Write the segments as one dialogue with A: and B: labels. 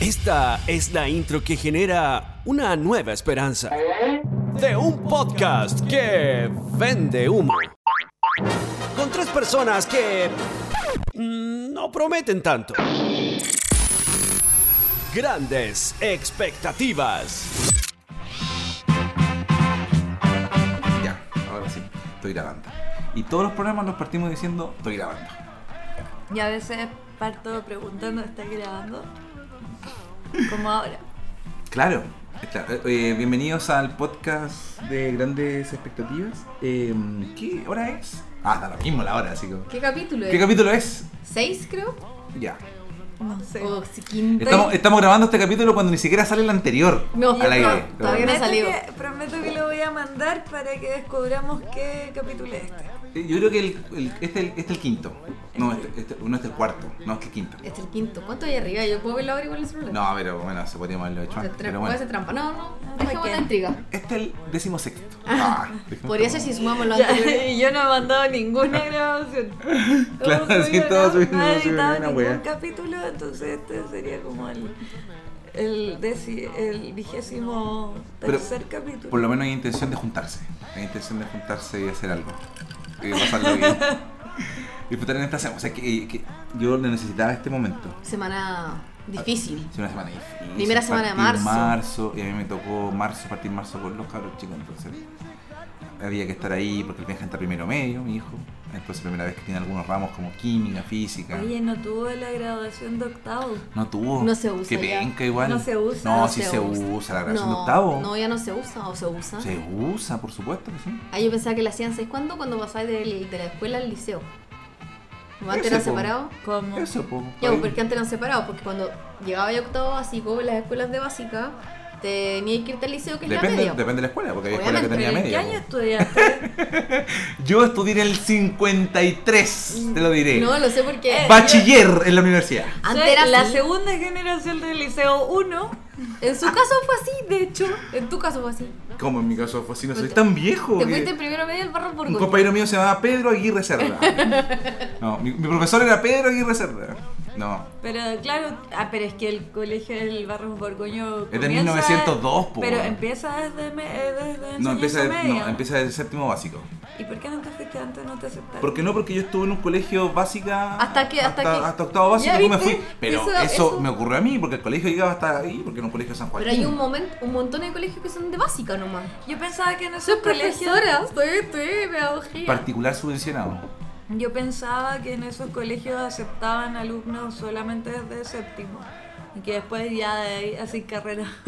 A: Esta es la intro que genera una nueva esperanza de un podcast que vende humo. Con tres personas que mm, no prometen tanto. Grandes expectativas.
B: Ya, ahora sí, estoy grabando. Y todos los programas los partimos diciendo, estoy grabando.
C: Y a veces parto preguntando, ¿está grabando? Como ahora.
B: Claro. está- eh, eh, bienvenidos al podcast de Grandes Expectativas. Eh, ¿Qué hora es? Ah, da lo mismo la hora, así que...
D: ¿Qué capítulo es?
B: ¿Qué capítulo es?
D: ¿Seis, creo?
B: Ya.
C: No sé.
D: ¿O si quinto?
B: Estamos, estamos grabando este capítulo cuando ni siquiera sale el anterior.
D: No,
B: al aire.
D: no, todavía no
C: Prometo
D: salió.
C: que, prometo que lo voy a mandar para que descubramos qué capítulo es este.
B: Eh, Yo creo que el- el- este, este es el quinto. No, este, este- no, este es el cuarto. No, este es el quinto.
D: Este es el quinto. ¿Cuánto hay arriba? ¿Yo puedo ver la hora igual en el celular?
B: No, pero bueno, se podría haberlo hecho
D: Se
B: antes.
D: tra-
B: Pero
D: puede
B: bueno.
D: ser trampa. No, no.
C: ¿por
D: Dejemos
C: qué?
D: la intriga.
B: Este es el décimo sexto. Ah,
D: Podría ser si sumamos los anteriores.
C: Y yo no he mandado ninguna grabación.
B: Claro,
C: Como
B: sí,
C: soy una-
B: todos subimos-
C: No he
B: subimos
C: editado
B: una
C: ningún
B: wea.
C: capítulo, entonces este sería como el, el, deci- el vigésimo
B: Pero,
C: tercer capítulo.
B: Por lo menos hay intención de juntarse. Hay intención de juntarse y hacer algo. Y pasarlo bien. Disfrutar en esta semana. O sea, que, que yo lo necesitaba este momento.
D: Semana difícil.
B: Es una semana difícil.
D: Primera semana de
B: partir
D: marzo.
B: marzo, Y a mí me tocó marzo, partir marzo con los cabros chicos. Entonces había que estar ahí porque el Benja está primero medio, mi hijo. Entonces, primera vez que tiene algunos ramos como química, física.
C: Oye, no tuvo la graduación de octavo.
B: No tuvo.
D: No se usa
B: Que
D: ya.
B: penca igual.
C: No se usa,
B: No,
C: no
B: sí se,
D: se
B: usa.
D: usa.
B: La grabación
D: no,
B: de octavo.
D: No, ya no se usa o se usa.
B: Se usa, por supuesto que sí.
D: Ah, yo pensaba que la hacían seis. ¿Cuándo? Cuando pasáis del- de la escuela al liceo. Como antes
B: Ese,
D: eran
B: po.
D: separados.
C: ¿Cómo?
B: Eso, po.
D: Ya,
B: Ahí.
D: pues, porque antes eran separados, porque cuando llegaba yo a octavo básico, en las escuelas de básica, tenías que irte al liceo, que es la
B: Depende,
D: media. po.
B: depende de la escuela, porque había escuelas que
D: Obviamente,
B: tenía
C: ¿En qué
B: media.
C: año
B: po.
C: estudiaste?
B: Yo estudié en el 53, te lo diré.
D: Mm. No, lo sé porque.
B: Bachiller en la universidad.
D: Antes
C: Soy
D: era
C: la
D: así.
C: segunda generación del Liceo 1.
D: En su caso fue así, de hecho. En tu caso fue así.
B: Como en mi caso fue así, no soy
D: Te-
B: tan viejo.
D: Te
B: que-
D: fuiste primero medio al barro por
B: Un compañero mío se llamaba Pedro Aguirre Cerda. No, mi, mi profesor era Pedro Aguirre Cerda. No,
C: Pero claro, ah, pero es que el colegio del Barros Borgoño.
B: de
C: comienza-
B: 1902, po.
C: Pero empieza desde. me- eh, desde
B: no empieza,
C: enseñanza
B: de-
C: media.
B: no, empieza del séptimo básico.
C: ¿Y por qué no te fuiste antes? No te aceptaron.
B: ¿Por qué no? Porque yo estuve en un colegio básica.
D: ¿Hasta qué? ¿Hasta
B: hasta,
D: qué?
B: hasta octavo básico
D: Ya,
B: y yo me
D: ¿viste?
B: fui. Pero eso,
D: Eso- eso-
B: me ocurrió a mí, porque el colegio llegaba hasta ahí, porque era un colegio de San Juan.
D: Pero hay un momento, un montón de colegios que son de básica nomás.
C: Yo pensaba que en
D: Soy
C: esos colegios.
D: profesora, soy, estoy de pedagogía.
B: particular subvencionado.
C: Yo pensaba que en esos colegios aceptaban alumnos solamente desde séptimo. Y que después ya de ahí así carrera.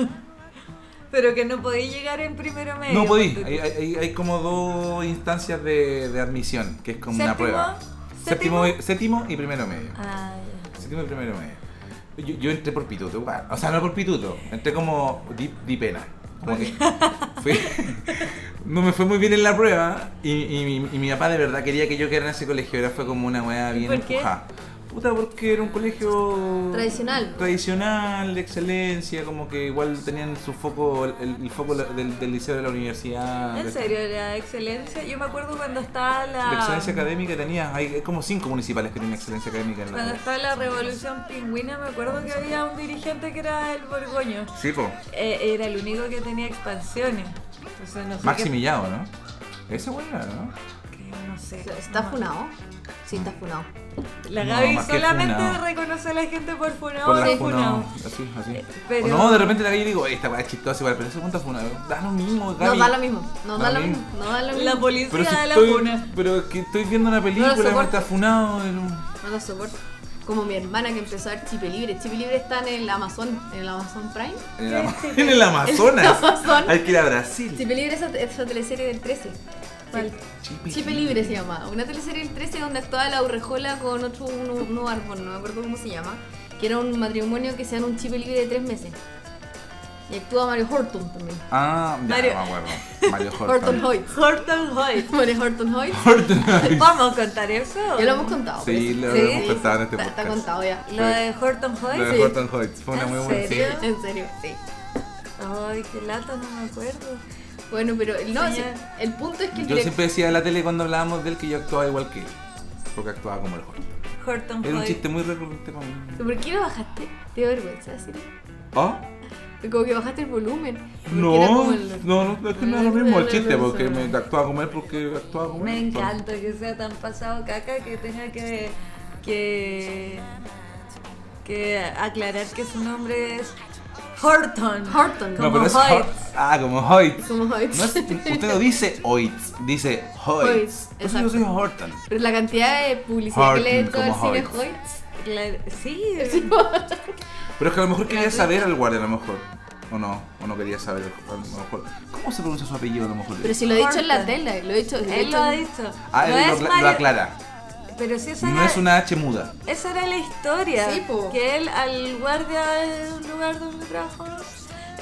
C: pero que no podía llegar en primero medio.
B: No podí,
C: ponte tú.
B: hay, hay- hay como dos instancias de, de admisión, que es como una
C: ¿Séptimo?
B: prueba.
C: ¿Séptimo?
B: Séptimo, séptimo y primero medio.
C: Ah, ya.
B: Séptimo y primero medio. Yo, yo entré por pituto, igual. o sea, no por pituto, entré como di, di pena. Como que fui- no me fue muy bien en la prueba y, y mi- y mi papá de verdad quería que yo quedara en ese colegio, era fue como una weá bien
C: por qué?
B: empujada. Puta, porque era un colegio
D: Tradicional.
B: tradicional, de excelencia, como que igual tenían su foco, el, el foco del, del liceo de la universidad.
C: En
B: de-
C: serio, la excelencia. Yo me acuerdo cuando estaba la.
B: De excelencia académica tenías, hay como cinco municipales que tienen excelencia académica en la
C: Cuando estaba la revolución pingüina, me acuerdo que había un dirigente que era el Borgoño.
B: Sí, po.
C: Eh, era el único que tenía expansiones. Entonces no sé.
B: Maxi
C: qué-
B: Millado, ¿no? Ese bueno era, ¿no?
C: creo, no sé.
D: ¿Está
C: No.
D: funado? Sí, está funado.
C: La
B: No,
C: Gaby
B: más que
C: solamente
B: funado.
C: reconoce a la gente por funado
B: Por
C: o
B: la
C: no
B: funa,
C: funado.
B: así, así.
C: Eh, pero-
B: O No, de repente la calle digo, esta weá es chistosa igual, pero ese punto funa, da lo mismo,
D: No
B: Gaby.
D: da lo mismo. No
B: Da
D: da
B: lo
D: lo mismo.
B: mismo.
D: No da lo
C: La
D: mismo.
C: policía
B: Pero si
C: de la
B: estoy,
C: funa.
B: pero es que estoy viendo una película, me
D: soporto.
B: está funado. en un-
D: No lo soporto. Como mi hermana que empezó a ver Chipe Libre. Chipe Libre está en el Amazon, en el Amazon Prime.
B: En el, Ama- en el Amazonas.
D: Amazon.
B: Hay que ir a Brasil.
D: Chipe Libre es esa- esa teleserie del 13. ¿Cuál?
B: Chipe
D: Chipe Libre se llama. Una teleserie del 13 donde actuaba la Urrejola con otro un, un árbol, no me acuerdo cómo se llama. Que era un matrimonio que se dan un chipe libre de tres meses. Y actúa Mario Horton también.
B: Ah, ya
C: Mario-
B: no me acuerdo. Mario
D: Horton
B: Horton.
D: Hoyt.
C: Horton Hoyt.
D: Mario Horton Hoyt.
B: Horton.
C: ¿Vamos a contar eso?
D: Ya lo hemos
B: Sí,
D: contado. parece.
B: lo
C: Sí,
B: hemos contado en este
D: está, está
B: podcast.
D: contado ya.
C: Lo de Horton Hoyt.
B: Lo de
D: Sí.
B: Horton Hoyt. Fue una
C: ¿En
B: muy buena
C: serio?
B: serie.
D: En serio, sí.
C: Ay, qué lata, no me acuerdo.
D: Bueno, pero no,
C: Sí,
D: sí,
C: ya.
D: el punto es que el
B: Yo
D: direct-
B: siempre decía en la tele cuando hablábamos de él que yo actuaba igual que él. Porque actuaba como el Horton.
C: Horton
B: Era un
C: Hoy.
B: chiste muy recurrente para mí.
D: ¿Pero ¿Por qué lo bajaste? ¿Te da vergüenza decirlo?
B: ¿Ah?
D: Como que bajaste el volumen. Porque era
B: No,
D: como
B: no,
D: el-
B: no, no, es que no es lo
D: No,
B: mismo el
D: no,
B: chiste,
D: no,
B: porque
D: no.
B: me actuaba como él porque actuaba como
C: Me
B: él.
C: encanta que sea tan pasado caca que tenga que, que, que aclarar que su nombre es Horton.
D: Horton.
B: No,
C: Como
B: pero es
C: Hoyt.
B: Hoyt. Ah, como Hoyt.
D: Como Hoyt.
B: No es- usted no dice Hoyt, dice
D: Hoyt,
B: Hoyt. Por eso yo soy
D: exacto.
B: Horton.
D: Pero la cantidad de publicidad que le he
B: Horton,
D: hecho al
B: como
D: cine
B: Hoyt.
D: Hoyt.
C: Claro, sí,
B: Pero es que a lo mejor quería saber al guardia, a lo mejor. O no, o no quería saber, a lo mejor. ¿Cómo se pronuncia su apellido, a lo mejor?
D: Pero si lo he dicho en la
C: Horton.
D: tela, lo he dicho. lo he
C: él
D: dicho
C: lo ha
D: en-
C: dicho.
B: ah,
C: No
B: él lo,
C: es
B: acla- lo
C: Mario-
B: aclara.
C: Pero si esa
B: No
C: era,
B: es una H muda.
C: esa era la historia.
D: Sí, po.
C: que él al guardia del lugar donde trabajó,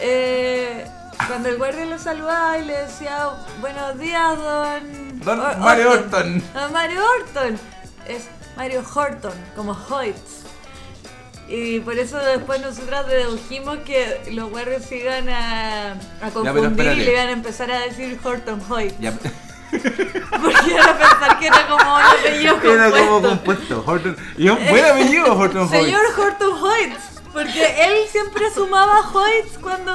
C: eh, cuando el guardia lo saludaba y le decía, buenos días, don...
B: Don
C: Hor-
B: Mario Horton.
C: Don Mario Horton. Es Mario Horton, como Hoyt. Y por eso después nosotros dedujimos que los guardias se iban a, a
B: pero
C: confundir y
B: espérate.
C: le iban a empezar a decir Horton Hoyt.
B: Ya-
C: Porque iban a pensar que era como un apellido
B: Era como
C: compuesto.
B: compuesto. Horton. Y es un buen apellido, Horton Hoyt.
C: Señor Horton Hoyt. Porque él siempre sumaba Hoyt cuando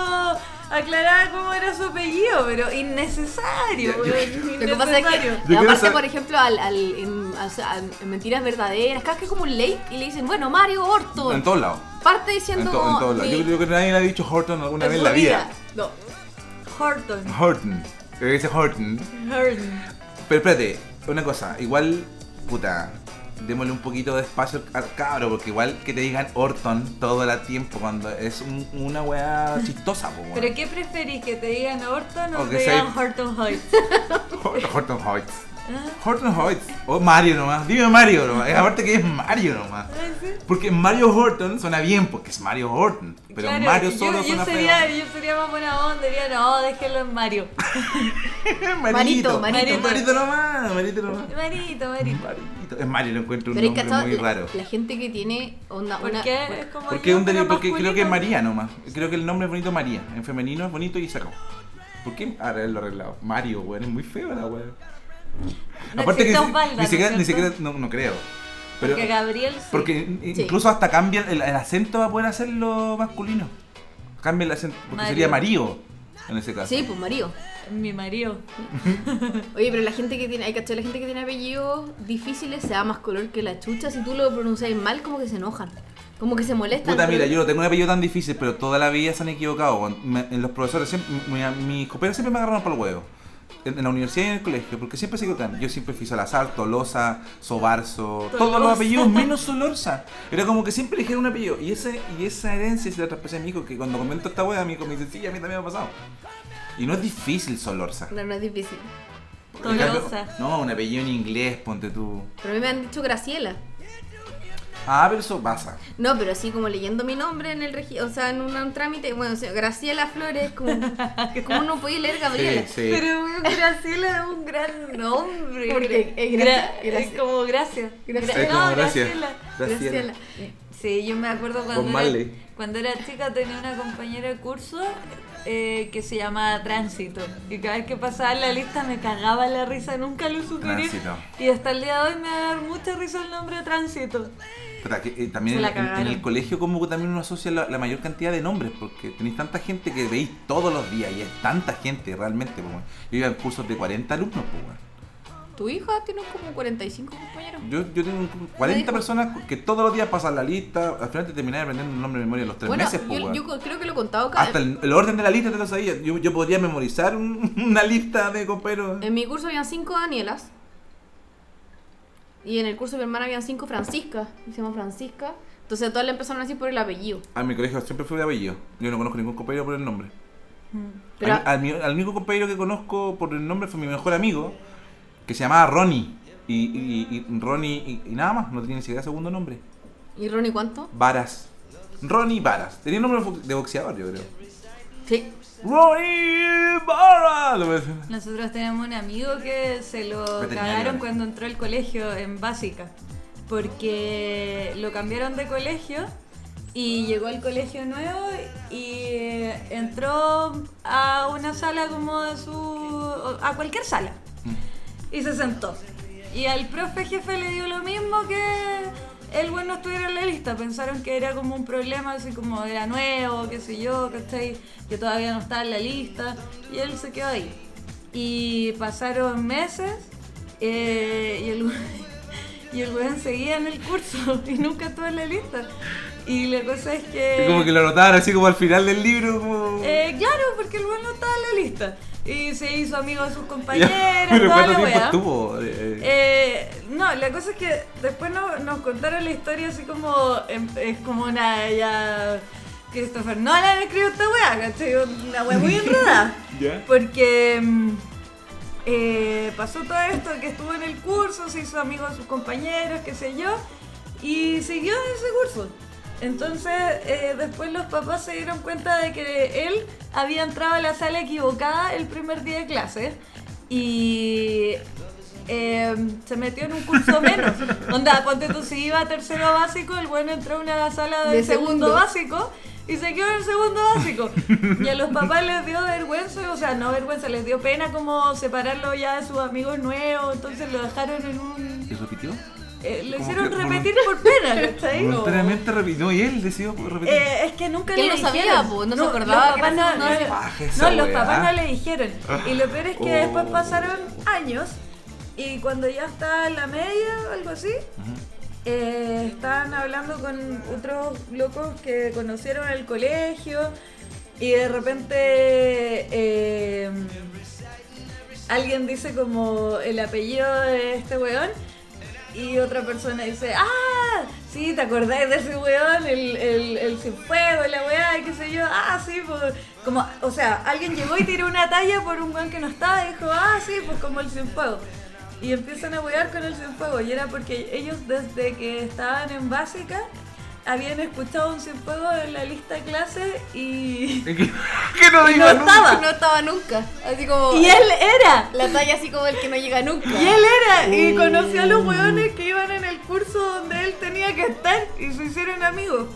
C: aclaraba cómo era su apellido, pero innecesario.
B: Ya, yo-
C: weón,
D: Lo que pasa es
C: innecesario.
B: Yo
D: que,
B: quiero
D: aparte,
B: saber-
D: por ejemplo, al, al- en, o sea, en Mentiras Verdaderas, cada vez que es como un late y le dicen, bueno, Mario Horton.
B: En todos lados.
D: parte
B: En,
D: diciendo
B: to- en
D: como.
B: todos lados.
D: mi-
B: Yo creo que nadie le ha dicho Horton alguna
D: en
B: vez en
D: su
B: la vida.
D: No.
C: Horton.
B: Horton. Creo que dice Horton.
C: Horton.
B: Pero espérate, una cosa, igual, puta, démosle un poquito de espacio al cabro, porque igual que te digan Orton todo el tiempo, cuando es un- una weá chistosa, po,
C: ¿Pero
B: weón.
C: qué preferís? ¿Que te digan Horton o
B: O
C: que
B: que
C: te digan
B: sea-
C: Horton Hoyt?
B: Hort- Horton Hoyt. Horton Hoyt. O Mario nomás. Dime Mario nomás. Es aparte que es Mario nomás. Porque Mario Horton suena bien, porque es Mario Horton. Pero
C: Claro,
B: Mario
C: yo-
B: solo
C: yo,
B: suena feo.
C: sería, yo sería más buena onda, diría no, déjenlo en Mario.
D: Marito,
B: Marito,
D: Marito.
B: Marito. Marito nomás. Marito nomás.
C: Marito, Marito.
B: Marito. Es Mario, lo encuentro un
D: Pero hay
B: nombre
D: cachado
B: muy
D: la-
B: raro.
D: La gente que tiene onda.
C: ¿Por
D: una-
C: qué? Es como
B: Porque,
C: yo,
B: un
C: pero
B: deli- porque creo que es
C: masculino.
B: María nomás. Creo que el nombre es bonito María. En femenino es bonito y se acabó. ¿Por qué Ah, haberlo arreglado? Mario, weón, es muy feo la weón.
C: No existe
B: ni-
C: Osvaldo,
B: ni siquiera,
C: ¿no
B: ni
C: es cierto?
B: siquiera, no, no creo. Pero,
C: Porque Gabriel sí.
B: porque in-
D: Sí.
B: incluso hasta cambian el, el acento va a poder hacerlo masculino. Cambia el acento, porque
C: Mario.
B: sería Mario en ese caso.
D: Sí, pues Mario.
C: Mi Mario.
D: Oye, pero la gente que tiene, hay cachado, la gente que tiene apellidos difíciles se da más color que la chucha. Si tú lo pronuncias mal, como que se enojan. Como que se molestan.
B: Puta,
D: pero-
B: mira, yo no tengo un apellido tan difícil, pero toda la vida se han equivocado. weón. Me- en los profesores, siempre, mi- mi- mis compañeros siempre me agarraron para el huevo. En, en la universidad y en el colegio, porque siempre se equivocan. Yo siempre fui Salazar, Tolosa, Sobarzo, todos los
C: Tolosa.
B: apellidos menos Solorza. Era como que siempre eligieron un apellido. Y, ese, y esa herencia se la traspasé a mi hijo, que cuando comento esta hueá, mi hijo me dice, sí, a mí también me ha pasado. Y no es difícil Solorza.
D: No, no es difícil.
B: En cambio,
C: Tolosa.
B: No, un apellido en inglés, ponte tú.
D: Pero a mí me han dicho Graciela.
B: Ah, pero eso pasa.
D: No, pero así como leyendo mi nombre en el regi- o sea, en un, un trámite, bueno, o sea, Graciela Flores, como, ¿cómo no podía leer Gabriela?
B: Sí, sí.
C: Pero weón, Graciela es un gran nombre.
D: Porque es
C: Gra-
D: Gracia-
C: es
D: Gracia.
C: como gracias.
D: Graciela.
B: Es
C: Gra-
B: como
C: no,
B: gracias.
C: Graciela.
D: Graciela.
C: Sí, yo me acuerdo
B: Bob
C: cuando, era,
B: Marley.
C: cuando era chica tenía una compañera de curso eh, que se llamaba Tránsito. Y cada vez que pasaba la lista me cagaba la risa, nunca lo superé.
B: Tránsito.
C: Y hasta el día de hoy me va a dar mucha risa el nombre de Tránsito.
B: Puta, que, eh, también
C: Se la
B: en- en,
C: cagaron.
B: el colegio como también uno asocia la, la mayor cantidad de nombres, porque tenéis tanta gente que veis todos los días y es tanta gente realmente. Pues, bueno. Yo iba en cursos de 40 alumnos, pues, bueno.
D: Tu hija tiene como 45 compañeros.
B: yo, yo tengo un cu- 40 personas que todos los días pasan la lista, al final te terminás aprendiendo un nombre de memoria en los tres
D: bueno,
B: meses, pues,
D: yo,
B: bueno.
D: yo co- creo que lo he contado cada
B: Hasta el, el orden de la lista te lo sabía. Yo, yo podría memorizar un- una lista de compañeros.
D: En mi curso habían 5 Danielas. Y en el curso de mi hermana habían 5 Franciscas. Se llama Francisca. Entonces a todas le empezaron así por el apellido.
B: A mi colegio siempre fue de apellido. Yo no conozco ningún compañero por el nombre.
D: Pero-
B: al, al mi- al único compañero que conozco por el nombre fue mi mejor amigo, que se llamaba Ronnie. Y, y- y Ronnie y, y nada más, no tenía ni siquiera segundo nombre.
D: ¿Y Ronnie cuánto?
B: Varas. Ronnie Varas. Tenía nombre de bo- de boxeador, yo creo.
D: Sí.
B: Ronnie Varas. Lo voy a decir.
C: Nosotros tenemos un amigo que se lo
B: Veterinario.
C: cagaron cuando entró al colegio en básica, porque lo cambiaron de colegio y llegó al colegio nuevo y eh, entró a una sala como de su... a cualquier sala y se sentó. Y al profe jefe le dio lo mismo que el bueno estuviera en la lista. Pensaron que era como un problema, así como era nuevo, qué sé yo, ¿cachai? Que todavía no estaba en la lista. Y él se quedó ahí. Y pasaron meses eh, y el weón- y el weón seguía en el curso y nunca estuvo en la lista. Y la cosa es que...
B: Y como que lo anotaban así como al final del libro, como...
C: Eh, claro, porque el weón no estaba en la lista. Y se hizo amigo de sus compañeros,
B: Ya, Pero
C: toda
B: ¿cuánto
C: la
B: tiempo
C: wea.
B: estuvo? Eh, eh,
C: Eh, no, la cosa es que después no- nos contaron la historia así como. em- Es como una. Ya, Christopher Nolan escribió esta weá, ¿cachai? Una weá muy enredada.
B: ¿Ya?
C: Porque. mm, eh, pasó todo esto, que estuvo en el curso, se hizo amigo de sus compañeros, qué sé yo, y siguió en ese curso. Entonces, eh, después los papás se dieron cuenta de que él había entrado a la sala equivocada el primer día de clase y eh, se metió en un curso menos. Onda, ponte tú, si iba a tercero básico, el bueno entró a una sala de
D: De
C: segundo
D: segundo.
C: básico y se quedó en el segundo básico. Y a los papás les dio vergüenza, o sea, no vergüenza, les dio pena como separarlo ya de sus amigos nuevos, entonces lo dejaron en un...
B: ¿Eso repitió?
C: eh, lo
B: Como
C: hicieron
B: que
C: repetir por pena, ¿cachai?
B: Voluntariamente pues. repitió y él decidió repetir.
C: Eh, es que nunca
D: Que
C: le
D: él no sabía,
C: dijeron.
D: po, no se acordaba
C: los
D: que
C: papás
D: era
C: no,
D: segundo
C: no-
D: de
B: baja
C: no,
B: esa
C: los
B: weá.
C: papás no le dijeron. Y lo peor es que
B: Oh.
C: después pasaron años y cuando ya está la media o algo así, eh, estaban hablando con otros locos que conocieron en el colegio y de repente eh, alguien dice como el apellido de este weón y otra persona dice, ah, sí, ¿te acordáis de ese weón? El, el, el sin fuego, la weá, y qué sé yo, ah, sí, pues, como, o sea, alguien llegó y tiró una talla por un weón que no estaba y dijo, ah, sí, pues como el sin fuego. Y empiezan a wear con el sin fuego, y era porque ellos desde que estaban en básica habían escuchado un sin fuego en la lista de clases y...
B: que, que no
C: y
B: diga
C: no
B: nunca.
C: estaba.
D: No estaba nunca. Así como.
C: Y él era.
D: La talla así como el que no llega nunca.
C: Y él era,
B: Oh.
C: y conoció a los hueones que iban en el curso donde él tenía que estar y se hicieron amigos.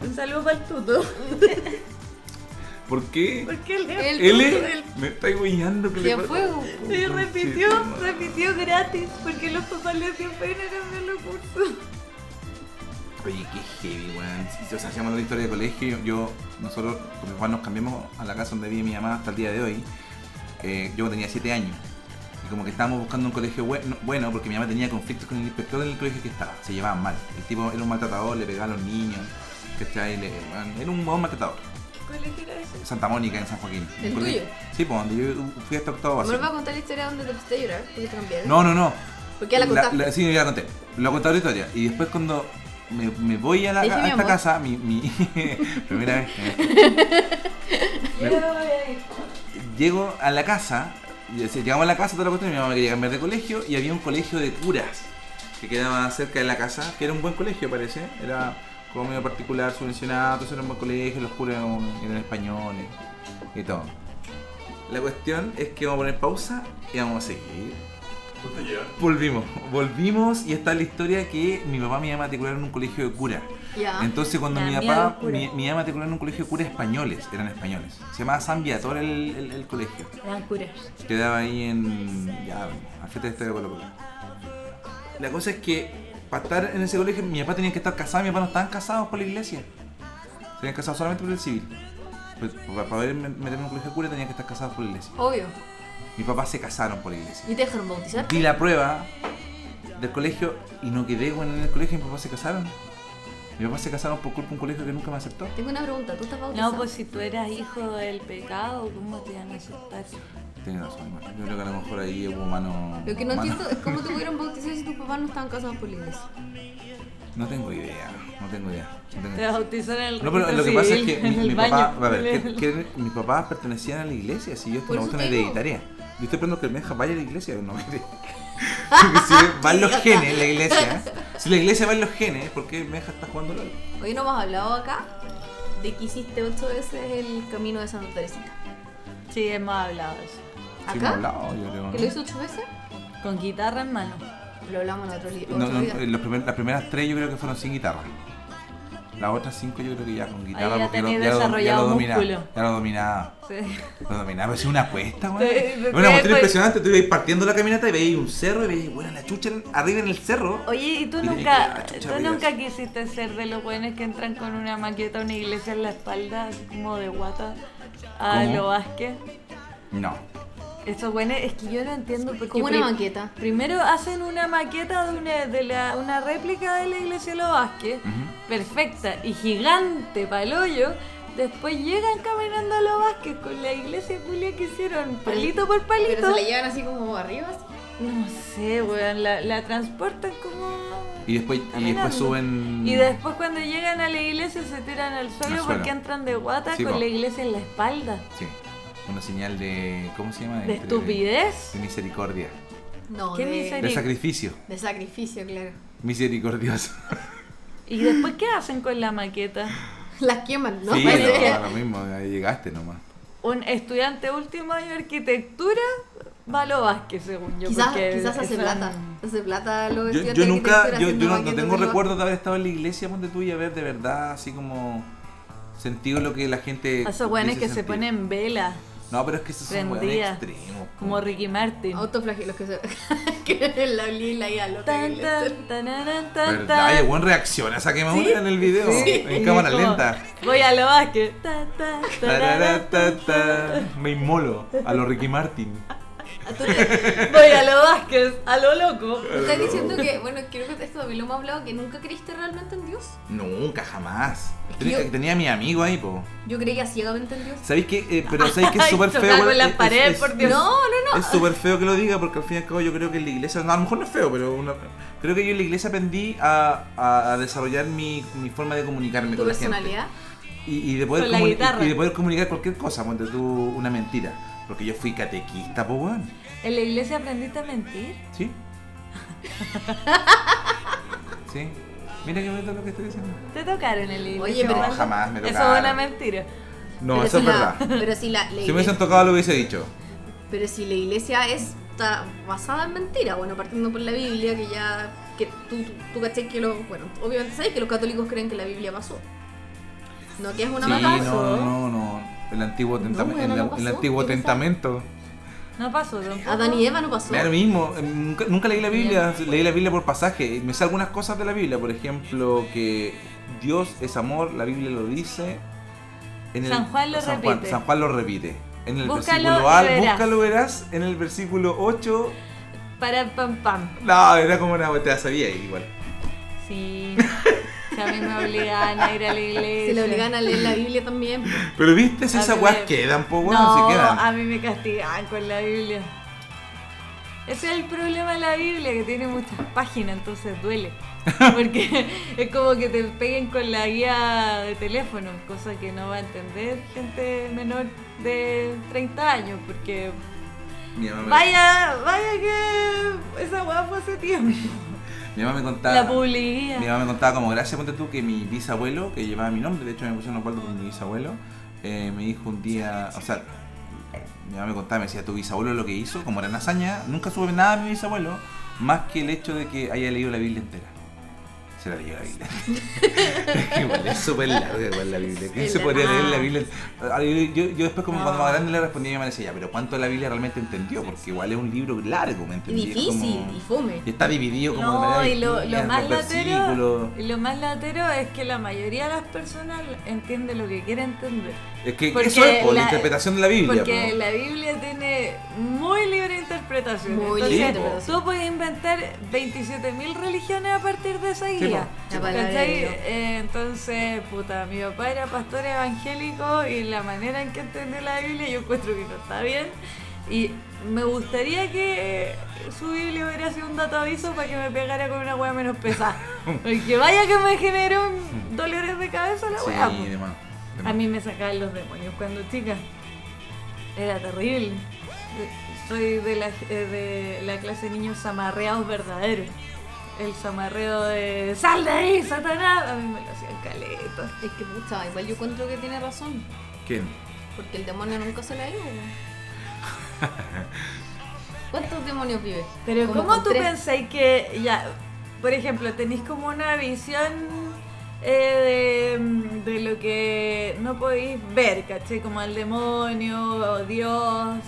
C: Un saludo para el tuto.
B: ¿Por qué?
C: Porque él,
B: ¿Él?
D: Él-
C: él-
B: Me está guiñando. que
D: Y
B: le
D: a
B: pasa?
D: fuego.
C: y
B: Oh,
C: repitió,
B: conchetumare.
C: repitió gratis, porque los papás le hacían pena cambiar los cursos.
B: Oye, qué heavy, weón. Si os hacíamos la historia de colegio, yo, nosotros, con mi papá nos cambiamos a la casa donde vive mi mamá hasta el día de hoy. Eh, yo tenía 7 años. Y como que estábamos buscando un colegio bueno, bueno, porque mi mamá tenía conflictos con el inspector del colegio que estaba. Se llevaban mal. El tipo era un maltratador, le pegaba a los niños. ¿Cachai? Le- weón, Era un, un maltratador.
C: ¿Qué colegio era ese?
B: Santa Mónica, en San Joaquín.
D: ¿El
B: Un colegio-
D: tuyo?
B: Sí, pues donde yo fui hasta octavo
D: Me
B: básico.
D: va a contar la historia donde te pusiste a llorar. Porque te cambiaron.
B: No, no, no.
D: Porque ya la contaste.
B: sí, ya la conté. La conté la historia. Y después cuando me, me voy a, la,
D: Dije,
B: a
D: mi
B: esta
D: amor.
B: casa, mi, mi primera vez. que me-
C: Yo voy a ir.
B: llego a la casa, y así, llegamos a la casa, toda la cuestión, mi mamá me quería cambiar de colegio y había un colegio de curas que quedaba cerca de la casa, que era un buen colegio parece, era como medio particular, subvencionado, entonces era un buen colegio, los curas eran, eran españoles y todo. La cuestión es que vamos a poner pausa y vamos a seguir. Volvimos, volvimos y está la historia que mi papá me iba a matricular en un colegio de curas.
D: Ya.
B: Entonces cuando
C: La
B: mi
C: mía
B: papá,
C: locura.
B: mi, mi mamá matriculó en un colegio de curas españoles, eran españoles. Se llamaba San Viator el, el, el colegio.
C: Eran curas.
B: Quedaba ahí en... ya, al frente del estadio de Colo Colo. La cosa es que para estar en ese colegio mi papá tenía que estar casado, mi papá no estaban casados por la iglesia. Se habían casado solamente por el civil. Pues, para poder me- meterme en un colegio de curas tenían que estar casados por la iglesia.
D: Obvio.
B: Mi papá se casaron por la iglesia.
D: ¿Y te dejaron bautizar?
B: Di la prueba del colegio y no quedé bueno en el colegio y mis papás se casaron. Mis papás se casaron por culpa de un colegio que nunca me aceptó.
D: Tengo una pregunta. ¿Tú estás bautizado?
C: No, pues si tú eras hijo del pecado, ¿cómo te iban a aceptar?
B: Tienes razón, hermano. yo creo que a lo mejor ahí hubo mano.
D: Lo que no
B: mano-
D: entiendo es cómo te pudieron bautizar si tus papás no estaban casados por la iglesia.
B: No tengo idea, no tengo idea. No, tengo
C: Te
B: idea.
C: bautizaron en el
B: No, pero lo
C: registro
B: que pasa es
C: civil,
B: que mi,
C: en el
B: mi papá,
C: baño.
B: a ver, que, que mis papás pertenecían a la iglesia, si yo estoy
D: Por
B: en una
D: eso
B: cuestión
D: te digo.
B: hereditaria. Yo estoy esperando que el Benja vaya a la iglesia, no mire. Porque si van los genes en la iglesia, si la iglesia va en los genes, ¿por qué el Benja está jugando LOL?
D: Hoy no hemos hablado acá de que hiciste ocho veces el camino de Santa Teresita.
C: Sí, hemos hablado de eso.
B: Sí,
D: ¿Acá?
B: hemos hablado, yo creo,
D: ¿Que
B: ¿no?
D: lo hizo ocho veces?
C: Con guitarra en mano.
D: Lo hablamos en otro, li-
B: No,
D: otro
B: no,
D: día.
B: eh, los primer- las primeras tres yo creo que fueron sin guitarra. Las otras cinco yo creo que ya con guitarra
C: Ahí ya
B: porque lo,
C: tenés
B: ya, lo, ya
C: desarrollado
B: lo dominaba.
C: músculo.
B: Ya lo dominaba.
C: Sí.
B: Lo dominaba, es una apuesta, weón. Es
C: Te- te-
B: una
C: te-
B: cuestión impresionante. Tú ibas partiendo la caminata y veías un cerro y veías, bueno, la chucha arriba en el cerro.
C: Oye, ¿y tú
B: Y "Ah, tenés que ir
C: nunca,
B: a chuchar
C: tú
B: arriba.
C: nunca quisiste ser de los buenos que entran con una maqueta a una iglesia en la espalda, así como de guata, a
B: ¿Cómo?
C: lo Vázquez?
B: No.
C: Esos buenos, es que yo no entiendo por qué.
D: Como una
C: pri-
D: maqueta.
C: Primero hacen una maqueta de una, de la- una réplica de la iglesia de los Vázquez,
B: Ujú.
C: perfecta y gigante para el hoyo. Después llegan caminando a los Vázquez con la iglesia culia que hicieron palito por palito.
D: Pero se la llevan así como arriba. así.
C: No sé, weón, la, la transportan como.
B: Y después, y
C: caminando.
B: después suben.
C: Y después cuando llegan a la iglesia se tiran al suelo,
B: suelo.
C: porque entran de guata
B: Sí,
C: con
B: po.
C: la iglesia en la espalda.
B: Sí. Una señal de. ¿Cómo se llama? Entre-
C: De estupidez.
B: De misericordia.
D: No,
C: ¿Qué
D: de,
C: miseria?
B: De sacrificio.
D: de sacrificio, claro.
B: Misericordioso.
C: ¿Y después qué hacen con la maqueta?
D: Las queman, ¿no?
B: sí,
D: Parece
B: no,
D: que-
B: da lo mismo, ahí llegaste nomás.
C: Un estudiante último año de arquitectura va a lo Vázquez, según yo.
D: Quizás,
C: porque
D: quizás hace
C: es
D: plata.
C: un-
D: Hace plata los
B: Yo,
D: estudiantes
B: yo
D: de
B: nunca,
D: arquitectura
B: yo,
D: haciendo
B: yo no, no
D: maquetas
B: tengo
D: de
B: recuerdo de haber estado en la iglesia, ponte tú, y haber de verdad así como sentido lo que la gente.
C: A esos weones
B: dice
C: que se
B: sentir.
C: ponen vela,
B: No, pero es que esos son weones
C: Prendida.
B: extremos. po.
C: como Ricky Martin.
D: Autoflagelos que se. que la blila y a lo
C: Tan,
D: horrible.
C: tan, tanaran, tan,
B: ¿Verdad?
C: tan.
B: Y el buen reacción a esa quemadura en el video, en
C: Y
B: cámara
C: como,
B: lenta.
C: Voy a lo Vázquez. Tan, tan, tanaran, tan,
B: Tararata, Me inmolo a lo Ricky Martin.
D: Tú te-
C: Voy a lo Vázquez, a lo loco.
D: tú estás diciendo que, bueno, creo que esto también lo hemos hablado, que nunca creíste realmente en Dios.
B: Nunca, jamás.
D: que
B: Tenía,
D: yo-
B: tenía a mi amigo ahí, po.
D: Yo creía ciegamente en Dios.
B: ¿Sabéis que? eh, pero ¿sabéis que es
C: Ay,
B: súper
C: tocar
B: feo?
C: con
B: weón?
C: la
B: Es- es-
C: pared,
B: es-
C: por
D: No,
C: Dios.
D: no, no.
B: Es súper feo que lo diga porque al fin y al cabo yo creo que en la iglesia, no, a lo mejor no es feo, pero una- creo que yo en la iglesia aprendí a, a- a desarrollar mi, mi forma de comunicarme
D: Tu
B: con la gente.
D: personalidad.
B: Y, y de poder
C: Con la
B: comuni-
C: guitarra.
B: y de poder comunicar cualquier cosa, ponte tú una mentira. Porque yo fui catequista, pues weón.
C: ¿En la iglesia aprendiste a mentir?
B: ¿Sí? ¿Sí? Mira que bonito lo que estoy diciendo.
C: ¿Te tocaron en la iglesia?
D: Oye, pero-
B: No,
C: Waldo?
B: jamás me
C: Eso es una
B: tocaron.
C: mentira.
B: No,
D: Pero
B: eso es
D: si la-
B: verdad.
D: Pero si la, la
B: Si me
D: iglesia-
B: hubiesen tocado lo hubiese dicho.
D: Pero si la iglesia está basada en mentira, bueno, partiendo por la Biblia, que ya. que tú, tú, tú caché que los. Bueno, obviamente sabes que los católicos creen que la Biblia pasó. No, que es una
B: sí, no,
D: maldad.
B: no, no, no. El antiguo, tentame-
D: bueno,
B: el-
D: no
B: el
D: pasó.
B: antiguo
D: ¿Qué pasó?
B: testamento.
C: No pasó tampoco.
D: Adán y Eva no pasó.
B: Me da lo mismo, eh, nunca, nunca leí la Biblia, leí la Biblia por pasaje. Me sé algunas cosas de la Biblia, por ejemplo, que Dios es amor, la Biblia lo dice. En
C: San Juan lo
B: San
C: repite.
B: San Juan lo repite. En el
C: Búscalo
B: versículo
C: y
B: al,
C: verás.
B: búscalo verás, en el versículo 8.
C: Para pam pam.
B: No, era como una te la sabía igual.
C: Sí. Si a mí me obligan a ir a la iglesia.
D: Se le obligan a leer la Biblia también.
B: Pero viste si
C: A
B: esas
C: mí
B: weas
C: me-
B: quedan, po weón,
C: No,
B: Pues si quedan.
C: a mí me castigan con la Biblia. Ese es el problema de la Biblia, que tiene muchas páginas, entonces duele. Porque es como que te peguen con la guía de teléfono, cosa que no va a entender gente menor de 30 años, porque
B: Mi mamá me-
C: vaya, vaya que esa guapa fue hace tiempo.
B: Mi mamá me contaba.
C: La
B: Mi
C: publicidad.
B: mamá me contaba como gracias, ponte tú, que mi bisabuelo, que llevaba mi nombre, de hecho me pusieron Osvaldo por mi bisabuelo, eh, me dijo un día, o sea, mi mamá me contaba, me decía, tu bisabuelo lo que hizo, como era una hazaña, nunca supe nada de mi bisabuelo, más que el hecho de que haya leído la Biblia entera. Se la leyó la Biblia. Es que igual es súper larga igual la Biblia. ¿Quién se podría leer la Biblia? Ah, Yo, yo- yo después como cuando más grande le respondía a mi mamá decía, ya, pero ¿cuánto la Biblia realmente entendió? Porque igual es un libro largo, ¿me
D: Y
B: entendí? Es
D: difícil,
B: como-
D: y fome.
B: y está dividido como de
C: No,
B: manera
C: y lo,
B: distinta
C: lo
B: en
C: más
B: los
C: latero,
B: versículos.
C: y lo más latero es que la mayoría de las personas entiende lo que quiere entender.
B: Es que
C: porque
B: eso es po, la,
C: la-
B: interpretación de la Biblia. pues.
C: Porque
B: po.
C: la Biblia tiene muy libre interpretación.
D: Muy
C: Entonces,
B: libre interpretación.
C: tú puedes inventar 27.000 religiones a partir de esa
B: Sí,
C: guía.
D: po. La palabra de
C: ¿cachai?
D: Dios.
C: Eh, entonces, puta, mi papá era pastor evangélico y la manera en que entendió la Biblia yo encuentro que no está bien. Y me gustaría que eh, su Biblia hubiera sido un dato aviso para que me pegara con una hueá menos pesada. Porque vaya que me generó dolores de cabeza la
B: Sí,
C: hueá. po.
B: de más, de
C: A
B: más.
C: mí me sacaban los demonios cuando chica. Era terrible. De- Soy de la, eh, de la clase de niños zamarreados verdaderos. El zamarreo de ¡Sal de ahí, Satanás! A mí me lo hacían caleta.
D: Es que puta, igual yo encuentro que tiene razón.
B: ¿Quién?
D: Porque el demonio nunca se la dio. weón. ¿Cuántos demonios vives?
C: Pero
D: Como
C: ¿cómo
D: con
C: tú
D: tres.
C: pensáis que ya, por ejemplo, tenéis como una visión eh, de, de lo que no podéis ver, ¿cachai? Como el demonio, o Dios.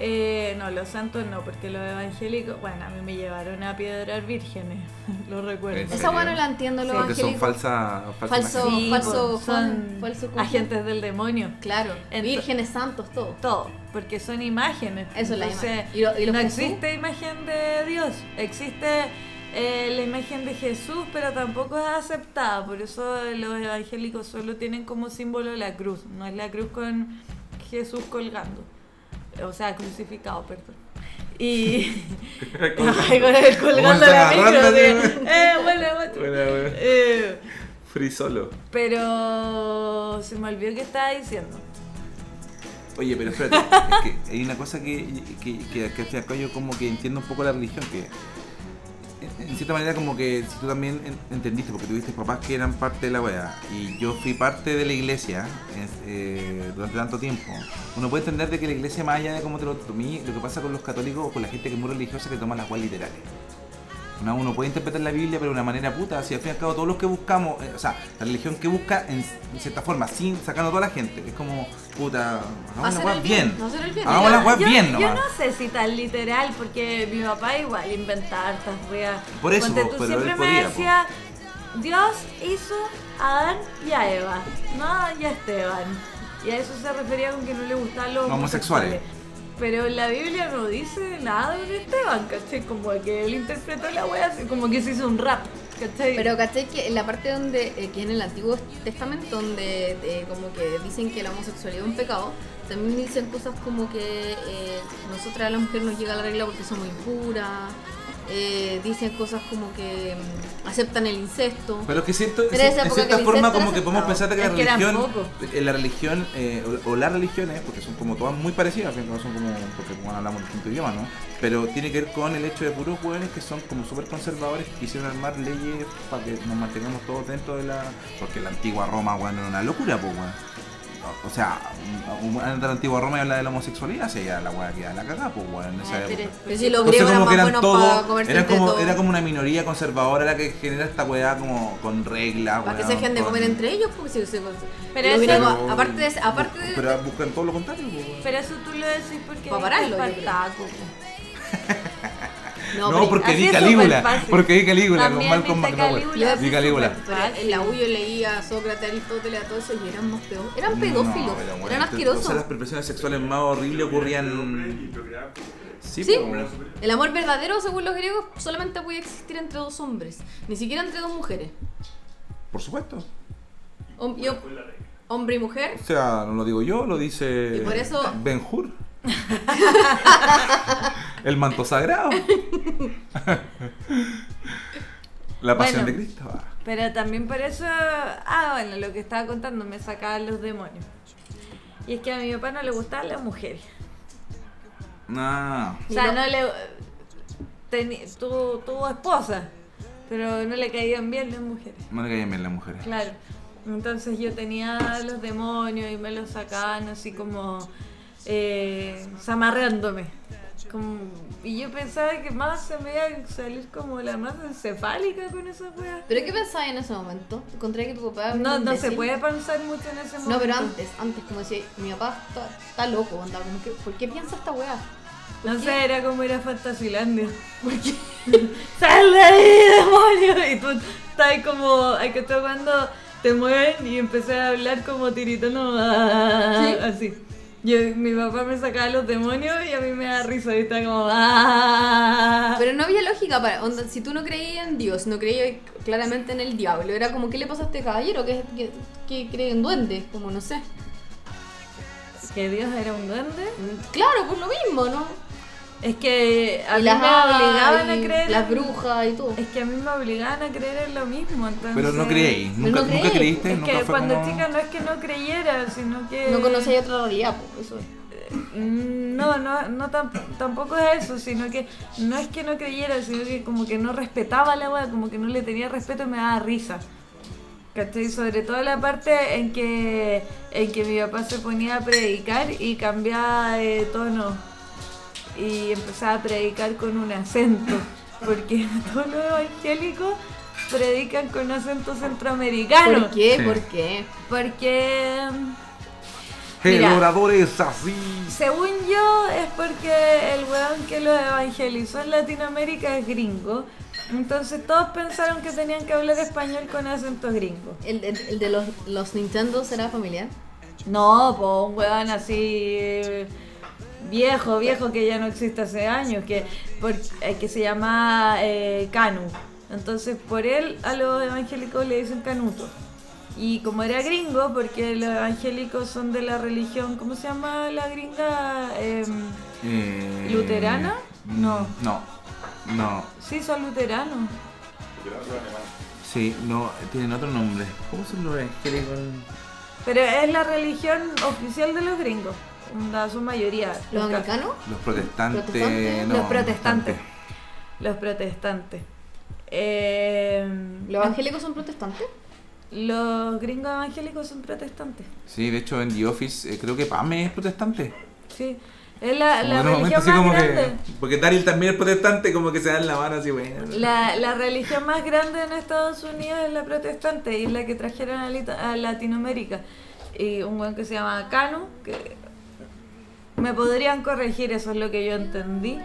C: eh, no, los santos no, porque los evangélicos, bueno, a mí me llevaron a piedrar vírgenes, lo recuerdo.
B: ¿En
D: Esa
B: serio?
D: bueno la entiendo los
B: Porque son
D: evangélicos.
B: falsas.
D: Falso-
B: imágenes.
C: Sí,
D: falso
C: po,
D: fan,
C: son
D: falso confío.
C: agentes del demonio.
D: Claro,
C: Ento-
D: vírgenes santos, todo.
C: Todo, porque son imágenes.
D: Eso es la
C: Entonces,
D: imagen. ¿Y lo- y los
C: no
D: Jesús?
C: existe imagen de Dios, existe eh, la imagen de Jesús, pero tampoco es aceptada. Por eso los evangélicos solo tienen como símbolo la cruz, no es la cruz con Jesús colgando, o sea, crucificado, perdón. Y. Ay, con el colgando
B: Como
C: la micro.
B: agarrándose.
C: así, Eh, bueno, macho".
B: Buena, weón.
C: Eh,
B: Free solo.
C: pero se me olvidó que estaba diciendo.
B: pues. Oye, pero espérate, es que hay una cosa que, que, que, que al fin y al cabo yo como que entiendo un poco la religión, que en- en cierta manera como que si tú también en- entendiste, porque tuviste papás que eran parte de la OEA, y yo fui parte de la iglesia es- eh, durante tanto tiempo, uno puede entender de que la iglesia más allá de cómo te lo tomí, lo que pasa con los católicos o con la gente que es muy religiosa que toma las guas literales. No, uno puede interpretar la Biblia, pero de una manera puta. Si al fin y al cabo, todos los que buscamos, eh, o sea, la religión que busca, en, en cierta forma, sin sacando a toda la gente, es como, puta, hagamos
D: Hacer
B: las
D: el
B: weas
D: bien,
B: bien.
D: hacer el bien.
B: Hagamos
D: Yo-
B: las weas
C: yo,
B: Ah, bien
C: yo
B: nomás.
C: no sé si tan literal, porque mi papá igual inventaba hartas weas.
B: Por eso,
C: Ponte
B: po,
C: tú
B: pero
C: siempre
B: él
C: me
B: podía, po.
C: decía, Dios hizo a Adán y a Eva, no a Adán y a Esteban. Y a eso se refería con que no le gustaban los
B: Homosexuales.
C: Pero en la Biblia no dice nada de un Esteban, ¿cachai? Como que él interpretó la wea, así como que se hizo un rap, ¿cachai?
D: Pero caché que en la parte donde, eh, que en el Antiguo Testamento, donde eh, como que dicen que la homosexualidad es un pecado, también dicen cosas como que eh, nosotras la mujer nos llega la regla porque somos impuras, eh, dicen cosas como que mm, aceptan el incesto.
B: Pero es que siento,
D: Pero esa
B: en
D: época
B: cierta
D: que el
B: forma
D: incesto
B: como
D: era
B: que podemos pensar
D: aceptado.
B: de que la
C: Es que eran
B: religión,
C: pocos.
B: eh, la religión eh, o, o las religiones, porque son como todas muy parecidas, al fin y al cabo son como, porque bueno, hablamos distinto idioma, ¿no? Pero tiene que ver con el hecho de puros jóvenes que son como súper conservadores que quisieron armar leyes para que nos mantengamos todos dentro de la... Porque la antigua Roma, bueno, era una locura, pues, weón. O- O sea, un- un- anda la antigua Roma y habla de la homosexualidad, se ya la weá que da la cagada, pues, weón, en esa
D: Ay, Ah, pero,
B: época.
D: pero si los
B: Entonces,
D: griegos eran
B: como
D: más
B: que eran
D: buenos para
B: todo,
D: comerse
B: era
D: entre
B: como,
D: todos.
B: era como una minoría conservadora la que genera esta weá como con reglas.
D: para que
B: weón,
D: se dejen de
B: con-
D: comer entre ellos, porque si se
C: Pero
D: los
C: eso-
D: griegos,
B: Pero-
D: aparte de aparte de-
B: Pero buscan todo lo contrario. pues, weón.
C: Pero eso tú lo decís porque
D: Pa' pararlo,
C: viste
D: yo creo.
C: Espartaco, po.
D: no,
B: No,
D: pero-
B: porque
C: así
B: di
C: es
B: Calígula.
C: superfácil.
B: Porque di Calígula con
C: También
B: Malcolm
C: viste
B: McDowell.
C: Calígula.
B: Di Calígula.
D: Pero en la U yo leía a Sócrates, Aristóteles, a todos esos y eran más peor. Eran pedófilos,
B: No, pero, weón,
D: eran
B: te-
D: asquerosos.
B: O sea, las perversiones sexuales más horribles ocurrían. Sí,
D: Sí.
B: pues, weón.
D: El amor verdadero, según los griegos, solamente puede existir entre dos hombres, ni siquiera entre dos mujeres.
B: por supuesto.
D: Hom- y hom- hombre y mujer.
B: O sea, no lo digo yo, lo dice
D: Y por eso-
B: Ben Hur. El manto sagrado. La pasión
C: Bueno.
B: de Cristo. ah.
C: Pero también por eso, ah, bueno, lo que estaba contando, me sacaban los demonios. Y es que a mi papá no le gustaban las mujeres.
B: No.
C: O sea,
D: Y no-
C: no le... teni- tuvo, tuvo esposa, pero no le caían bien las mujeres.
B: No le caían bien las mujeres.
C: Claro. Entonces yo tenía los demonios y me los sacaban así como eh, zamarreándome. Como- y yo pensaba que más se me iba a salir como la masa encefálica con esas weas.
D: ¿Pero qué pensabas en ese momento? ¿Encontré que tu papá era un
C: No, no se
D: imbécil?
C: puede pensar mucho en ese momento.
D: No, pero antes, antes, como decía, mi papá está, está loco, onda, como que, ¿por qué piensa esta weá?
C: No
D: ¿Por qué?
C: sé, era como ir a Fantasilandia. ¡Sal de ahí, demonio! Y tú estás ahí como, hay que estar cuando te mueven y empecé a hablar como tiritando, ah,
D: ¿Sí?
C: así. Yo- mi papá me sacaba los demonios y a mí me da risa y está como, ah.
D: Pero no había lógica para, onda, si tú no creías en Dios, no creías claramente en el diablo, era como, ¿qué le pasa a este caballero? ¿Qué, qué, qué cree en duendes? Como, no sé.
C: ¿Que Dios era un duende?
D: Claro, pues lo mismo, ¿no?
C: Es que a
D: Y
C: mí me
D: las hadas
C: obligaban a
D: y
C: creer.
D: Las
C: en-
D: brujas y todo.
C: Es que a mí me obligaban a creer en lo mismo, entonces.
B: Pero no creéis,
D: Pero
B: nunca,
D: no
B: nunca
D: creéis,
B: creíste,
C: Es
B: nunca
C: que
B: fue
C: cuando
B: como...
C: chica no es que no creyera, sino que.
D: No conocía otra realidad, pues, eso es.
C: Mm, No, no, no tam- tampoco es eso, sino que no es que no creyera, sino que como que no respetaba la weá, como que no le tenía respeto y me daba risa. ¿Cachai? Sobre todo la parte en que, en que mi papá se ponía a predicar y cambiaba de tono y empezaba a predicar con un acento, porque todos los evangélicos predican con acento centroamericano.
D: ¿Por qué?
B: Sí.
D: ¿Por qué?
C: Porque,
B: El
C: Mira.
B: orador es "Eh, así.
C: según yo, es porque el weón que los evangelizó en Latinoamérica es gringo. Entonces todos pensaron que tenían que hablar español con acento gringo.
D: ¿El, el- el de los, los Nintendo será familiar?
C: No, pues un weón así eh, viejo, viejo que ya no existe hace años, que, por- eh, que se llama eh, Canu. Entonces por él a los evangélicos le dicen canuto. Y como era gringo, porque los evangélicos son de la religión, ¿cómo se llama la gringa? Em,
B: Eh,
C: ¿Luterana? No.
B: No. No.
C: sí, son luteranos.
B: Sí, no, tienen otro nombre. ¿Cómo se lo evangélicos?
C: Pero es la religión oficial de los gringos, onda, su mayoría.
D: ¿Los
C: ca-
D: anglicanos?
B: Los protestantes.
D: Protestantes,
B: no,
C: los protestantes. Los protestantes. Eh,
D: ¿Los evangélicos son protestantes?
C: los gringos evangélicos son protestantes.
B: Sí, de hecho en The Office eh, creo que Pame es protestante.
C: Sí. Es la, la
B: Como de momento
C: religión
B: así
C: más
B: como que-
C: grande.
B: porque Daryl también es protestante, como que se dan la mano así, bueno.
C: La, la religión más grande en Estados Unidos es la protestante y es la que trajeron a, Lita- a Latinoamérica. Y un buen que se llama Canu, que me podrían corregir, eso es lo que yo entendí.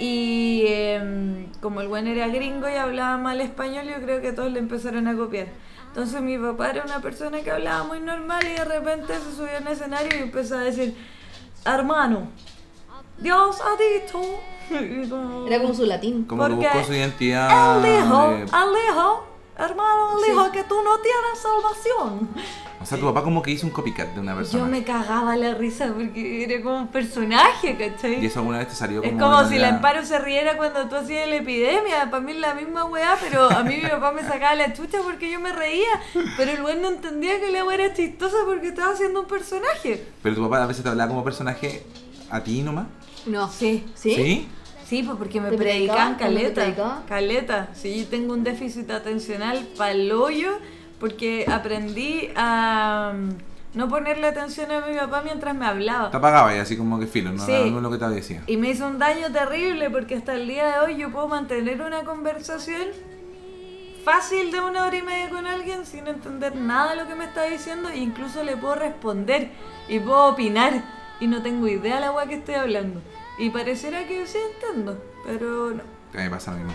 C: Y em, como el buen era gringo y hablaba mal español, yo creo que todos le empezaron a copiar. Entonces mi papá era una persona que hablaba muy normal y de repente se subió al escenario y empezó a decir, hermano, Dios ha dicho. Y como-
D: Era como su latín.
B: Como que
C: Porque
B: buscó su identidad.
C: él dijo,
B: eh,
C: él dijo, hermano, él dijo que tú no tienes salvación.
B: o sea, tu papá como que hizo un copycat de una persona.
C: "Ah, Yo me cagaba la risa porque era como un personaje, ¿cachai?
B: Y eso alguna vez te salió como.
C: es
B: de
C: como si
B: manera-
C: la Amparo se riera cuando tú hacías la epidemia. Para mí es la misma weá, pero a mí mi papá me sacaba la chucha porque yo me reía. Pero el weón no entendía que la weá era chistosa porque estaba haciendo un personaje.
B: Pero tu papá a veces te hablaba como personaje a ti nomás.
D: No.
C: Sí.
D: ¿Sí?
C: Sí, pues porque me
D: ¿Te
C: predicaban
D: predicaban? ¿Cómo te
C: caleta.
D: predicaban?
C: Caleta. Sí, yo tengo un déficit atencional pa'l hoyo porque aprendí a mm, no ponerle atención a mi papá mientras me
B: Te
C: hablaba.
B: apagaba y así como que filo, no
C: Sí.
B: era lo que te decía.
C: Y me hizo un daño terrible porque hasta el día de hoy yo puedo mantener una conversación fácil de una hora y media con alguien sin entender nada de lo que me está diciendo e incluso le puedo responder y puedo opinar y no tengo idea de la weá que estoy hablando. Y pareciera que sí entiendo, pero no.
B: A mí me pasa lo mismo.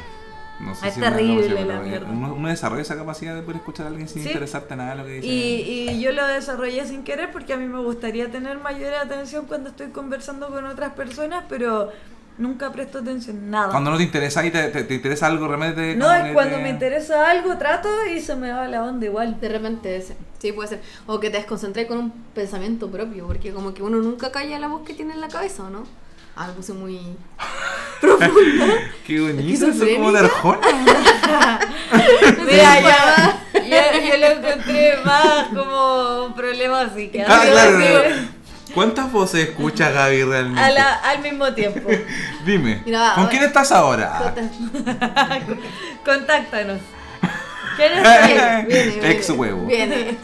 B: No sé
C: Ah, Es
B: si es una
C: terrible
B: capacidad,
C: la
B: pero, eh,
C: mierda.
B: Uno, uno desarrolla esa capacidad de poder escuchar a alguien sin
C: Sí.
B: interesarte nada de lo que dice.
C: Y, y yo lo desarrollé sin querer porque a mí me gustaría tener mayor atención cuando estoy conversando con otras personas, pero nunca presto atención a nada.
B: Cuando no te interesa y te, te- te interesa algo, realmente.
C: Ah. no,
B: como
C: es
B: que
C: cuando
B: te-
C: me interesa algo, trato y se me va la onda igual.
D: De repente, ese. sí, puede ser. O que te desconcentres con un pensamiento propio, porque como que uno nunca calla la voz que tiene en la cabeza, ¿o no? Ah, lo puse muy...
B: Qué bonito, eso es
D: ¿Esquizofrénica?
B: como de Arjona.
C: Mira, yo, yo, yo lo encontré más como un problema psiquiátrico.
B: Ah, claro,
C: así,
B: claro. ¿Cuántas voces escucha Gaby realmente?
C: a la- al mismo tiempo.
B: Dime,
D: Mira,
B: ¿con
D: ahora-
B: quién estás ahora?
D: Jota.
C: Contáctanos. ¿Quién es
D: Viene, viene, viene.
B: Ex huevo.
D: Viene.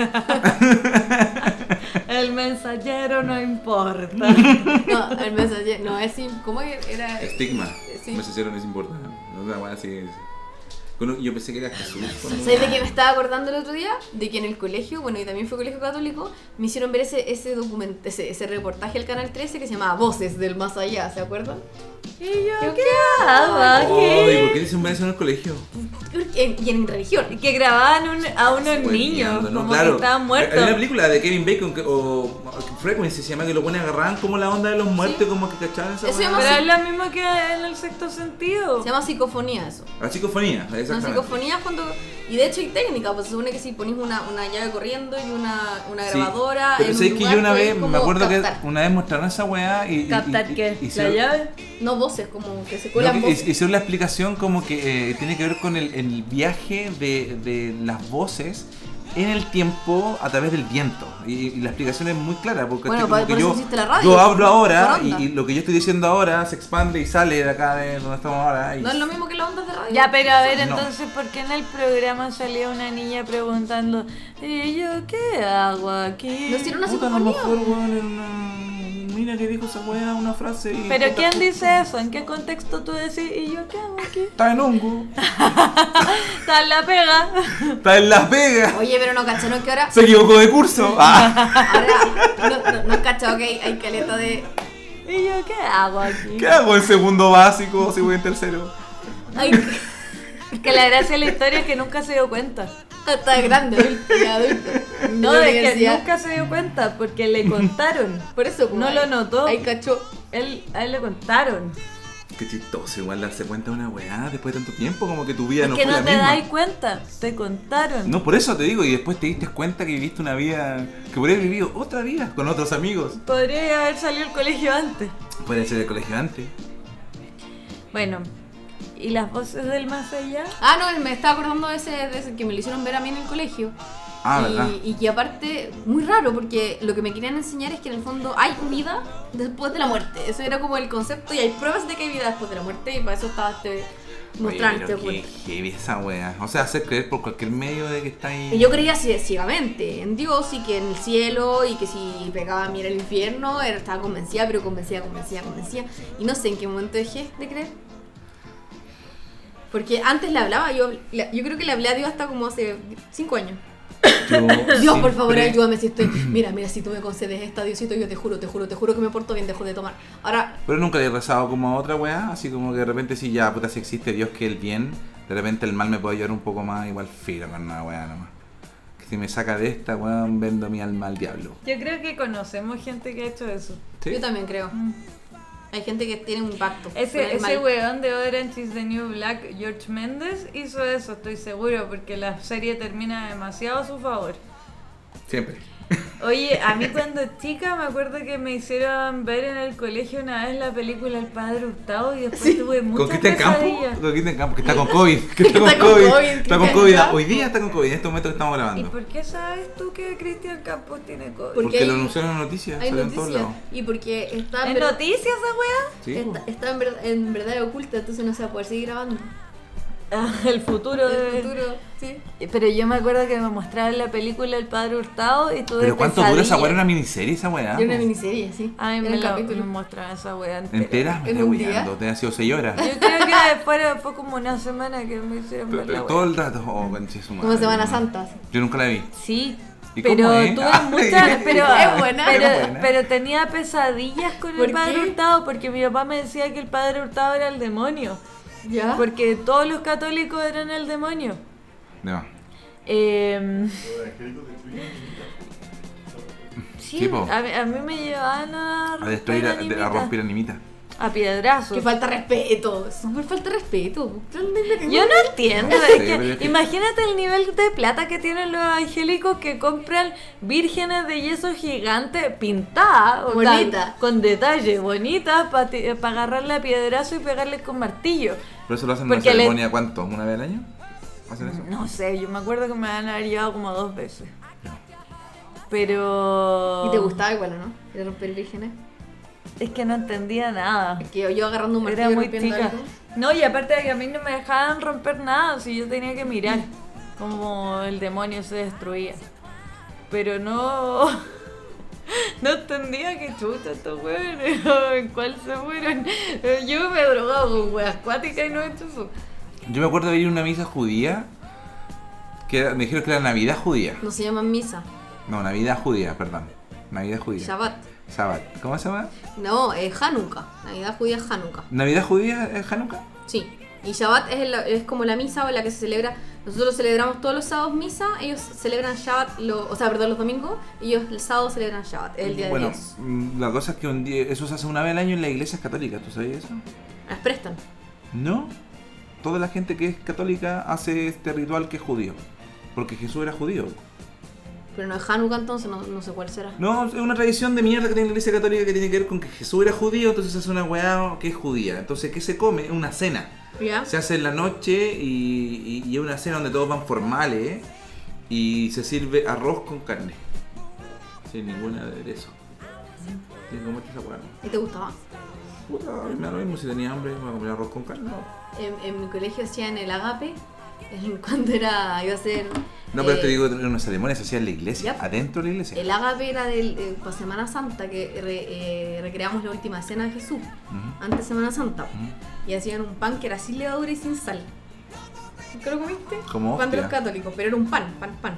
C: él? El mensajero no importa.
D: No, el mensaje... No, es sí. ¿Cómo que era?
B: Estigma.
D: Sí.
B: Me hicieron, no es importante. Una weá así es. Bueno, Yo pensé que era Jesús. cuando-
D: ¿Sabes de qué me estaba acordando el otro día? De que en el colegio, bueno, y también fue colegio católico, me hicieron ver ese, ese, document- ese, ese reportaje del Canal 13 que se llamaba Voces del Más Allá, ¿se acuerdan?
C: Y yo,
D: Yo
C: ¿qué
D: qué
C: hago
B: Oh, ¿y por
C: aquí?
B: qué dicen eso en el colegio?
D: En- y en religión.
C: Que grababan un- a unos niños,
B: Hueveando, ¿no?
C: como
B: Claro.
C: que estaban
B: Hay una
C: muertos.
B: película de Kevin Bacon que- o Frequency se llama que los buenos agarraban como la onda de los muertos, como que cachaban esa
D: Eso
B: weá.
D: llama-
C: Pero es lo mismo que en el sexto sentido.
D: Se llama psicofonía eso.
B: La psicofonía,
D: Una
B: exactamente.
D: psicofonía es cuando... Y de hecho hay técnica, pues se supone que si pones una, una llave corriendo y una, una
B: Sí.
D: grabadora...
B: Pero
D: en un
B: sabes que
D: lugar
B: yo una
D: puedes
B: vez,
D: como
B: me acuerdo
D: captar.
B: que una vez mostraron esa weá y. y-
C: ¿Captar
B: y-
C: qué?
B: y- y
C: ¿La
B: hicieron-
C: llave?
D: No voces, como que se
B: No,
D: cuelan
B: que-
D: voces.
B: hicieron la explicación como que eh, tiene que ver con el, el viaje de, de las voces en el tiempo a través del viento. Y, y la explicación es muy clara, porque
D: Bueno,
B: es
D: pa-
B: como que
D: por eso
B: yo,
D: hiciste la radio,
B: yo hablo ahora
D: por
B: y,
D: onda.
B: y lo que yo estoy diciendo ahora se expande y sale de acá de donde estamos ahora. y-
D: No es lo mismo que las ondas de radio.
C: Ya, pero a ver,
B: No.
C: entonces, ¿por qué en el programa salía una niña preguntando, ¿y yo qué hago aquí?
D: ¿No hicieron una
B: Puta, a lo
D: psicofonía?
B: mejor, weón, en una- mm, mira, mina que dijo esa weá una frase y.
C: Pero
B: puta,
C: ¿quién dice eso? ¿En qué contexto tú decís? ¿Y yo qué hago aquí?
B: Está en hongo,
C: Está en la pega.
B: está en Las Vegas,
D: Oye, pero no cacharon que ahora.
B: se equivocó de curso. Ah,
D: ahora no, no, no han cachado que hay, hay caleta de.
C: ¿Y yo qué hago aquí?
B: ¿Qué hago en segundo básico si voy en tercero?
D: Hay,
C: Es que la gracia de la historia es que nunca se dio cuenta.
D: hasta Ah, grande, adulto, ya adulto.
C: No,
D: La
C: de que
D: universidad.
C: nunca se dio cuenta porque le contaron.
D: Por eso, pues, como
C: No
D: hay-
C: lo notó.
D: Hay cacho.
C: Él, a él le contaron.
B: Qué chistoso, igual darse cuenta de una weá después de tanto tiempo, como que tu vida
C: Es
B: no
C: que
B: fue
C: no
B: la
C: te
B: misma.
C: dais cuenta. Te contaron.
B: No, por eso te digo, y después te diste cuenta que viviste una vida, que podrías haber vivido otra vida con otros amigos.
C: Podría haber salido al colegio antes.
B: Puede ser el colegio antes.
C: Bueno, ¿y las voces del más allá?
D: Ah, no, me estaba acordando de ese, de ese que me lo hicieron ver a mí en el colegio.
B: Ah,
D: y,
B: verdad.
D: y que aparte, muy raro, porque lo que me querían enseñar es que en el fondo hay vida después de la muerte. Eso era como el concepto y hay pruebas de que hay vida después de la muerte y para eso estaba este
B: Oye,
D: mostrante. pues.
B: pero qué heavy esa wea. O sea, hacer creer por cualquier medio de que está ahí.
D: Y yo creía así de ciegamente en Dios y que en el cielo y que si pegaba a mí era el infierno, era- estaba convencida, pero convencida, convencida, convencida. Y no sé en qué momento dejé de creer. Porque antes le hablaba, yo, le- yo creo que le hablé a Dios hasta como hace 5 años.
B: Yo
D: Dios, por favor,
B: siempre-
D: ayúdame si estoy. Mira, mira, si tú me concedes esta, Diosito, yo te juro, te juro, te juro que me porto bien, dejo de tomar. Ahora,
B: Pero nunca le he rezado como a otra wea, así como que de repente si ya, puta, si existe Dios que el bien, de repente el mal me puede ayudar un poco más, igual filo con una wea nomás. Que si me saca de esta wea, vendo mi alma al diablo.
C: Yo creo que conocemos gente que ha hecho eso.
B: ¿Sí?
D: yo también creo.
C: Mm.
D: Hay gente que tiene un pacto. con
C: Ese,
D: el mal.
C: ese weón de Orange is the New Black, George Méndez, hizo eso, estoy seguro, porque la serie termina demasiado a su favor.
B: Siempre.
C: Oye, a mí cuando chica me acuerdo que me hicieron ver en el colegio una vez la película El Padre Hurtado y después tuve
B: ¿Con
C: muchas
B: Cristian Campo?
C: pesadillas.
B: Con Cristian Campo, que está con COVID. Que está con
D: Está con
B: COVID.
D: COVID,
B: Está con
D: Cristian
B: COVID. Ah,
D: Campo.
B: Hoy día está con COVID, en este momento que estamos
C: ¿Y
B: grabando.
C: por qué sabes tú que Cristian Campos tiene COVID?
D: Porque
B: Porque lo
D: hay-
B: anunciaron en las noticias,
D: Hay
B: salió en todos
D: noticias.
B: lados.
D: Y porque está.
C: ¿Es
D: pero-
C: noticia esa weá?
B: Sí,
D: Está,
B: pues.
D: está en, verdad, en verdad oculta, entonces no se va a poder seguir grabando.
C: Ah, el futuro de...
D: El futuro, sí.
C: Pero yo me acuerdo que me mostraron la película El Padre Hurtado y tuve
B: Pero ¿cuánto dura esa
C: pesadillas.
B: weá? ¿Era una miniserie esa weá?
D: Era una miniserie, sí.
C: Ay,
D: Era
C: me,
D: un
C: la,
D: capítulo.
C: me mostraron esa weá entera.
B: ¿Entera? Me
D: ¿En
B: está
D: un día?
B: hueando, te ha sido 6 horas.
C: Yo creo que después fue como una semana que me hicieron ver la
B: Todo
C: weá.
B: el rato. Oh, conche su
D: Como
B: madre,
D: Semana
B: no.
D: Santa, sí.
B: Yo nunca la vi.
C: Sí.
B: ¿Y
C: Pero
B: cómo es?
C: tuve
B: Ah,
C: muchas,
B: es
C: pero,
D: buena.
C: pero,
B: Es buena.
C: pero tenía pesadillas con
D: ¿Por
C: el padre
D: qué?
C: Hurtado porque mi papá me decía que el padre Hurtado era el demonio,
D: ¿Ya?
C: porque todos los católicos eran el demonio.
B: No.
C: Eh, sí,
B: Sí, po.
C: a, mí- a mí me llevaban a,
B: A destruir, a, de-
C: romper
B: a
C: animitas.
B: romper animita.
C: a piedrazos.
D: Que falta respeto. Súper falta respeto.
C: Yo no entiendo.
B: No
C: es
B: sé,
C: que
B: pero es que-
C: imagínate el nivel de plata que tienen los evangélicos que compran vírgenes de yeso gigante pintada, o sea,
D: Bonita.
C: con detalle, bonita, para agarrarle a piedrazo y pegarle con martillo.
B: Pero eso lo hacen en una
C: Porque le-
B: ceremonia, ¿cuánto? ¿Una vez al año? ¿Hacen eso?
C: No sé, yo me acuerdo que me van a haber llevado como dos veces. Pero.
D: Y te gustaba igual, ¿o ¿no? Era romper vírgenes.
C: Es que no entendía nada.
D: Es que yo agarrando un martillo
C: Era
D: y
C: muy
D: rompiendo
C: chica.
D: algo.
C: No, y aparte de que a mí no me dejaban romper nada, si yo tenía que mirar cómo el demonio se destruía. Pero no. No entendía que chuta estos hueones, o en cuál se fueron. Eh, Yo me drogaba con hueas acuáticas y no he hecho eso.
B: Yo me acuerdo de ir a una misa judía. Que era- me dijeron que era Navidad judía.
D: No se llama misa.
B: No, Navidad judía, perdón. Navidad judía.
D: Shabbat.
B: Sabbat. ¿Cómo se llama?
D: No, es Hanukkah. Navidad judía es Hanukkah.
B: ¿Navidad judía es Hanukkah?
D: Sí. Y Shabbat es, el- es como la misa o la que se celebra. Nosotros celebramos todos los sábados misa, ellos celebran Shabbat, lo- o sea, perdón, los domingos, y ellos el sábado celebran Shabbat, el día
B: bueno,
D: de Dios.
B: mm, la cosa es que un día, eso se hace una vez al año en la iglesia católica, ¿tú sabías eso?
D: Las prestan.
B: No. Toda la gente que es católica hace este ritual que es judío. Porque Jesús era judío.
D: Pero no es Hanukkah entonces, no, no sé cuál será.
B: No, es una tradición de mierda que tiene la iglesia católica que tiene que ver con que Jesús era judío, entonces se hace una weá que es judía. Entonces, ¿qué se come? Una cena.
D: ¿Ya?
B: Se hace en la noche y, y- y es una cena donde todos van formales ¿eh? y se sirve arroz con carne. Sin ningún aderezo. Tiene como esta weá.
D: ¿Y te gustaba?
B: Puta, a mí me da lo mismo si tenía hambre, me voy a comer arroz con carne. No.
D: En, en mi colegio hacían el agape, él cuando era, iba a ser...
B: No, pero
D: eh,
B: te digo, era una ceremonia se hacía en la iglesia,
D: ya.
B: adentro de la iglesia.
D: El ágape era del, eh, para Semana Santa, que re- eh, recreamos la última cena de Jesús,
B: Ujú.
D: antes de Semana Santa.
B: Ujú.
D: Y hacían un pan que era sin levadura y sin sal. ¿Qué lo comiste?
B: Como
D: pan de los
B: hostia.
D: católicos, pero era un pan, pan, pan.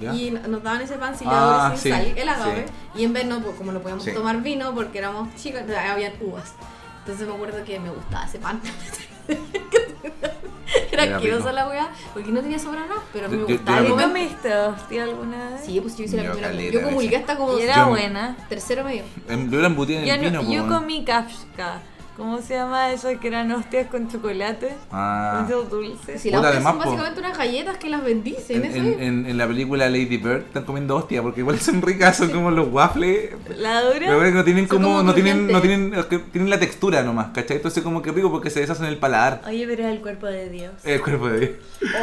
B: ¿Ya?
D: Y no- nos daban ese pan sin
B: Ah,
D: levadura y
B: sí,
D: sin sal, el agave.
B: sí.
D: Y en vez, no, pues, como no podíamos
B: Sí.
D: tomar vino porque éramos chicas, no, habían uvas. Entonces me acuerdo que me gustaba ese pan. era
B: Era
D: asquerosa
B: rico.
D: la weá, porque no tenía sobra nada, pero me
B: Yo- yo-
D: gustaba.
B: yo
D: el
B: era
C: ¿Tú
B: muy-
D: momento.
C: comiste hostia alguna vez?
D: Sí, pues yo hice la
B: Yo
D: primera.
B: caleta
D: Yo
B: de
D: comuniqué
B: veces.
D: hasta como
C: Y era
B: Yo-
C: buena.
D: tercero medio.
B: Em, Lo eran embutido en
C: Yo,
B: el
C: no-
B: vino, pues,
C: yo
B: po, weón.
C: comí kafka. ¿Cómo se llama eso que eran hostias con chocolate?
B: Ah.
C: Eso dulce.
D: Si las
B: Puta,
D: hostias
B: además,
D: son
B: po.
D: básicamente unas galletas que las bendicen,
B: En,
D: eso
B: en-
D: es.
B: en- en la película Lady Bird están comiendo hostia, porque igual son ricas, son como los waffles.
C: La
B: Pero
C: dura.
B: bueno, no tienen
D: Son
B: como,
D: como
B: no tienen, no
D: crujientes.
B: tienen, que tienen la textura nomás, ¿cachai? Entonces como que rico porque se deshacen el paladar.
C: Oye, pero era el cuerpo de Dios.
B: El cuerpo de Dios.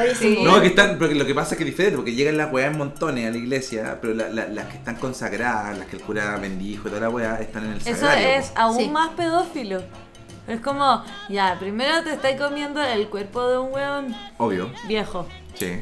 D: Oye,
C: sí.
B: No, que están, porque lo que pasa es que es diferente, porque llegan las weas en montones a la iglesia, pero la- la- las que están consagradas, las que el cura bendijo y toda la wea, están en el
C: Eso
B: sagrario.
C: es aún
D: Sí.
C: más pedófilo. Es como, ya, primero te estáis comiendo el cuerpo de un hueón
B: Obvio,
C: viejo.
B: sí.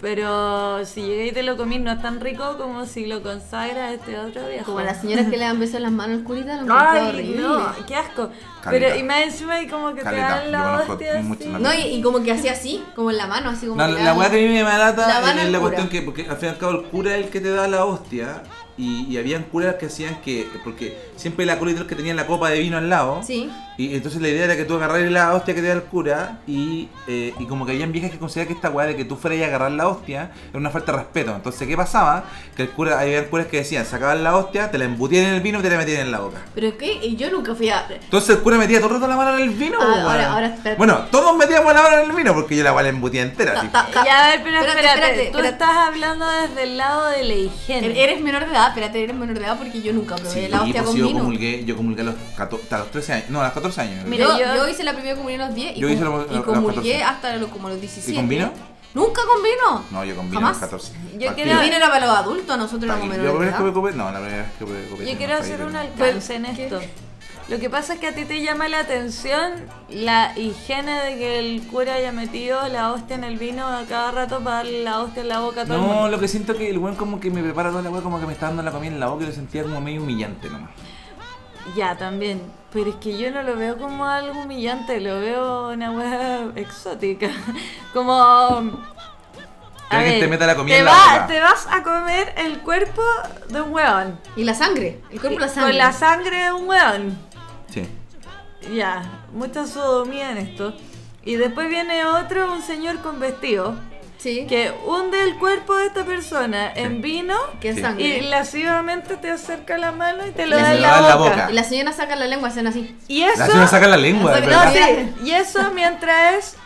C: Pero si llegué y te lo comí, no es tan rico como si lo consagras a este otro viejo.
D: Como las señoras que le dan besos en las manos al curita, lo encuentro
C: Ay,
D: horrible.
C: no,
D: No,
C: qué asco.
B: Caleta.
C: Pero y más encima y como que
B: Caleta,
C: te dan
B: yo
C: la
B: conozco
C: hostia
B: mucho
C: así.
B: más.
D: y, y como que hacía así, como en la mano, así como.
B: No,
D: que ah,
B: la,
D: le
B: la
D: daba-
B: weá que a mí me
D: La
B: malata
D: mano
B: es
D: al
B: la
D: cura.
B: cuestión que, porque al fin y al cabo el cura es el que te da la hostia, y, y habían curas que hacían que, porque siempre la cura era el que tenía la copa de vino al lado.
D: Sí.
B: Y entonces la idea era que tú agarraras la hostia que te da el cura y, eh, y como que habían viejas que consideraban que esta weá de que tú fueras a agarrar la hostia era una falta de respeto. Entonces, ¿qué pasaba? Que el cura, había curas que decían, sacaban la hostia, te la embutían en el vino y te la metían en la boca.
D: Pero es que y yo nunca fui a.
B: Entonces el cura metía todo el rato la mano en el vino. pues,
D: Ah,
B: weón.
D: ahora- ahora, espérate.
B: bueno, todos metíamos la mano en el vino porque yo la weá la embutía entera. así.
D: ta- ta-
C: Ya, a ver, pero espérate,
D: Espérate, espérate,
C: tú
D: espérate.
C: estás hablando desde el lado de la higiene.
D: Eres menor de edad, espérate, eres menor de edad porque yo nunca probé
B: Sí,
D: la hostia
B: pues
D: con
B: yo
D: vino.
B: comulgué, yo comulgué a los, 14, a los 13 años. No, a los 14 años.
C: Mira,
D: yo,
C: yo-
D: yo hice la primera comunión a los 10 y,
B: Yo hice
D: com-
B: la-
D: y
B: la- la
D: comulgué
B: 14.
D: hasta lo- como a los 17.
B: ¿Y con vino?
D: Nunca con vino.
B: No, yo con vino a los
D: Jamás.
B: 14.
C: Yo
B: Partido.
D: El vino era para los adultos, nosotros
B: Partido. ¿La
D: éramos
B: primera
D: menores de
B: vez que me
D: edad.
B: copé? No, la primera vez que me copé.
C: Yo
B: no,
C: quiero
B: fue
C: hacer
B: ahí,
C: un
B: pero-
C: alcance en
D: ¿Qué?
C: esto. Lo que pasa es que a ti te llama la atención la higiene de que el cura haya metido la hostia en el vino a cada rato para darle la hostia en la boca a todo el
B: No,
C: mundo.
B: lo que siento es que el weón como que me prepara toda la weá, como que me está dando la comida en la boca y lo sentía como medio humillante nomás.
C: Ya, también. Pero es que yo no lo veo como algo humillante, lo veo una hueá exótica. Como. um, a
B: Alguien te meta la comida
C: te
B: en la
C: va-
B: boca.
C: Te vas a comer el cuerpo de un hueón.
D: Y la sangre, el cuerpo la sangre.
C: Con la sangre de un hueón.
B: Sí.
C: Ya, mucha sodomía en esto. Y después viene otro, un señor con vestido,
D: Sí.
C: que hunde el cuerpo de esta persona en vino
D: Que es
B: Sí.
D: sangre.
C: y lascivamente te acerca la mano y te lo
D: Y
C: da
D: se
C: en
D: lo
C: la,
B: da en la
C: boca.
B: boca.
D: Y la señora saca la lengua, hacen así.
C: Y
B: La
C: eso,
B: señora saca la lengua, de
D: No,
B: verdad.
C: no, sí,
D: Mira.
C: y eso mientras es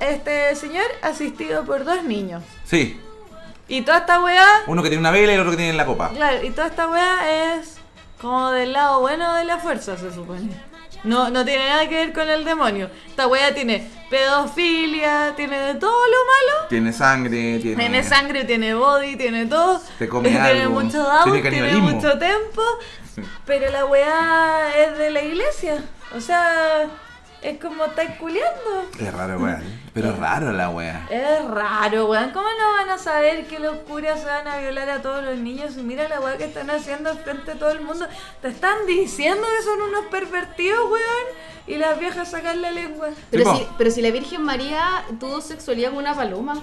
C: este señor asistido por dos niños.
B: Sí.
C: Y toda esta weá,
B: Uno que tiene una vela y el otro que tiene en la copa.
C: claro, y toda esta weá es como del lado bueno de la fuerza, se supone. No, no tiene nada que ver con el demonio. Esta weá tiene pedofilia, tiene de todo lo malo.
B: Tiene sangre, tiene...
C: Tiene sangre, tiene body, tiene todo.
B: Te come
C: tiene
B: algo.
C: mucho down,
B: Tiene
C: tiene
B: canibalismo.
C: mucho tempo.
B: Sí.
C: Pero la weá es de la iglesia. O sea, es como estáis culiando.
B: Es raro, weón. Pero es raro la weá.
C: Es raro, weón. ¿Cómo no van a saber que los curas se van a violar a todos los niños? Y mira la weá que están haciendo frente a todo el mundo. Te están diciendo que son unos pervertidos, weón. Y las viejas sacan la lengua.
D: Pero
B: po.
D: si, pero si la Virgen María tuvo sexualidad con una paloma.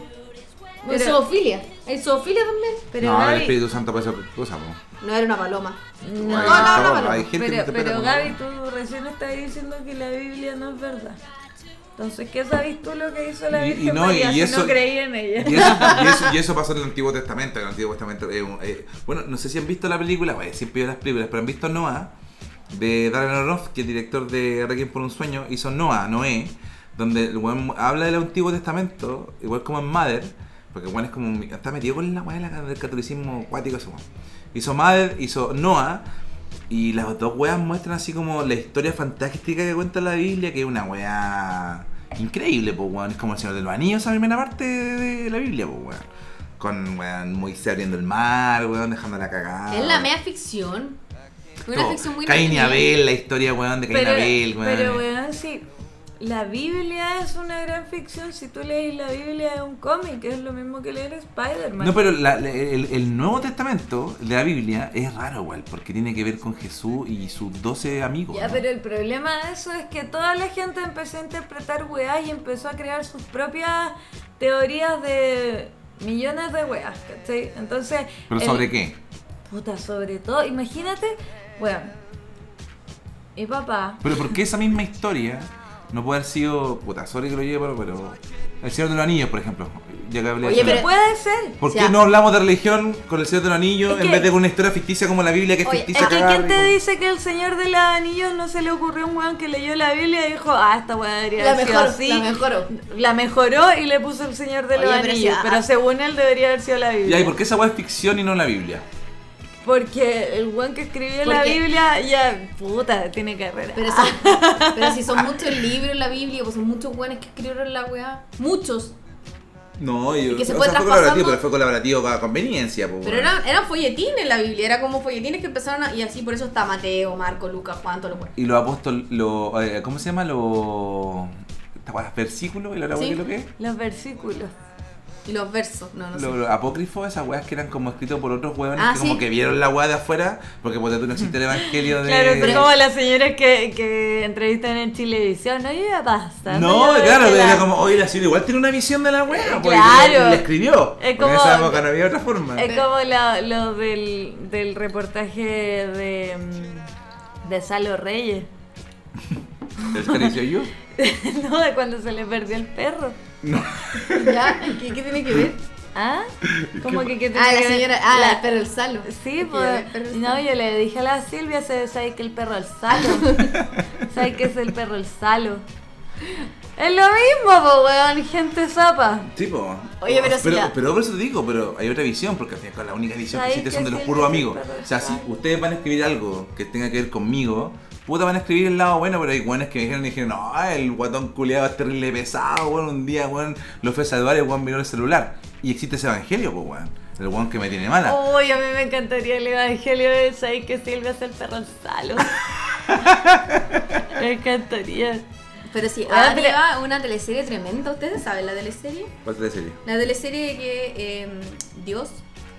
C: Pero-
D: Es zoofilia. Es zoofilia también.
C: Pero
B: no, el
C: Gaby-
B: Espíritu Santo parece otra cosa, po.
D: No era una paloma.
C: No,
B: Hay-
D: no, no, no, no.
B: hay gente que
C: pero,
B: interpreta
C: pero
B: como-
C: Gaby, tú recién estás diciendo que la Biblia no es verdad. Entonces, ¿qué sabes tú lo que hizo la
B: Y- y
C: Virgen
B: no,
C: María
B: y
C: si no
B: eso-
C: creí en ella?
B: Y eso, y, eso, y eso pasó en el Antiguo Testamento. En el Antiguo Testamento eh, un- eh, bueno, no sé si han visto la película, bueno, siempre veo las películas, pero han visto Noah de Darren Aronofsky, que el director de Requiem por un sueño, hizo Noah, Noé, donde el weón habla del Antiguo Testamento, igual como en Mother, porque el weón es como un- está metido con la weá de la- del catolicismo acuático ese weón. Hizo Mother, hizo Noah. Y las dos weas muestran así como la historia fantástica que cuenta la Biblia, que es una wea increíble, pues weón. Es como el Señor de los Anillos, esa primera parte de de la Biblia, pues weón. Con weón, Moisés abriendo el mar, weón, dejando la cagada.
D: Es la
B: weón.
D: media ficción. Fue Una
B: Todo.
D: ficción muy
B: Ah. Caín y
D: entretenida.
B: Abel, la historia, weón, de Caín y
C: Pero,
B: Abel, weón.
C: pero, weón, sí. La Biblia es una gran ficción. Si tú lees la Biblia es un cómic, es lo mismo que leer Spider-Man.
B: No, pero la- la- el, el Nuevo Testamento de la Biblia es raro, igual, porque tiene que ver con Jesús y sus 12 amigos.
C: Ya,
B: ¿no?
C: pero el problema de eso es que toda la gente empezó a interpretar weas y empezó a crear sus propias teorías de millones de weas, ¿cachai? Entonces.
B: ¿Pero
C: el-
B: sobre qué?
C: Puta, sobre todo. Imagínate, weón. Mi papá.
B: Pero ¿por qué esa misma historia no puede haber sido. Puta, sorry que lo llevo, pero. El Señor de los Anillos, por ejemplo. Ya que hablé de
D: Oye,
B: eso.
D: pero-
C: Puede ser.
B: ¿Por
D: o
B: qué
D: sea-
B: no hablamos de religión con el Señor de los Anillos
C: Es
B: en
C: que-
B: vez de con una historia ficticia como la Biblia que es
D: Oye,
B: ficticia?
C: Es que
B: cagada,
C: ¿quién te
B: rico?
C: dice que el señor de los anillos no se le ocurrió un weón que leyó la Biblia y dijo, ah, esta weá debería
D: La
C: haber sido
D: mejor,
C: así?
D: la mejoró.
C: La mejoró y le puso el señor de los
D: Oye, pero si-
C: anillos,
D: ah.
C: pero según él debería haber sido la Biblia.
B: Ya, ¿y por qué esa weá es ficción y no la Biblia?
C: Porque el weón que escribió la
D: Porque-
C: Biblia ya, puta, tiene carrera.
D: Pero si, pero si son muchos libros en la Biblia, pues son muchos buenos que escribieron la weá. Muchos.
B: No, yo.
D: Y que se
B: o
D: fue
B: sea, fue
D: traspasando-
B: colaborativo, pero fue colaborativo para conveniencia, pues.
D: Pero
B: weón.
D: eran, eran folletines la Biblia, era como folletines que empezaron a, y así por eso está Mateo, Marco, Lucas, Juan, todos los buenos.
B: Y los apóstoles, lo, eh, ¿cómo se llama? Los versículos, ¿y la
D: Sí.
B: weá que lo que es?
C: Los versículos.
D: Y los versos, no, no sé.
B: Los los apócrifos, esas weas que eran como escritos por otros huevones
D: Ah,
B: que
D: sí.
B: como que vieron la wea de afuera, porque por tú no existe el evangelio de.
C: Claro, son como las señoras que, que entrevistan en Chilevisión, no, yo ya basta.
B: no,
C: yo
B: claro,
C: creo que
B: era
C: la-
B: como, oye, la señora igual tiene una visión de la wea, porque
C: Claro.
B: la escribió.
C: Es
B: Porque en
C: como-
B: esa época no había otra forma.
C: Es como la- lo del, del reportaje de, mm, de Salo Reyes.
B: El servicio yo.
C: no, de cuando se le perdió el perro.
D: ¿Ya? ¿Qué, qué tiene que ver?
C: ¿Ah? Como que, que
D: Ah,
C: tenía
D: la
C: que ver-
D: señora, ah,
C: la-
D: el perro del salo.
C: Sí,
D: Porque
C: pues.
D: el perro del
C: No,
D: Salo.
C: yo le dije a la Silvia, se sabe que el perro el salo. sabe que es el perro el salo. Es lo mismo, po, weón, gente zapa.
B: Tipo. oh,
D: Oye, pero si
B: pero,
D: la-
B: pero por eso te digo, pero hay otra visión, porque al final con la única visión que
C: Ay,
B: existe
C: que
B: son de los
C: sí,
B: puros
C: sí,
B: amigos.
C: pero-
B: O sea, si ustedes van a escribir algo que tenga que ver conmigo, puta van a escribir el lado bueno, pero hay guanes que me dijeron y dijeron, no, el guatón culiado es terrible pesado, weón, un día weón lo fue a salvar y el weón miró el celular. Y existe ese evangelio, pues weón. El weón que me tiene mala.
D: Oh.
C: Uy, a mí me encantaría el evangelio de Sai que Silvia es el perro al salo. me encantaría.
D: Pero sí,
C: Ah, pero-
D: arriba una teleserie tremenda, ¿ustedes saben la teleserie?
B: Parte de serie.
D: La teleserie que eh, Dios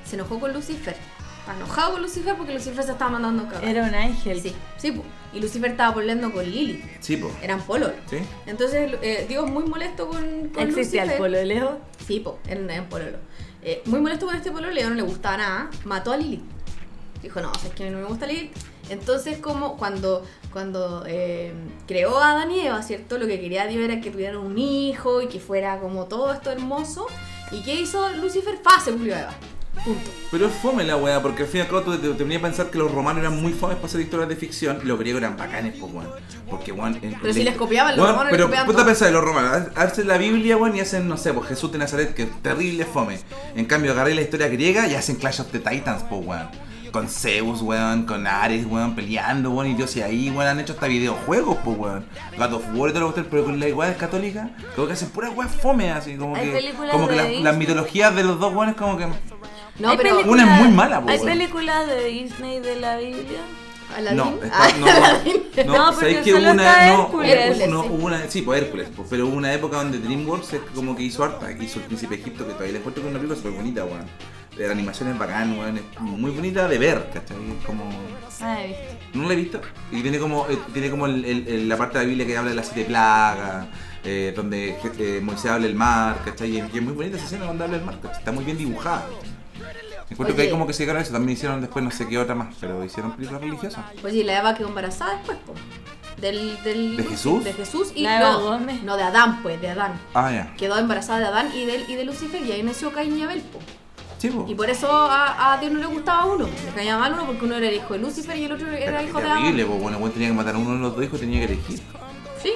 D: se enojó con Lucifer. Está enojado con Lucifer porque Lucifer se estaba mandando cagar.
C: Era un ángel.
D: Sí, sí, po. y Lucifer estaba volviendo con Lily.
B: Sí, pues.
D: Eran polos.
B: ¿Sí?
D: Entonces, eh, Dios muy molesto con, con
C: Existía el
D: Lucifer.
C: pololeo.
D: Sí, po, en, en pololo. Eh, muy molesto con este pololo, no le gustaba nada, mató a Lilith. Dijo, no, es que no me gusta Lilith. Entonces, como cuando, cuando eh, creó a Adán y Eva, ¿cierto? Lo que quería Dios era que tuvieran un hijo y que fuera como todo esto hermoso. ¿Y qué hizo Lucifer? Fase, Julio Eva. Punto.
B: Pero es fome la weá, porque al fin y al cabo tú te, te ponías a pensar que los romanos eran muy fomes para hacer historias de ficción y los griegos eran bacanes, pues weón. Porque weón. en-
D: Pero si les copiaban, los
B: Weón,
D: romanos les
B: Pero
D: copiaban
B: puta
D: todo.
B: pensar, los romanos ha- hacen la Biblia, weón, y hacen, no sé, pues Jesús de Nazaret, que es terrible fome. En cambio, agarré la historia griega y hacen Clash of the Titans, pues weón. Con Zeus, weón, con Ares, weón, peleando, weón, y Dios y ahí, weón, han hecho hasta videojuegos, pues weón. God of War y todo lo que pero con la igualdad católica, creo que hacen pura weá fome, así como
C: Hay
B: que.
C: películas
B: Como que
C: de
B: las
C: Disney.
B: las mitologías de los dos weones, como que.
D: No,
C: Hay
D: pero...
C: películas-
B: Una es muy mala, po,
C: ¿Hay
B: weón.
C: películas de Disney de la Biblia?
D: ¿Aladín?
B: No, está,
D: Ah, Aladín.
B: no, no,
C: No,
B: ¿sabéis
C: porque
B: que
C: solo
B: hubo una,
C: está
B: no,
C: Hércules.
B: hubo- no,
D: Hércules, sí.
B: hubo una, sí, pues Hércules, pues, pero hubo una época donde DreamWorks es como que hizo harta, hizo el Príncipe Egipto, que todavía le encuentro con una película súper bonita, weón. La animación es bacán, weón, es como muy bonita de ver, ¿cachai? Como...
C: Ah, he visto.
B: No la he visto. Y tiene como, eh, tiene como el- el- el- la parte de la Biblia que habla de las siete plagas, eh, donde eh, Moisés habla el mar, ¿cachai? Y es, y es muy bonita esa escena donde habla el mar, ¿cachai? Está muy bien dibujada. Encuentro que hay
D: Oye.
B: como que se llegaron a eso, también hicieron después no sé qué otra más, pero hicieron películas religiosas.
D: Pues sí, la Eva quedó embarazada después, po. Del, del,
B: ¿De Jesús?
D: De Jesús y
C: La Eva
D: no,
C: Gómez.
D: no, de Adán, pues, de Adán.
B: Ah, ya.
D: Quedó embarazada de Adán y de, y de Lucifer y ahí nació Caín y Abel, po.
B: Sí, po.
D: Y por eso a, a Dios no le gustaba uno. Le caía mal uno porque uno era el hijo de Lucifer y el otro era el hijo de
B: terrible,
D: Adán.
B: pues bueno, el weón tenía que matar a uno de los dos hijos y tenía que elegir.
D: Sí,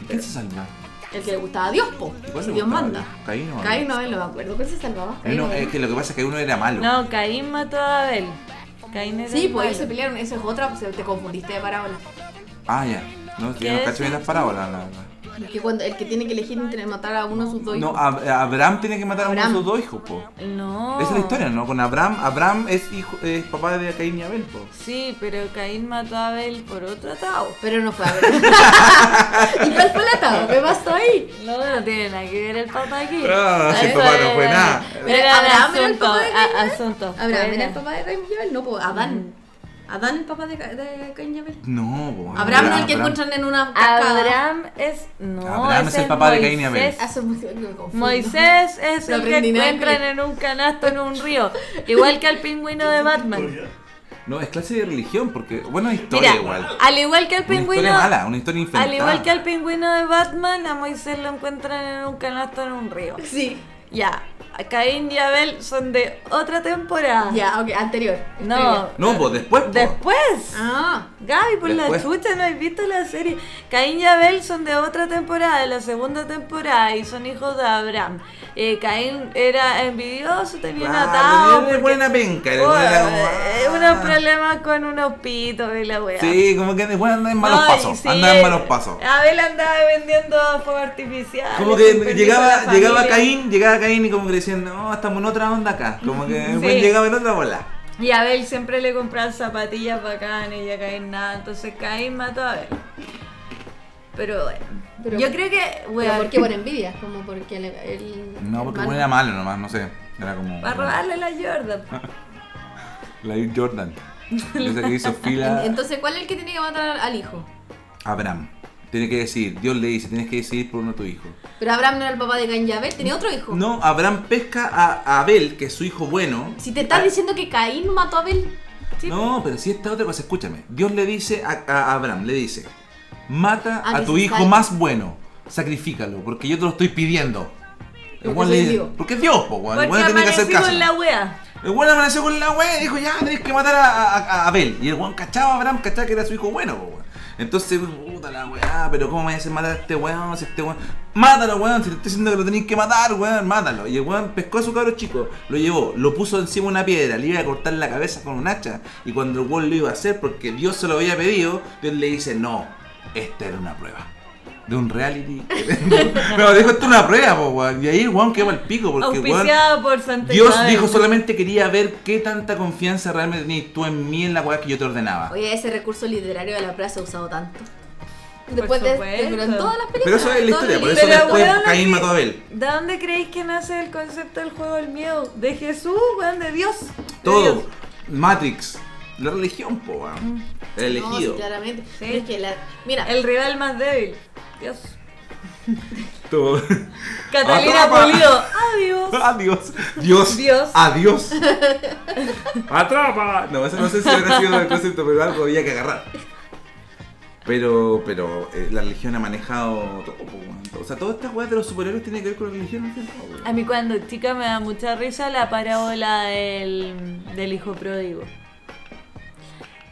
B: ¿Y ¿Quién se salva?
D: el que le gustaba a Dios, po.
B: ¿Y cuál
D: Si
B: le
D: Dios
B: gustaba?
D: manda.
B: Caín o Abel.
D: Caín o Abel, no me acuerdo. ¿Cuál se salvaba? Caín o
B: Uno-
D: Abel.
B: es que lo que pasa es que uno era malo.
C: No, Caín mató a Abel. Caín era
D: Sí,
C: el
D: pues ellos
C: malo.
D: se pelearon. Eso es otra, se- te confundiste de parábola.
B: Ah, ya. No, yo
C: ¿Qué
B: no
C: es?
B: cacho bien las parábolas, la verdad.
D: El que, cuando, el que tiene que elegir entre matar a uno de sus dos
B: No,
D: hijos.
B: Ab- Abraham tiene que matar a uno de
D: Abraham.
B: sus dos hijos, po.
C: No.
B: Esa es la historia, ¿no? Con Abraham, Abraham es hijo, es papá de Caín y Abel, po.
C: Sí, pero Caín mató a Abel por otro
B: ah.
C: atado.
D: Pero no fue a ver. ¿Y cuál fue el atado? ¿Qué pasó ahí?
C: No, no tiene nada que ver el papá aquí.
B: Ah, si el
C: Eso
B: papá no fue
C: era-
B: nada.
D: Pero
C: Era
D: Abraham era el
C: asunto,
D: papá de Caín,
C: a- asunto.
D: Abraham era el
C: fuera.
D: papá de Caín y Abel, no, pues Adán. Adán el papá de, Ca- de Caín y Abel.
B: No, po.
D: Abraham es el que
B: Abraham.
D: encuentran en una cascada.
C: Abraham es. No,
B: Abraham
C: ese
B: es el papá de Caín y Abel.
C: Moisés.
D: Ah, se me olvidó que me confundo.
C: Moisés es
D: Lo
C: el que
D: aprendí en
C: encuentran
D: Hércules.
C: en un canasto en un río. Igual que al pingüino de Batman.
B: No, es clase de religión, porque, bueno, es historia
C: Mira,
B: igual.
C: al igual que al
B: Una
C: pingüino.
B: historia mala, una historia inventada.
C: Al igual que al pingüino de Batman, a Moisés lo encuentran en un canasto en un río.
D: Sí.
C: Ya, Caín y Abel son de otra temporada.
D: Ya, ok, anterior.
C: No.
D: Anterior.
B: No, pues después, po.
C: Después.
D: Ah,
C: Gaby, por
B: Después.
C: la chucha, no has visto la serie. Caín y Abel son de otra temporada, de la segunda temporada, y son hijos de Abraham. Eh, Caín era envidioso, tenía un
B: Ah,
C: atado.
B: pero era
C: porque-
B: buena penca, era
C: Oh,
B: buena-
C: eh, unos problemas con unos pitos y la weá.
B: Sí, como que después anda en malos
C: No, y
B: pasos.
C: sí, eh,
D: eh,
B: Anda en malos pasos.
C: Abel andaba vendiendo fuego artificial.
D: Ah,
B: Como que llegaba, llegaba Caín, llegaba Caín y como que decían, no, estamos en otra onda acá. Como que después llegaba en otra bola.
C: Y a Abel siempre le compraban zapatillas bacanas y a Caín nada. Entonces Caín mató a Abel. Pero bueno.
D: Pero-
C: yo creo que.
D: pero
C: Bueno,
D: ¿por qué por envidia? Como porque le- él.
B: No, porque
D: hermano-
B: bueno, era malo nomás, no sé. Era como.
C: Para robarle la Jordan.
B: Ah, La Air Jordan. Esa que hizo
D: En-
B: fila.
D: Entonces, ¿cuál es el que tiene que matar al hijo?
B: Abraham. Tiene que decir, Dios le dice, tienes que decidir por uno de tu hijo.
D: Pero Abraham no era el papá de Caín y Abel, tenía otro hijo.
B: No, Abraham pesca a, a Abel, que es su hijo bueno.
D: Si te estás diciendo que Caín mató a Abel,
C: Sí.
B: No, pero si esta otra cosa, escúchame. Dios le dice a, a Abraham, le dice, mata
D: Ah,
B: a
D: que
B: tu
D: se
B: hijo
D: salve.
B: más bueno, sacrifícalo, porque yo te lo estoy pidiendo. El
D: Porque
B: weón
D: soy
B: le dice-
D: Dios.
B: Porque es Dios, po, weón. El
C: Porque
B: weón tiene que hacer
C: amanecí
B: caso.
C: con la wea.
B: El weón amaneció con la wea y dijo, ya, tenés que matar a, a- a Abel. Y el weón cachaba a Abraham, cachaba que era su hijo bueno, po, weón. Entonces, puta la weá, pero ¿cómo me haces matar a este weón? Si este weón. Mátalo, weón, si te estoy diciendo que lo tenéis que matar, weón, mátalo. Y el weón pescó a su cabro chico, lo llevó, lo puso encima de una piedra, le iba a cortar la cabeza con un hacha. Y cuando el weón lo iba a hacer, porque Dios se lo había pedido, Dios le dice, no, esta era una prueba. De un reality. no, dijo, esto es una prueba, po, weón. Y ahí el weón quedó al pico, porque el weón.
C: Auspiciado por Santa
B: Dios
C: Isabel.
B: dijo solamente quería ver qué tanta confianza realmente tenías tú en mí en la weá que yo te ordenaba.
D: oye, ese recurso literario de la plaza ha usado tanto. Después de,
C: supuesto.
D: pero en todas las películas.
B: Pero eso es la
D: todas
B: historia,
D: las
B: por eso
C: Pero
D: películas-
B: después
C: weón,
B: Caín
C: así-
B: mató a Abel.
C: ¿De dónde creéis que nace el concepto del juego del miedo? De Jesús, weón, de Dios. De Dios.
B: Todo. Matrix. La religión, po, weón. El
D: No, sí,
B: elegido.
D: claramente. Pero es que la- mira,
C: El rival más débil. Dios.
B: Todo.
C: Catalina
B: Atrapa.
C: Pulido. Adiós.
B: Adiós. Dios.
C: Dios.
B: Adiós. Atrapa. No, eso no sé si hubiera sido el concepto, pero algo había que agarrar. Pero, pero eh, la religión ha manejado todo, po, weón. O sea, todas estas weas de los superhéroes tienen que ver con la religión. al fin y al cabo, weón.
C: A mí cuando chica me da mucha risa la parábola del, del hijo pródigo.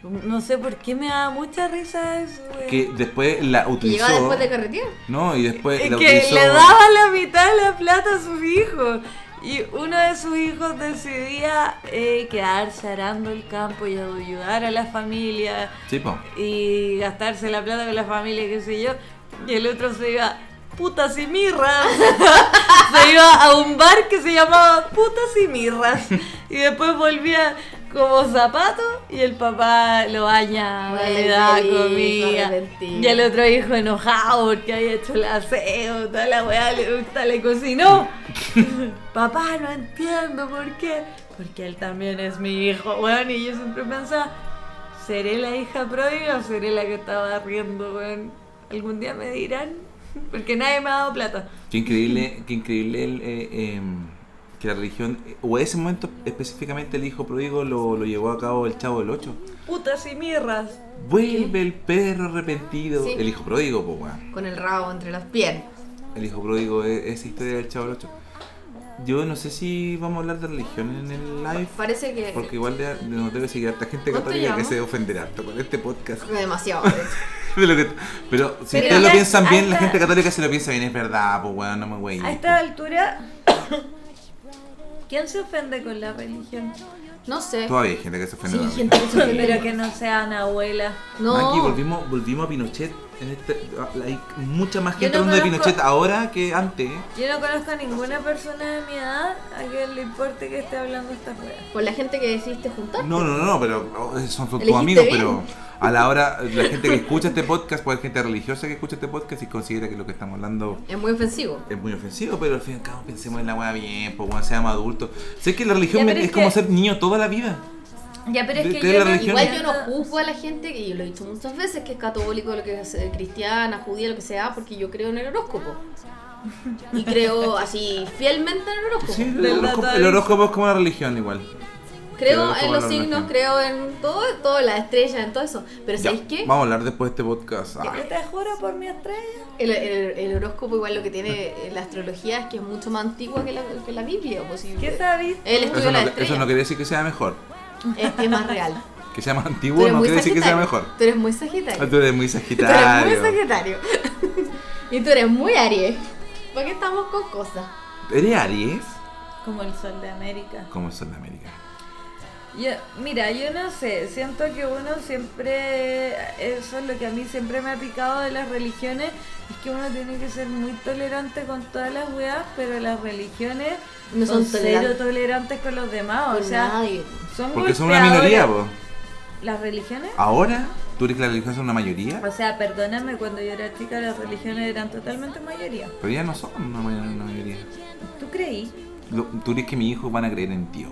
C: No sé por qué me da mucha risa eso, weón.
B: que eh, después la
D: que
B: utilizó.
D: llegaba después de carretera.
B: No, y después
C: Es
B: la
C: que
B: utilizó.
C: le daba la mitad de la plata a sus hijos. Y uno de sus hijos decidía eh, quedarse arando el campo y ayudar a la familia
B: Sí, po.
C: y gastarse la plata con la familia, qué sé yo. Y el otro se iba, putas y mirras. se iba a un bar que se llamaba putas y mirras. Y después volvía como zapato y el papá lo bañaba, le
D: Vuelve,
C: daba
D: hijo,
C: comida.
D: arrepentido.
C: Y el otro hijo enojado porque había hecho el aseo, toda la weá le gusta, le cocinó. Papá, no entiendo por qué. Porque él también es mi hijo, weón. Y yo siempre pensaba, ¿seré la hija pródiga o seré la que estaba riendo, weón? Algún día me dirán. Porque nadie me ha dado plata.
B: Qué increíble, qué increíble el, eh, em, que la religión, eh, o ese momento específicamente el hijo pródigo lo, lo llevó a cabo el chavo del 8.
C: Putas y mirras.
B: Vuelve el perro arrepentido.
D: Sí.
B: El hijo pródigo, po, weón.
D: Con el rabo entre las piernas.
B: El hijo pródigo es esa historia del chavo del 8. Yo no sé si vamos a hablar de religión en el live.
D: Parece que.
B: Porque igual de- nos debe seguir harta gente
D: ¿Cuánto
B: católica que
D: llevamos?
B: se ofenderá harto con este podcast.
D: Demasiado. de hecho.
B: De lo que- pero si
C: Pero
B: ustedes lo
C: ya-
B: piensan bien, la
C: hasta-
B: gente católica se lo piensa bien, es verdad, pues weón, no me güey.
C: A esta altura, ¿quién se ofende con la religión?
D: No sé.
B: Todavía hay gente que se ofende.
D: Sí,
B: todavía.
D: gente que se ofende.
C: Pero que no sean abuelas.
D: No.
B: Maki, volvimos, volvimos a Pinochet. en este- hay mucha más
D: Yo
B: gente
D: no
B: hablando de
D: conozco-
B: Pinochet ahora que antes.
C: Yo no conozco a ninguna persona de mi edad a quien le importe que esté hablando esta wea.
D: Por la gente que decidiste juntar.
B: No, no, no, pero oh, son son tus
D: Elegiste
B: amigos,
D: bien.
B: pero a la hora, la gente que escucha este podcast, puede haber gente religiosa que escucha este podcast y considera que lo que estamos hablando
D: Es muy ofensivo.
B: es muy ofensivo, pero al fin y al cabo pensemos en la weá bien, pues weón, seamos adultos. Sé que la religión
C: Ya,
B: me-
C: pero
B: es,
C: es
B: como
C: que-
B: ser niño toda la vida.
C: Ya, pero es
B: De-
C: que
B: de
C: yo
B: la
C: no-
B: religión.
D: Igual yo no juzgo a la gente, que yo lo he dicho muchas veces, que es católico, lo que es eh, cristiana, judía, lo que sea, porque yo creo en el horóscopo. Y creo así fielmente en el horóscopo.
B: Pues Sí, el
C: ¿Verdad,
B: horóscopo, el
C: David?
B: horóscopo es como una religión igual. el
D: creo
B: horóscopo
D: en
B: es
D: los
B: la
D: signos,
B: religión.
D: creo en todo, todo, las estrellas, en todo eso. Pero
B: Ya,
D: ¿sabéis qué?
B: Vamos a hablar después de este podcast. Ah,
C: Yo te juro por mi estrella.
D: El, el- el horóscopo igual lo que tiene eh, la astrología es que es mucho más antigua que la, que la Biblia. Pues, y-
C: ¿Qué sabes?
D: El estudio
B: eso,
D: de
B: no,
D: la
B: eso
D: estrella.
B: no quiere decir que sea mejor.
D: Es que es más real.
B: Que sea más
D: Tú
B: antiguo
D: eres
B: no
D: muy
B: quiere decir que sea
D: sagitario.
B: mejor.
D: Tú eres muy
B: Ah,
D: sagitario.
B: Tú eres muy
D: Tú eres muy
B: sagitario.
D: sagitario. y tú eres muy aries. ¿Por qué estamos con cosas?
B: ¿Eres Aries?
C: Como el sol de América.
B: Como son de América.
C: Yo, mira, yo no sé, siento que uno siempre, eso es lo que a mí siempre me ha picado de las religiones, es que uno tiene que ser muy tolerante con todas las weas, pero las religiones
D: No son
C: cero
D: tolerantes.
C: tolerantes con los demás,
D: Con
C: o sea,
D: nadie.
C: son
B: Porque son una
C: golpeadoras.
B: minoría, vos.
C: ¿Las religiones?
B: Ahora, tú eres que la religión es una mayoría,
C: O sea, perdóname, cuando yo era chica las religiones eran totalmente mayoría.
B: pero ya no son una may- una mayoría.
C: ¿Tú creí?
B: Lo- Tú eres que mis hijos van a creer en Dios.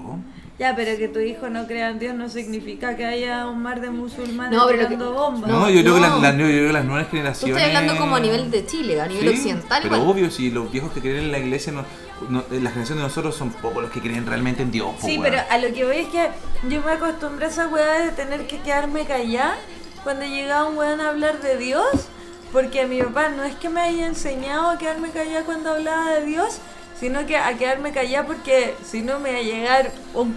C: Ya, pero que tu hijo no crea en Dios no significa que haya un mar de musulmanes
D: No, pero lo que-
C: tirando bombas.
B: No,
D: No,
B: yo, Creo que
D: no.
B: las, las- yo creo que las nuevas
D: Tú
B: generaciones.
D: estás hablando como a nivel de Chile, a
B: Sí,
D: nivel occidental.
B: Pero
D: igual.
B: obvio, si los viejos que creen en la iglesia, no, no- eh, la generación de nosotros son pocos los que creen realmente en Dios. po,
C: Sí,
B: weón.
C: pero a lo que voy es que yo me acostumbré a esa weá de tener que quedarme callada cuando llegaba un weón a hablar de Dios, porque mi papá no es que me haya enseñado a quedarme callada cuando hablaba de Dios, sino que a quedarme callada porque si no me iba a llegar un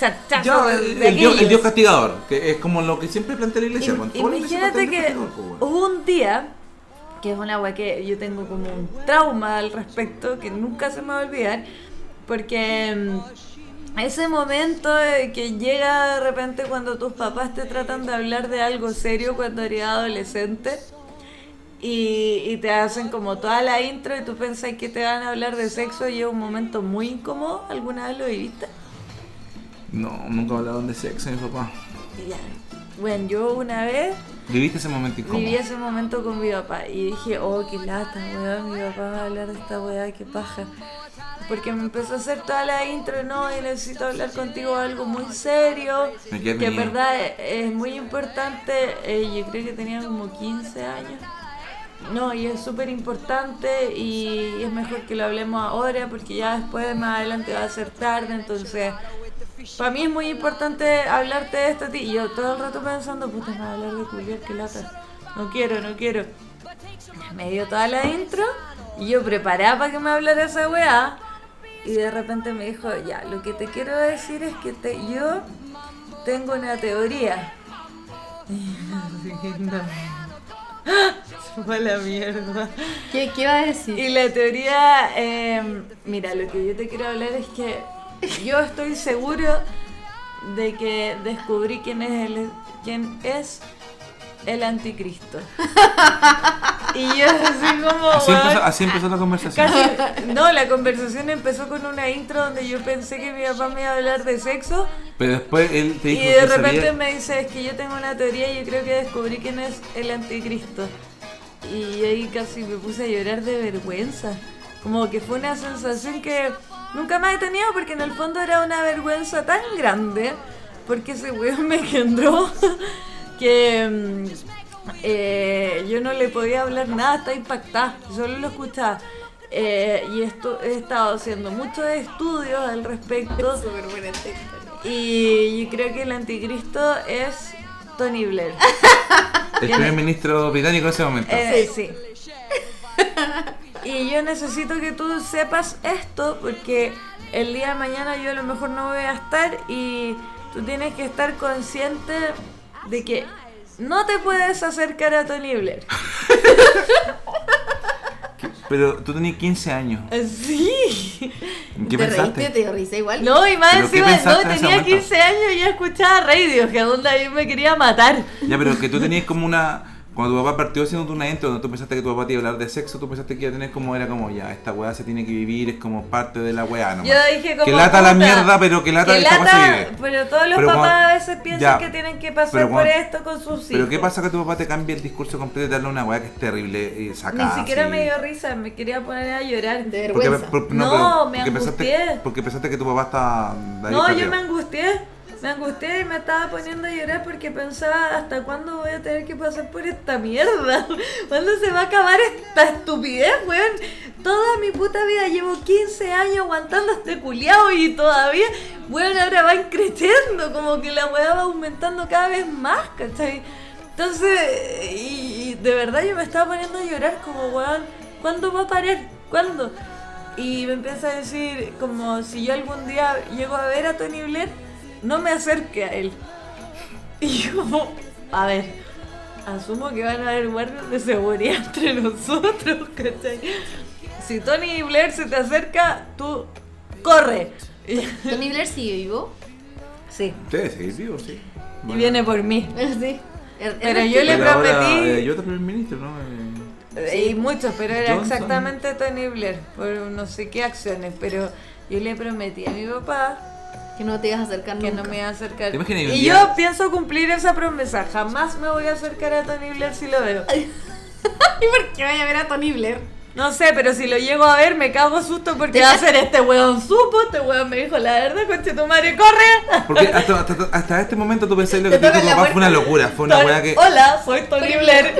C: chachazo
B: Ya,
C: de-
B: el,
C: de
B: el Dios, el
C: aquellos.
B: Dios castigador, que es como lo que siempre plantea la iglesia.
C: Im-
B: con toda la iglesia
C: Imagínate
B: plantea
C: que
B: el Dios castigador, po, weón.
C: hubo un día, que es una weá que yo tengo como un trauma al respecto, que nunca se me va a olvidar, porque mm, ese momento eh, que llega de repente cuando tus papás te tratan de hablar de algo serio cuando eres adolescente. Y, y te hacen como toda la intro y tú pensás que te van a hablar de sexo y es un momento muy incómodo. ¿Alguna vez lo viviste?
B: No, nunca hablaron de sexo, mi papá.
C: Y ya. Bueno, yo una vez
B: Viviste ese momento incómodo.
C: Viví ese momento con mi papá y dije, oh, qué lata, weón, mi papá va a hablar de esta weá, qué paja. Porque me empezó a hacer toda la intro, no, y necesito hablar contigo de algo muy serio,
B: Me
C: que
B: quedé
C: en
B: venía.
C: verdad es, es muy importante. Eh, yo creo que tenía como 15 años. No, y es súper importante y es mejor que lo hablemos ahora porque ya después, más adelante va a ser tarde, entonces... Para mí es muy importante hablarte de esto, ti- Y yo todo el rato pensando, puta, me va a hablar de culiar, qué lata. No quiero, no quiero. Me dio toda la intro y yo preparaba para que me hablara esa weá. Y de repente me dijo, ya, lo que te quiero decir es que te, yo tengo una teoría. Se fue a la mierda.
D: ¿Qué, ¿Qué iba a decir?
C: Y la teoría, eh, mira, lo que yo te quiero hablar es que yo estoy seguro de que descubrí quién es el, quién es el anticristo. Y yo así como...
B: Así
C: "What?".
B: empezó, así empezó la conversación.
C: Casi- no, la conversación empezó con una intro donde yo pensé que mi papá me iba a hablar de sexo
B: Pero después él te
C: y
B: dijo
C: de
B: que
C: repente
B: sabía-
C: me dice, es que yo tengo una teoría y yo creo que descubrí quién es el anticristo. Y ahí casi me puse a llorar de vergüenza. Como que fue una sensación que nunca más he tenido porque en el fondo era una vergüenza tan grande porque ese weón me engendró que mm, eh, yo no le podía hablar nada, estaba impactada, solo lo escuchaba. Eh, y esto, he estado haciendo muchos estudios al respecto.
D: Súper buena técnica.
C: Y yo creo que el anticristo es Tony Blair.
B: El primer ministro británico en ese momento.
C: Eh, sí. Y yo necesito que tú sepas esto porque el día de mañana yo a lo mejor no voy a estar y tú tienes que estar consciente de que no te puedes acercar a Tony Blair.
B: Pero tú tenías 15 años.
C: Sí.
B: ¿En ¿Qué
D: ¿Te
B: pensaste?
D: reíste? ¿Te reíste igual?
C: No, y más
B: ¿Pero qué
C: encima, no,
B: pensaste en ese
C: tenía
B: momento?
C: 15 años y yo escuchaba radio, que a donde yo me quería matar.
B: Ya, pero que tú tenías como una Cuando tu papá partió haciendo una intro donde tú pensaste que tu papá te iba a hablar de sexo, tú pensaste que iba a tener como, era como, ya, esta weá se tiene que vivir, es como parte de la weá nomás.
C: Yo dije como.
B: Que lata la
C: puta,
B: mierda, pero que lata
C: que
B: esta weá se
C: lata,
B: vive.
C: Pero todos los
B: Pero
C: papás
B: cuando-
C: a veces piensan
B: ya,
C: que tienen que pasar
B: pero
C: por
B: cuando-
C: esto con sus hijos.
B: Pero ¿qué pasa que tu papá te cambia el discurso completo y te habla una weá que es terrible eh,
C: Ni
B: sacada?
C: siquiera
B: así?
C: me dio risa, me quería poner a llorar.
D: De
B: Porque-
D: vergüenza.
B: por-
C: No, me angustié.
B: pensaste, porque pensaste que tu papá está... ahí
C: No, yo
B: perdido.
C: me angustié. Me angustié y me estaba poniendo a llorar porque pensaba hasta cuándo voy a tener que pasar por esta mierda. ¿Cuándo se va a acabar esta estupidez, weón? Toda mi puta vida llevo 15 años aguantando este culiao y todavía, weón, ahora van creciendo. Como que la weá va aumentando cada vez más, ¿cachai? Entonces, y, y de verdad yo me estaba poniendo a llorar como, weón, ¿cuándo va a parar? ¿Cuándo? Y me empieza a decir, como si yo algún día llego a ver a Tony Blair, no me acerque a él. Y yo, como, a ver, asumo que van a haber guardias de seguridad entre nosotros, ¿cachai? Si Tony Blair se te acerca, tú corre. Y,
D: Tony Blair sigue vivo.
C: sí,
B: Sí, sí, vivo, sí.
C: y viene por mí.
D: Sí. Er-
C: Pero
D: er-
C: yo le
B: Pero ahora,
C: prometí-
B: eh, yo te primer ministro, ¿no? Eh,
C: Y muchos, pero era
B: Johnson.
C: exactamente Tony Blair, por no sé qué acciones, pero yo le prometí a mi papá
D: Que no te ibas a acercar
C: que
D: nunca.
C: no me iba a acercar.
B: ¿Te imaginas un
C: Y
B: día-
C: yo pienso cumplir esa promesa, jamás me voy a acercar a Tony Blair si lo veo.
D: ¿Y por qué vaya a ver a Tony Blair?
C: No sé, pero si lo llego a ver me cago susto porque
D: Te-
C: va a ser este weón supo, este weón me dijo la verdad, coche tu madre, corre.
B: Porque hasta, hasta- hasta este momento tú pensás lo
D: Te
B: que te dijo
D: tocan
B: tu
D: la
B: papá fue una
D: puerta.
B: locura, fue una
C: Tony-
B: weá que...
C: Hola, soy Tony Blair.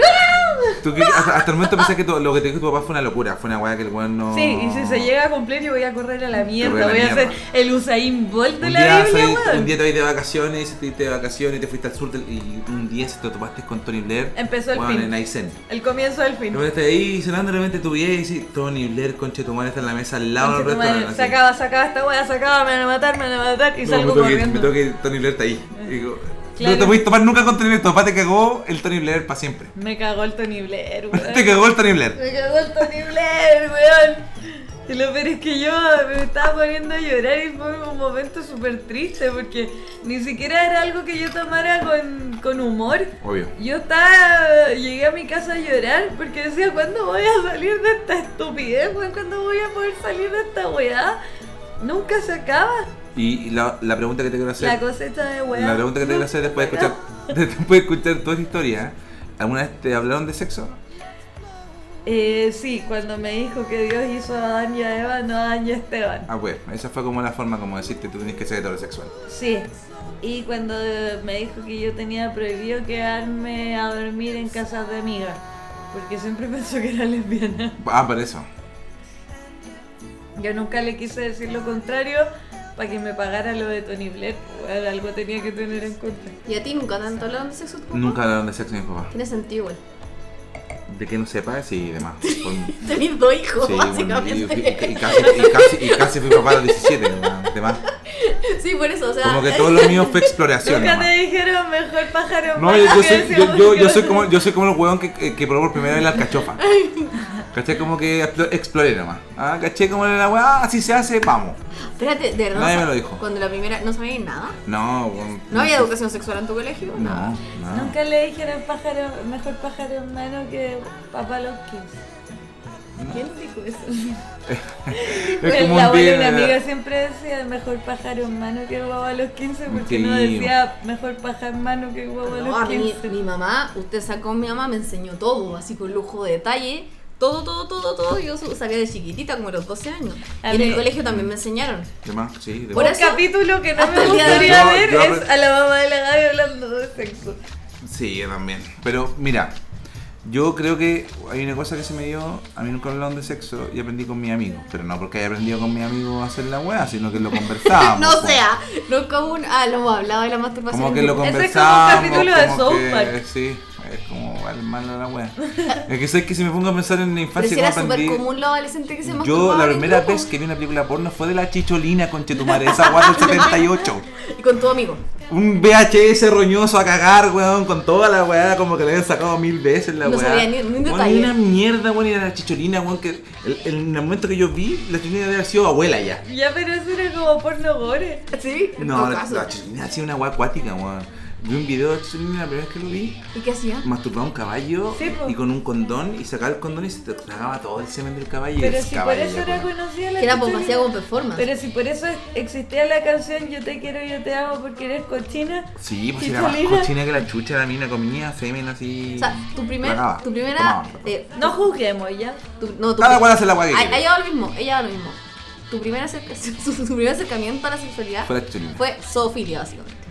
B: tú que- hasta, hasta el momento pensás que tu- lo que te dijo tu papá fue una locura, fue una weá que el weón no...
C: Sí, y si se llega a cumplir yo voy a correr a la mierda,
B: a la
C: voy a ser
B: mierda.
C: el Usain Bolt de
B: Un
C: la
B: día,
C: Biblia,
B: soy-
C: weón.
B: un día te vas de vacaciones, y te fuiste de vacaciones, te fuiste al sur del- y un día se te topaste con Tony Blair.
C: Empezó el
B: weón,
C: fin.
B: en Aysén.
C: El comienzo del
B: Y
C: fin.
B: vos estás ahí cenando de repente tu vieja y decís, Tony Blair, conche tu madre, está en la mesa al lado del
C: Conche tu madre,
B: restaurante.
C: Se acaba, se acaba esta weá, se acaba, me van a matar, me van a matar y
B: No,
C: salgo
B: me toque,
C: corriendo. Eh,
B: Me toque Tony Blair está ahí. Y digo,
C: Claro.
B: No te puedes tomar nunca con Tony Blair, tu papá te cagó el Tony Blair para siempre.
C: Me cagó el Tony Blair, weón.
B: Te cagó el Tony Blair.
C: Me cagó el Tony Blair, weón. Y lo peor es que yo me estaba poniendo a llorar y fue un momento súper triste porque ni siquiera era algo que yo tomara con, con humor.
B: Obvio.
C: Yo estaba, llegué a mi casa a llorar porque decía, ¿cuándo voy a salir de esta estupidez, weón? ¿Cuándo voy a poder salir de esta weá? Nunca se acaba
B: Y la, la pregunta que te quiero hacer.
C: la cosecha de weá.
B: la pregunta que te quiero hacer después de escuchar, después de escuchar toda esta historia. ¿Alguna vez te hablaron de sexo?
C: Eh, sí, cuando me dijo que Dios hizo a Adán y a Eva, no a Adán y a Esteban.
B: Ah, pues, esa fue como la forma como decirte tú tienes que ser heterosexual.
C: Sí. Y cuando me dijo que yo tenía prohibido quedarme a dormir en casas de amigas, porque siempre pensó que era lesbiana.
B: Ah, por eso.
C: Yo nunca le quise decir lo contrario para que me pagara lo de Tony Blair. Bueno, algo tenía que tener en cuenta.
D: ¿Y a ti nunca tanto hablaron de sexo? tu papá?
B: Nunca hablaron de sexo mi papá.
D: Tiene sentido igual.
B: De que no sepas y demás. Por-
D: Tenís dos hijos,
B: Sí, bueno, y,
D: básicamente.
B: y- y casi, y, casi, y casi fui papá a los 17, nomás, demás.
D: sí, por eso, o sea.
B: Como que todo lo mío fue exploración.
C: Nunca
B: nomás.
C: te dijeron mejor pájaro
B: No,
C: malo
B: yo, yo
C: que
B: soy,
C: decíamos
B: yo, yo-
C: que
B: yo
C: no
B: soy como, yo soy como el huevón que, que, que probó por primera vez la alcachofa. ¿Cachai? Como que explo- exploré nomás. Ah, caché como era la weá, ah, así se hace, vamos.
D: Espérate, de verdad.
B: Nadie
D: o sea,
B: me lo dijo.
D: Cuando la primera. ¿No sabías nada?
B: No, weón.
D: ¿No había educación sexual en tu colegio?
B: No, no.
C: Nunca le dijeron pájaro, mejor pájaro en mano que papá los 15.
D: ¿Quién dijo eso?
B: Es
C: Pues
B: como
C: la
B: un
C: abuela y la
B: día.
C: amiga siempre decía mejor pájaro en mano que guagua a los 15 porque
B: Sí.
C: no decía mejor paja en mano que guagua a
D: No, a
C: los
D: mí,
C: 15.
D: mi mamá, usted sacó mi mamá, me enseñó todo, así con lujo de detalle. Todo, todo, todo, todo. Yo su- sabía de chiquitita, como a los 12 años.
C: A
D: y en
C: mí-
D: el colegio también me enseñaron.
B: Demás, sí,
D: Por
B: demás.
C: Un
D: eso-
C: capítulo que no
D: hasta
C: me
D: el día de hoy-
C: gustaría
B: Yo-
C: ver
B: yo
C: es
B: apre-
C: a la mamá de la Gaby hablando de sexo.
B: Sí, yo también. Pero mira, yo creo que hay una cosa que se me dio. A mí nunca me hablaron de sexo y aprendí con mis amigos. Pero no porque haya aprendido con mis amigos a hacer la weá, sino que lo conversábamos.
D: no
B: po.
D: sea, pues, no como un. Ah, lo hemos hablado de la
B: pues.
D: masturbación.
B: Como que lo
C: Ese es como un
B: conversábamos.
C: capítulo de
B: como
C: South
B: que-
C: Park.
B: Sí, es como al malo la wea. Es que sé que si me pongo a pensar en la
D: Pero
B: infancia,
D: si era
B: cómo
D: súper
B: aprendí.
D: común los adolescentes que se
B: Yo
D: masturbaban.
B: la
D: en
B: primera
D: grupo.
B: vez que vi una película porno fue de la chicholina con Chetumare, esa guata del 78.
D: Y con tu amigo.
B: Un VHS roñoso a cagar, weón, con toda la weá, como que le habían sacado mil veces la
D: No
B: weá.
D: sabía ni- ni un
B: Weón,
D: detalle.
B: una mierda, weón, y era la chicholina, weón, que el- en el momento que yo vi, la chicholina había sido abuela ya.
C: Ya, pero eso era como porno gore.
D: Sí, en
B: No,
D: tu
B: la,
D: caso.
B: la chilena ha sido una weá acuática, weón. Vi un video de Axelina la primera vez que lo vi,
D: ¿Y qué hacía?
B: masturbaba a un caballo
C: Sí, po.
B: y con un condón y sacaba el condón y se te tragaba todo el semen del caballo. y
C: Pero
B: el
C: si por
B: caballo
C: eso
B: ya
C: era
B: con-
C: conocida la
D: Que era pues como
C: Cochinilla.
D: hacía como performance.
C: Pero si por eso existía la canción Yo te quiero, yo te amo porque eres cochina.
B: Sí, pues
C: Y
B: era más
C: salía-
B: cochina que la chucha, la mina comía semen así.
D: O sea, tu, primer-
B: tragaba,
D: tu primera.
B: tomaba.
D: eh,
C: No juzguemos ya.
D: tu- no, tu
B: Cada
D: pri-
B: cual hace la guay que
D: Ah,
B: quiere.
D: Ella va lo mismo, ella va lo mismo. Tu primer, acerca- su, su primer acercamiento a la sexualidad
B: Fue la chulina.
D: fue zoofilia, básicamente.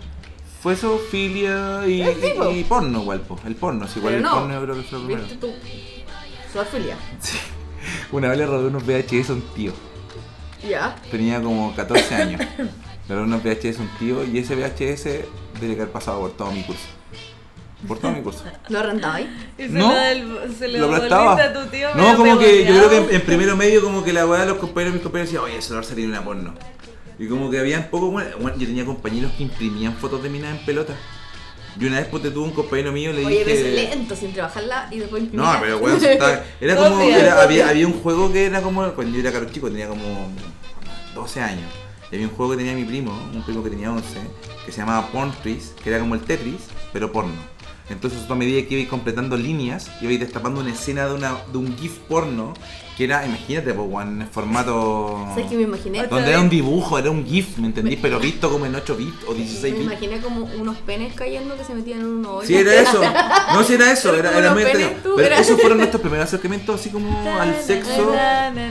B: Fue zoofilia y,
D: Eh, sí, po.
B: y, y porno igual, po. el porno, sí, igual
D: Pero
B: el
D: no,
B: porno yo creo que fue lo primero.
D: viste tú. Zoofilia.
B: Sí. Una vez le robé unos VHS a un tío,
D: Ya.
B: tenía como 14 años. Le robé unos VHS a un tío y ese VHS debe haber pasado por todo mi curso. Por todo mi curso.
D: Lo rentaba ahí.
C: Y se
B: No,
C: lo, del- se lo
B: lo aplastaba.
C: devolviste a tu tío.
B: No,
C: medio
B: como que yo creo
C: pegoteado.
B: que en, en primero medio como que la weá de los compañeros, mis compañeros decían, oye, eso va a salir una porno. Y como que habían poco, bueno, bueno, yo tenía compañeros que imprimían fotos de minas en pelota. Y una vez pues, tuvo un compañero mío y le
D: Oye,
B: dije...
D: pero es lento, sin trabajarla y después
B: No,
D: imprimirla.
B: pero weón, está- era
C: Dos
B: como.
C: días,
B: era-
C: dos
B: había,
C: días.
B: había un juego que era como. Cuando yo era caro chico, tenía como 12 años. Y había un juego que tenía mi primo, un primo que tenía 11, que se llamaba Porn Twist, que era como el Tetris, pero porno. Entonces, tú a medida que ibais completando líneas, ibais destapando una escena de, una, de un GIF porno, que era, imagínate, pues, weón, en formato.
D: ¿Sabes qué me imaginé?
C: Otra
B: Donde era un
C: vez.
B: dibujo, era un GIF, ¿me entendís? Pero visto como en 8 bits o 16
D: Me
B: bits.
D: imaginé como unos penes cayendo que se metían en un hoyo.
B: Sí, era eso. No, sí, era eso.
D: Pero
B: Era,
D: como
B: era
D: los
B: medio
D: penes,
B: extraño.
D: tú,
B: Pero
D: era-
B: esos fueron nuestros primeros acercamientos así como al sexo.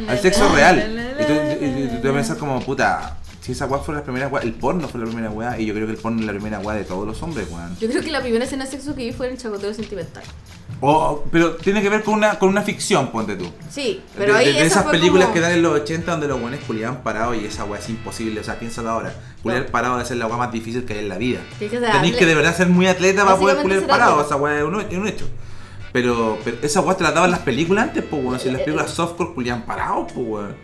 B: Al sexo real. Y tú, y- y- tú te vas a pensar como, puta, si esa weá fue la primera weá, el porno fue la primera weá, y yo creo que el porno es la primera weá de todos los hombres, weón.
D: Yo creo que la primera escena de sexo que vi fue en el chacoteo sentimental.
B: O- pero tiene que ver con una, con una ficción, ponte tú.
D: Sí, pero
B: de,
D: ahí
B: de- de
D: esa
B: esas
D: fue
B: películas
D: como-
B: que dan en los 80 donde los weones culiaban parados y esa weá es imposible. O sea, piénsalo ahora. Culiar parado debe ser la weá más difícil que hay en la vida.
D: Tienes que ser
B: Tenéis que
D: atle-
B: de verdad ser muy atleta para poder
D: Básicamente
B: culiar
D: ser
B: parado. Esa
D: atleta.
B: weá es un, es un hecho. Pero, pero esa weá te la daban las películas antes, pues weón. Si
D: Eh,
B: las películas softcore culiaban parados, pues weón.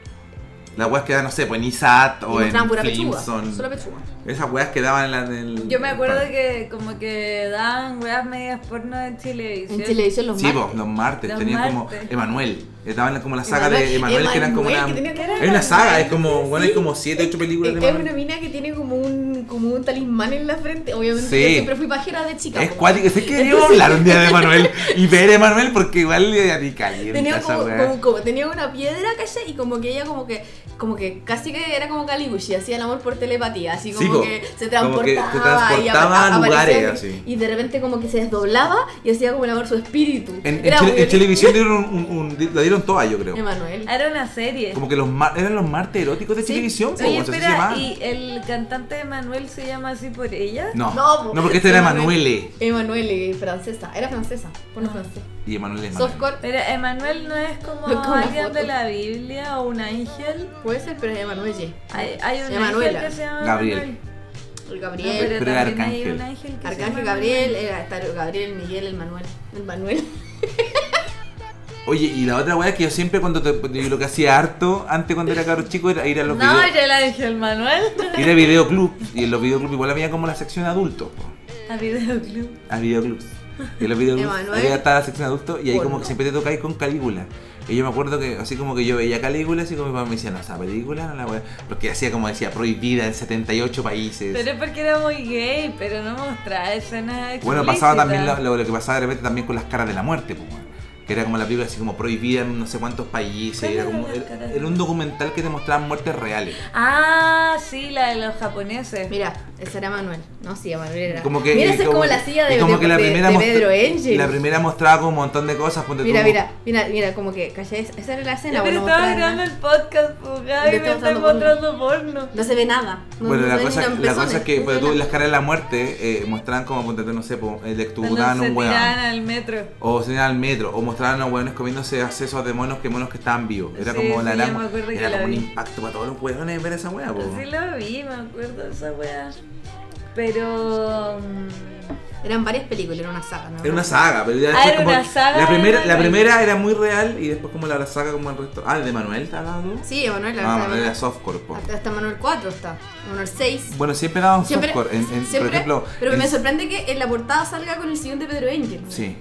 B: Las weas que daban, no sé, pues en Isat
D: Y
B: o en
D: mostraban pura pechuga. Solo
B: Simpson.
D: pechuga.
B: Esas weas que daban en la del.
C: Yo me acuerdo que como que daban weas medias porno en Chilevisión.
D: En televisión los
B: Sí,
D: martes.
B: po, los martes,
C: Los
B: tenían
C: martes.
B: como Emanuel, estaban como la saga
D: Emanuel,
B: de Emanuel que eran como
D: Emanuel,
B: una
D: que tenía que
B: Hay una saga, es como, bueno, hay como 7, 8 películas de
D: Es una
B: Emanuel.
D: mina que tiene como un, como un talismán en la frente. Obviamente,
B: Sí.
D: yo siempre fui pajera de chica.
B: Es
D: po.
B: cuático, sé que debo hablar un día de Emanuel y ver a Emanuel porque igual le a ti caliente
D: Tenía
B: esa
D: como,
B: weá.
D: como- como- tenía una piedra, ¿cachai? Y como que ella como que, como que casi que era como Caliguchi, hacía el amor por telepatía, así como
B: Sí, po.
D: que se
B: Como
D: transportaba,
B: que se transportaba
D: y
B: a lugares,
D: aparecía-
B: así.
D: Y de repente como que se desdoblaba y hacía como el amor su espíritu.
B: En, en
D: Era
B: Chile-
D: muy
B: en
D: bonito.
B: televisión dieron un, un- un- la dieron toda, yo creo.
D: Emanuel.
C: Era una serie.
B: Como que los mar- eran los martes eróticos de
D: Sí.
B: televisión, po,
C: Oye,
B: o sea, así se
C: espera,
B: llamaban.
C: ¿y el cantante de Manuel se llama así por ella?
B: No,
D: po.
B: no, porque este era Emanuel
D: Emanuel. Emanuel, eh, francesa. Era francesa, porno francés.
B: y Emanuel es Emanuel.
D: Softcore
C: Pero Emanuel no es como
D: No es como
C: alguien
D: foto.
C: de la Biblia o un ángel.
D: puede ser, pero es Emanuel Ye.
C: Hay, hay un
D: Se llama
C: ángel
D: Manuela.
C: que se llama
B: Gabriel.
C: Manuel.
D: El
C: No,
D: Gabriel.
C: pero
B: Pero era
C: también hay
B: arcángel.
C: un ángel que se
D: Arcángel
C: llama
D: Gabriel,
C: Manuel.
D: era estar Gabriel, Miguel, el Manuel. El Manuel.
B: Oye, y la otra weá que yo siempre cuando te, yo lo que hacía harto antes cuando era caro chico era ir a los
C: No,
B: videos.
C: era el ángel Manuel.
B: Ir a videoclub, y en los videoclubs igual había como la sección adultos, po,
C: A videoclub.
B: a videoclubs. Y en los videoclubs
D: Emanuel.
B: había hasta la sección adultos y ahí como
D: Porno.
B: que siempre te tocáis con Calígula. Y yo me acuerdo que así como que yo veía Calígula, así como mi papá me decía, no, esa película no la voy a... Porque hacía como decía, prohibida en 78 países.
C: Pero es porque era muy gay, pero no mostraba escenas explícitas.
B: bueno, pasaba también lo, lo- lo que pasaba de repente también con las caras de la muerte, po, weón. que era como la película así como prohibida en no sé cuántos países.
C: ¿Cuál
B: Era,
C: era
B: como,
C: Las
B: era-
C: caras de
B: era un documental que te mostraban muertes reales.
C: Ah, sí, la de los japoneses.
D: Mira, ese era Manuel. No, sí, Manuel era.
B: Como que,
D: mira, esa es como la silla de,
B: y como
D: de-
B: que la
D: de-
B: primera
D: de
B: mostra-
D: Pedro Engel.
B: La primera mostraba como un montón de cosas. Ponte tú
D: Mira,
B: como-
D: mira, mira, mira, como que, callé, esa era la escena.
C: Ya, pero
D: bueno,
C: estaba
D: otra,
C: grabando el
D: ¿no?
C: podcast, pues, Gaby,
D: Le
C: me
D: está
C: está
D: mostrando
C: mostrando porno.
D: No se ve nada. No,
B: bueno,
D: no
B: la,
D: se ven
B: cosa,
D: ni los
B: la cosa es
D: pezones,
B: que
D: no
B: pues,
D: se
B: tú,
D: ve
B: las
D: nada.
B: caras de la muerte eh, mostraban como, ponte tú, no sé, po, el electrocutaban
C: Cuando
B: a
C: se
B: un
C: tiraban
B: weón.
C: al metro.
B: O se iban al metro, o mostraban a hueones comiéndose accesos de monos que monos que estaban vivos. Era
C: Sí,
B: como
C: sí,
B: la
C: ya
B: gran-
C: me acuerdo que
B: Era
C: la
B: como un
C: vi.
B: impacto para todos los hueones ver esa hueá, po.
C: Sí lo vi, me acuerdo de esa weá. Pero... mm,
D: Eran varias películas, era una saga, ¿no?
B: Era una saga, pero ya
C: Ah,
B: después
C: era
B: como-
C: una saga
B: la primera,
C: de
B: la
C: Manuel.
B: primera era muy real y después como la, la saga como el resto. Ah, ¿de Manuel está hablando?
D: Sí, Emanuel, la
B: Ah,
D: verdad,
B: Manuel
D: Emanuel.
B: era softcore, po.
D: Hasta, hasta Manuel 4 está. Manuel 6.
B: Bueno, siempre daban
D: Siempre,
B: softcore. En, en-
D: siempre-
B: por ejemplo,
D: pero
B: en-
D: me sorprende que en la portada salga con el sillón de Pedro Engel.
B: Sí.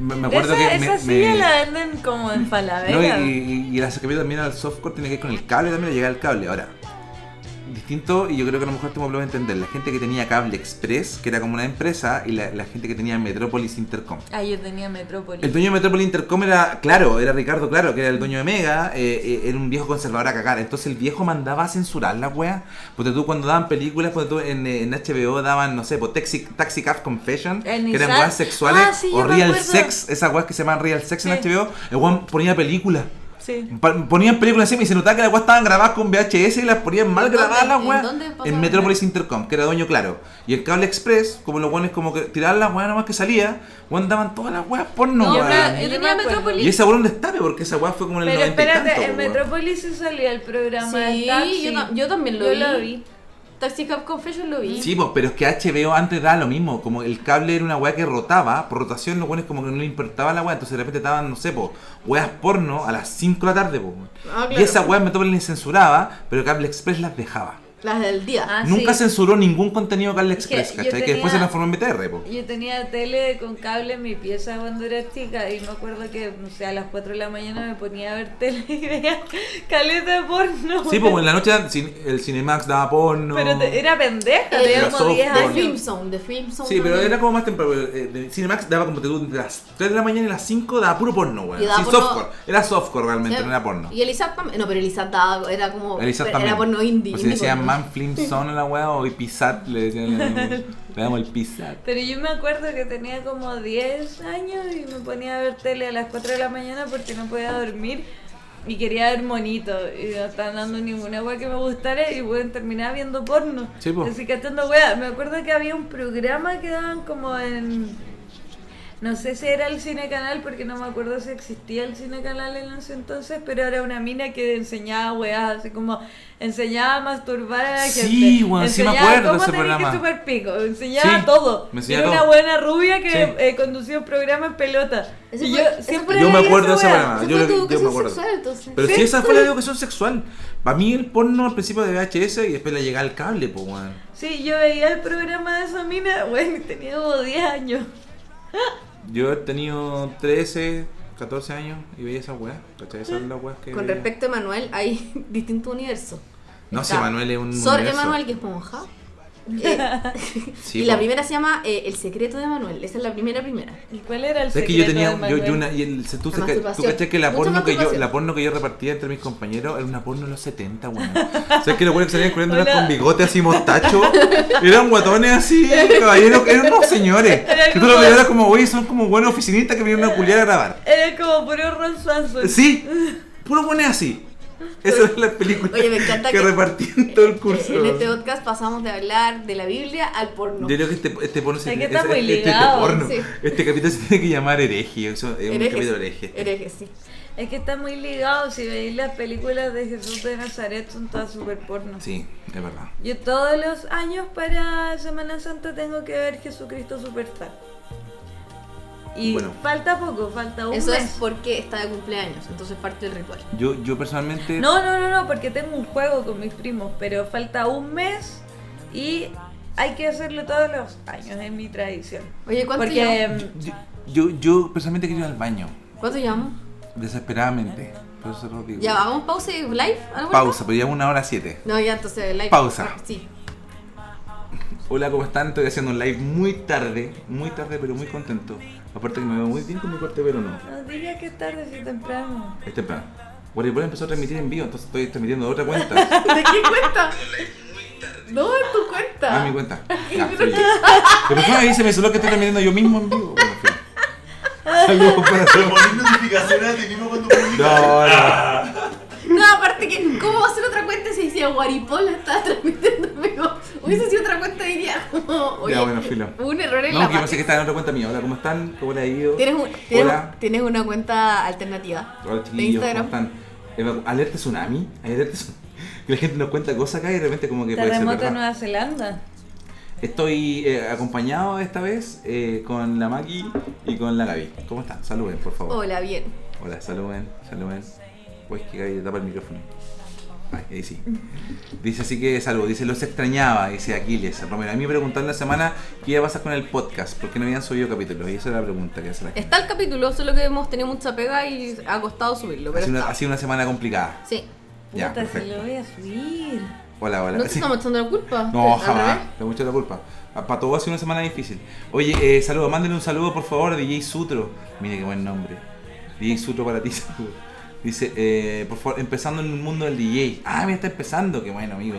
B: Me, me acuerdo
C: esa
B: que me,
C: esa
B: me-
C: silla la venden como en Falavera.
B: no, y, y, y el acercamiento también al softcore tiene que ir con el cable también, le llega el cable. Ahora, distinto y yo creo que a lo mejor esto me lo va a entender. La gente que tenía Cable Express, que era como una empresa, y la, la gente que tenía Metrópolis Intercom.
C: Ah, yo tenía Metrópolis.
B: El dueño de Metrópolis Intercom era, claro, era Ricardo Claro, que era el dueño de Mega, eh, eh, era un viejo conservador a cagar. Entonces el viejo mandaba a censurar las weas. Porque tú cuando daban películas, porque tú en, eh, en HBO daban, no sé, por Taxi, Taxi Cab Confession,
C: El
B: que eran
C: Nissan.
B: weas sexuales,
C: Ah, sí, yo
B: o
C: me
B: Real
C: acuerdo.
B: Sex, esas weas que se llaman Real Sex en
C: Sí.
B: HBO, el weón ponía películas.
C: Sí.
B: Pa- Ponían películas encima y se notaba que las weas estaban grabadas con VHS y las ponían mal
D: ¿En dónde-
B: grabadas las
D: en
B: weas.
D: dónde pasaban
B: En Metropolis Intercom, que era dueño claro. Y el cable express, como los weones como que tiraban las weas nomás que salía, weón daban todas las weas porno,
C: No,
B: weón.
C: pero yo
D: Yo
C: tenía
D: me acuerdo.
C: Metrópolis.
B: Y esa weón un destape porque esa wea fue como en el
C: Pero
B: 90 y
C: espérate,
B: tanto,
C: en
B: weón.
C: Metrópolis sí salía el programa
D: Sí,
C: de taxi.
D: yo tam- yo también lo
C: Yo
D: vi.
C: lo vi.
D: Taxi Cab Confession lo vi.
B: Sí, pues, pero es que HBO antes daba lo mismo, como el cable era una weá que rotaba, por rotación los weones como que no le importaba la weá, entonces de repente estaban, no sé, pues, weas porno a las 5 de la tarde, pues.
D: Ah, claro.
B: Y esa weá Metropolis les censuraba, pero Cable Express las dejaba.
D: Las del día.
C: Ah,
B: Nunca
C: sí.
B: censuró ningún contenido Cable
C: Es que
B: Express,
C: yo
B: ¿cachai? Que después se
C: tenía-
B: transformó en BTR, po.
C: Yo tenía tele con cable en mi pieza cuando era chica y me acuerdo que, no sé, a las 4 de la mañana me ponía a ver tele y veía caleta de porno.
B: Sí, pues en la noche cin- el Cinemax daba porno.
C: Pero te- era pendeja,
D: Eh,
C: tenía como
B: softball.
C: 10
D: The
B: Bueno.
D: Film
C: años.
D: Zone, The Film Zone.
B: Sí, pero
D: también.
B: era como más temprano. eh, de- Cinemax daba como te digo, entre las 3 de la mañana y las 5 daba puro porno, weón.
D: Y daba
B: Sí,
D: porno-
B: softcore. Era softcore realmente,
D: Sí.
B: no era porno.
D: Y Elisa también. No, pero Elisa daba- era como.
B: Elisa
D: pero
B: también.
D: Era porno indie.
B: Pues si
D: indie
B: decían
D: porno.
B: Man Flim Son a la weá o Pisat, le decían. Le le damos el Pisat.
C: Pero yo me acuerdo que tenía como 10 años y me ponía a ver tele a las 4 de la mañana porque no podía dormir y quería ver monito y no estaban dando ninguna wea que me gustara y bueno, terminaba viendo porno.
B: Sí, po.
C: Así que estando wea, me acuerdo que había un programa que daban como en... No sé si era el cine canal, porque no me acuerdo si existía el cine canal en ese entonces, pero era una mina que enseñaba weas, así como enseñaba a masturbar a la
B: Sí,
C: gente.
B: weón, sí me
C: enseñaba
B: acuerdo
C: cómo
B: ese
C: tenés que
B: programa.
C: chupar pico, enseñaba
B: Sí,
C: todo.
B: me enseñaba
C: Era una
B: todo.
C: buena rubia que
B: Sí.
C: eh, conducía un programa en pelota.
D: Ese
C: Y
D: fue-
C: yo
D: ese
C: siempre
D: fue-
B: Yo me
C: veía
B: acuerdo de
C: esa
B: ese
C: wea.
B: programa.
D: Esa
B: Yo,
D: fue
B: lo-
D: tu
B: yo me
D: educación
B: acuerdo.
D: sexual, entonces.
B: Pero
D: Sí.
B: si esa fue la educación sexual. Para mí el porno al principio de VHS y después le llegaba el cable, po, weón.
C: Sí, yo veía el programa de esa mina, bueno, tenía como 10 años.
B: Yo he tenido 13, 14 años y veía esas weas. ¿Cachai? Esas son las weas que.
D: Mm, Con
B: veía.
D: respecto a Emanuel, hay distintos universos.
B: No, si
D: Está
B: Manuel es un.
D: Sor
B: universo.
D: Emanuel, que es monja. Eh,
B: Sí,
D: y la
B: po.
D: primera se llama eh, El secreto de Manuel. Esa es la primera, primera.
C: ¿Y cuál era el
B: Es que yo
C: secreto de
B: tenía, yo,
C: Manuel?
B: yo una, y el, tú,
D: La
B: se- tú
D: masturbación.
B: cachai que la
D: Mucha
B: porno que, yo,
D: masturbación.
B: la porno que yo repartía entre mis compañeros era una porno de los 70, weón. ¿Sabes que los weones que salían corriendo eran
C: Hola.
B: con bigote así mostacho? Eran guatones así, caballeros, eran unos señores.
C: Era
B: Que tú los
C: como-
B: veías eras como, oye, son como buenos oficinistas que vinieron a culiar a grabar.
C: Era como puro Ron Swanson.
B: Sí, puro pones así. Esa es la película
D: Oye, me encanta
B: que,
D: que-
B: repartí en todo el curso.
D: En este podcast pasamos de hablar de la Biblia al porno.
B: Yo creo que este, este porno se
C: Es que
B: tiene-
C: está muy
B: este- este
C: ligado,
B: porno-
D: sí.
B: este capítulo se tiene que llamar hereje. eso Es un
D: Herejes.
B: capítulo hereje.
D: Herejes, sí.
C: Es que está muy ligado, si veis las películas de Jesús de Nazaret son todas super porno.
B: Sí, es verdad.
C: Yo todos los años para Semana Santa tengo que ver Jesucristo Superstar. Y
B: Bueno.
C: falta poco, falta un
D: Eso
C: mes.
D: es porque está de cumpleaños, entonces parte del ritual.
B: Yo, yo personalmente.
C: No, no, no, no, porque tengo un juego con mis primos, pero falta un mes y hay que hacerlo todos los años, es mi tradición.
D: Oye, ¿cuánto
C: Porque
D: llevamos?
C: em,
B: Yo, yo, yo personalmente quería ir al baño.
D: ¿Cuánto llevamos?
B: Desesperadamente. Por eso lo digo.
D: ¿Ya hagamos pausa y live? ¿Alguna?
B: Pausa, pero llevamos una hora siete.
D: No, ya entonces live. Ah,
B: Pausa.
D: Sí.
B: Hola, ¿cómo están? Estoy haciendo un live muy tarde. Muy tarde, pero muy contento. Aparte que me veo muy bien con mi corte de pelo, no.
C: no digas que es tarde si es temprano.
B: Es temprano. Guaripol empezó a transmitir en vivo, entonces estoy transmitiendo de otra cuenta.
D: ¿De qué cuenta? No, es tu cuenta.
B: Ah, mi cuenta. Ya, soy yo. Pero fue ahí se me solo que estoy transmitiendo yo mismo en vivo. Bueno, en fin. Saludos para
E: Pero
B: todos.
E: poner notificaciones a ti mismo cuando publicas.
B: No, no.
D: No, aparte que, ¿cómo va a ser otra cuenta si decía Guaripol estaba transmitiendo en vivo? Hubiese sido otra cuenta diría como, oye,
B: Ya, bueno, filo.
D: hubo un error en
B: No,
D: la
B: que pensé que
D: matriz.
B: estaba en otra cuenta mía. Hola, ¿cómo están? ¿Cómo les ha ido?
D: ¿Tienes, un- tienes,
B: Hola.
D: tienes una cuenta alternativa
B: Hola
D: de
B: chiquillos, ¿cómo
D: Instagram.
B: están? Evacu- Alerta tsunami, hay alerta tsunami. Que la gente nos cuenta cosas acá y de repente como que puede ser
C: Terremoto en
B: verdad.
C: Nueva Zelanda.
B: Estoy eh, acompañado esta vez eh, con la Maki y con la Gaby. ¿Cómo están? Saluden, por favor.
D: Hola, bien.
B: Hola, saluden, saluden. Pues que Gaby tapa el micrófono. Ay, ahí sí. Dice así que salud, dice los extrañaba, dice Aquiles. Romero, a mí me preguntaron la semana qué iba a pasar con el podcast, porque no habían subido capítulos. Y esa era la pregunta que hace la gente.
D: Está el capítulo, solo que hemos tenido mucha pega y ha costado subirlo,
B: Ha
D: pero
B: sido una,
D: está.
B: ha sido una semana complicada.
D: Sí.
B: Ya,
C: Puta, si
B: perfecto.
C: lo voy a subir.
B: Hola, hola.
D: No te
B: Sí.
D: estamos echando la culpa.
B: No,
D: Al
B: jamás.
D: revés.
B: Te mucho la culpa. Para todos ha sido una semana difícil. Oye, eh, saludos, mándenle un saludo por favor a DJ Sutro. Mire qué buen nombre. DJ Sutro para ti, saludo. Dice, eh, por favor, empezando en el mundo del DJ. Ah, mira, está empezando, qué bueno, amigo.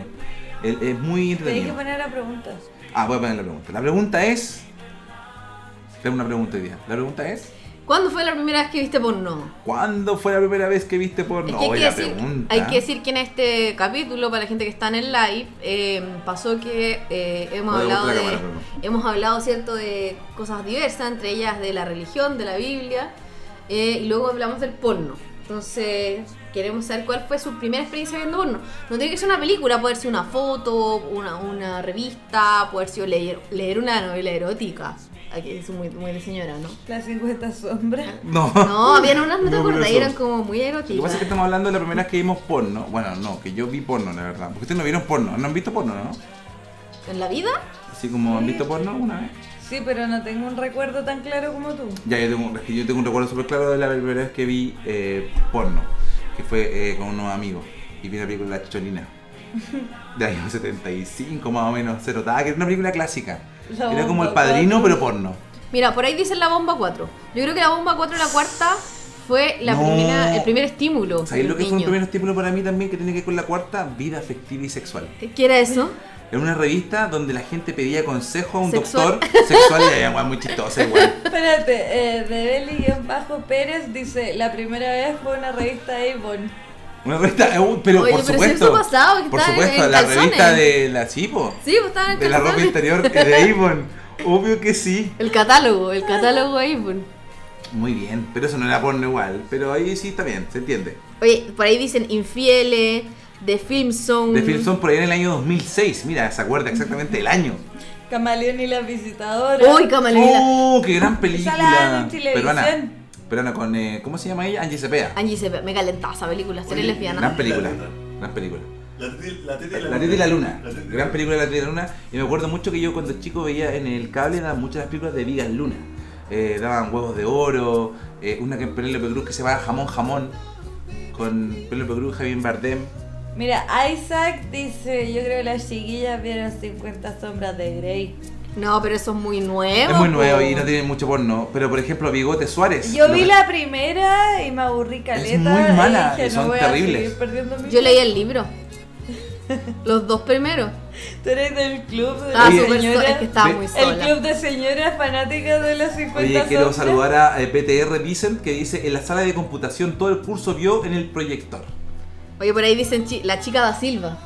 B: El- es muy
C: Tenés que
B: entretenido.
C: poner la pregunta.
B: Ah, voy a poner la pregunta. La pregunta es. Tengo una pregunta hoy día. La pregunta es.
D: ¿Cuándo fue la primera vez que viste porno?
B: ¿Cuándo fue la primera vez que viste porno?
D: Es que hay,
B: Oye,
D: que
B: la
D: decir,
B: pregunta.
D: hay que decir que en este capítulo, para la gente que está en el live, eh, pasó que eh, hemos,
B: No le gusta
D: hablado
B: la
D: de,
B: cámara, perdón.
D: hemos hablado cierto de cosas diversas, entre ellas de la religión, de la Biblia, eh, y luego hablamos del porno. Entonces, queremos saber cuál fue su primera experiencia viendo porno. No tiene que ser una película, puede ser una foto, una, una revista, puede ser leer, leer una novela erótica. Aquí es muy, muy de señora, ¿no?
C: Las 50 sombras.
B: No.
D: No, habían unas, no te
B: No, pero
D: acordás,
B: eso-
D: eran como muy
B: Lo que pasa es que
D: eróticas.
B: estamos hablando de la primera vez que vimos porno. Bueno, no, que yo vi porno, la verdad. Porque ustedes no vieron porno, no han visto porno, ¿no?
D: ¿En la vida?
B: Así como han visto porno una vez.
C: Sí, pero no tengo un recuerdo tan claro como tú.
B: Ya, yo tengo, es que yo tengo un recuerdo súper claro de la primera vez que vi eh, porno, que fue eh, con unos amigos. Y vi una película La Chicholina. De año 75 más o menos, cero que era una película clásica.
C: La
B: era como
C: Bomba
B: el padrino,
C: Cuatro.
B: pero porno.
D: Mira, por ahí dicen la bomba 4. Yo creo que la bomba 4, la cuarta, fue la
B: No.
D: primera, el primer estímulo.
B: ¿Sabéis lo
D: del
B: que fue un
D: niño.
B: primer estímulo para mí también que tiene que ver con la cuarta? Vida afectiva y sexual.
D: ¿Qué era eso?
B: Era una revista donde la gente pedía consejo a un
D: Sexual.
B: doctor sexual y había weas muy chistosa igual.
C: Espérate, eh, de Beli-Bajo Pérez dice, la primera vez fue una revista Avon.
B: Una revista, eh, uy, pero
D: Oye,
B: por
D: pero si
B: supuesto.
D: eso pasaba, que
B: por
D: estaban en-
B: supuesto,
D: en
B: la
D: calzones.
B: revista de la Chipo.
D: Sí, pues estaban en
B: de la ropa
D: calzones.
B: interior de Avon. Obvio que sí.
D: El catálogo, el catálogo ahí. pues.
B: Muy bien, pero eso no era porno igual. Pero ahí sí está bien, se entiende.
D: Oye, por ahí dicen infieles, de film song.
B: De Filson por ahí en el año 2006. Mira, se acuerda exactamente el año.
C: Camaleón y las visitadoras.
D: Uy, camaleona.
B: ¡Oh, qué gran
C: la dan
B: película!
C: en televisión.
B: Peruana. Peruana con, eh, ¿cómo se llama ella? Angie Cepeda.
D: Angie se me calentaba esa película, seré
E: Oye,
B: Gran
D: lesbiana.
B: película,
E: La Luna.
B: gran película.
E: La teta y la, teta y
B: La Tierra y la Luna.
E: La Teta y la
B: Gran película de La Tierra y la Luna. Y me acuerdo mucho que yo cuando chico veía en el cable daban muchas de las películas de Vigas Luna. Eh, daban huevos de oro, eh, una que en Penélope Cruz que se llama Jamón Jamón, con Penélope Cruz, Javier Bardem.
C: Mira, Isaac dice, yo creo que las chiquillas vieron 50 sombras de Grey.
D: No, pero eso es muy nuevo.
B: Es muy nuevo
D: pues.
B: y no tiene mucho porno. Pero por ejemplo, Bigote Suárez.
C: Yo
B: lo-
C: vi la primera y me aburrí caleta.
B: muy mala,
C: y dije,
B: y son
C: no voy
B: terribles.
C: A seguir perdiendo mi
D: Yo leí el libro. Los dos primeros.
C: Tú eres del club de
D: Ah,
B: Oye,
D: súper so-
C: señoras.
D: es que estaba
B: ve-
D: muy
C: El
D: sola.
C: club de señoras fanáticas de las 50
B: Oye, quiero
C: sombras.
B: saludar a eh, PTR Vicent que dice: En la sala de computación todo el curso vio en el proyector.
D: Oye, por ahí dicen chi- la chica da Silva.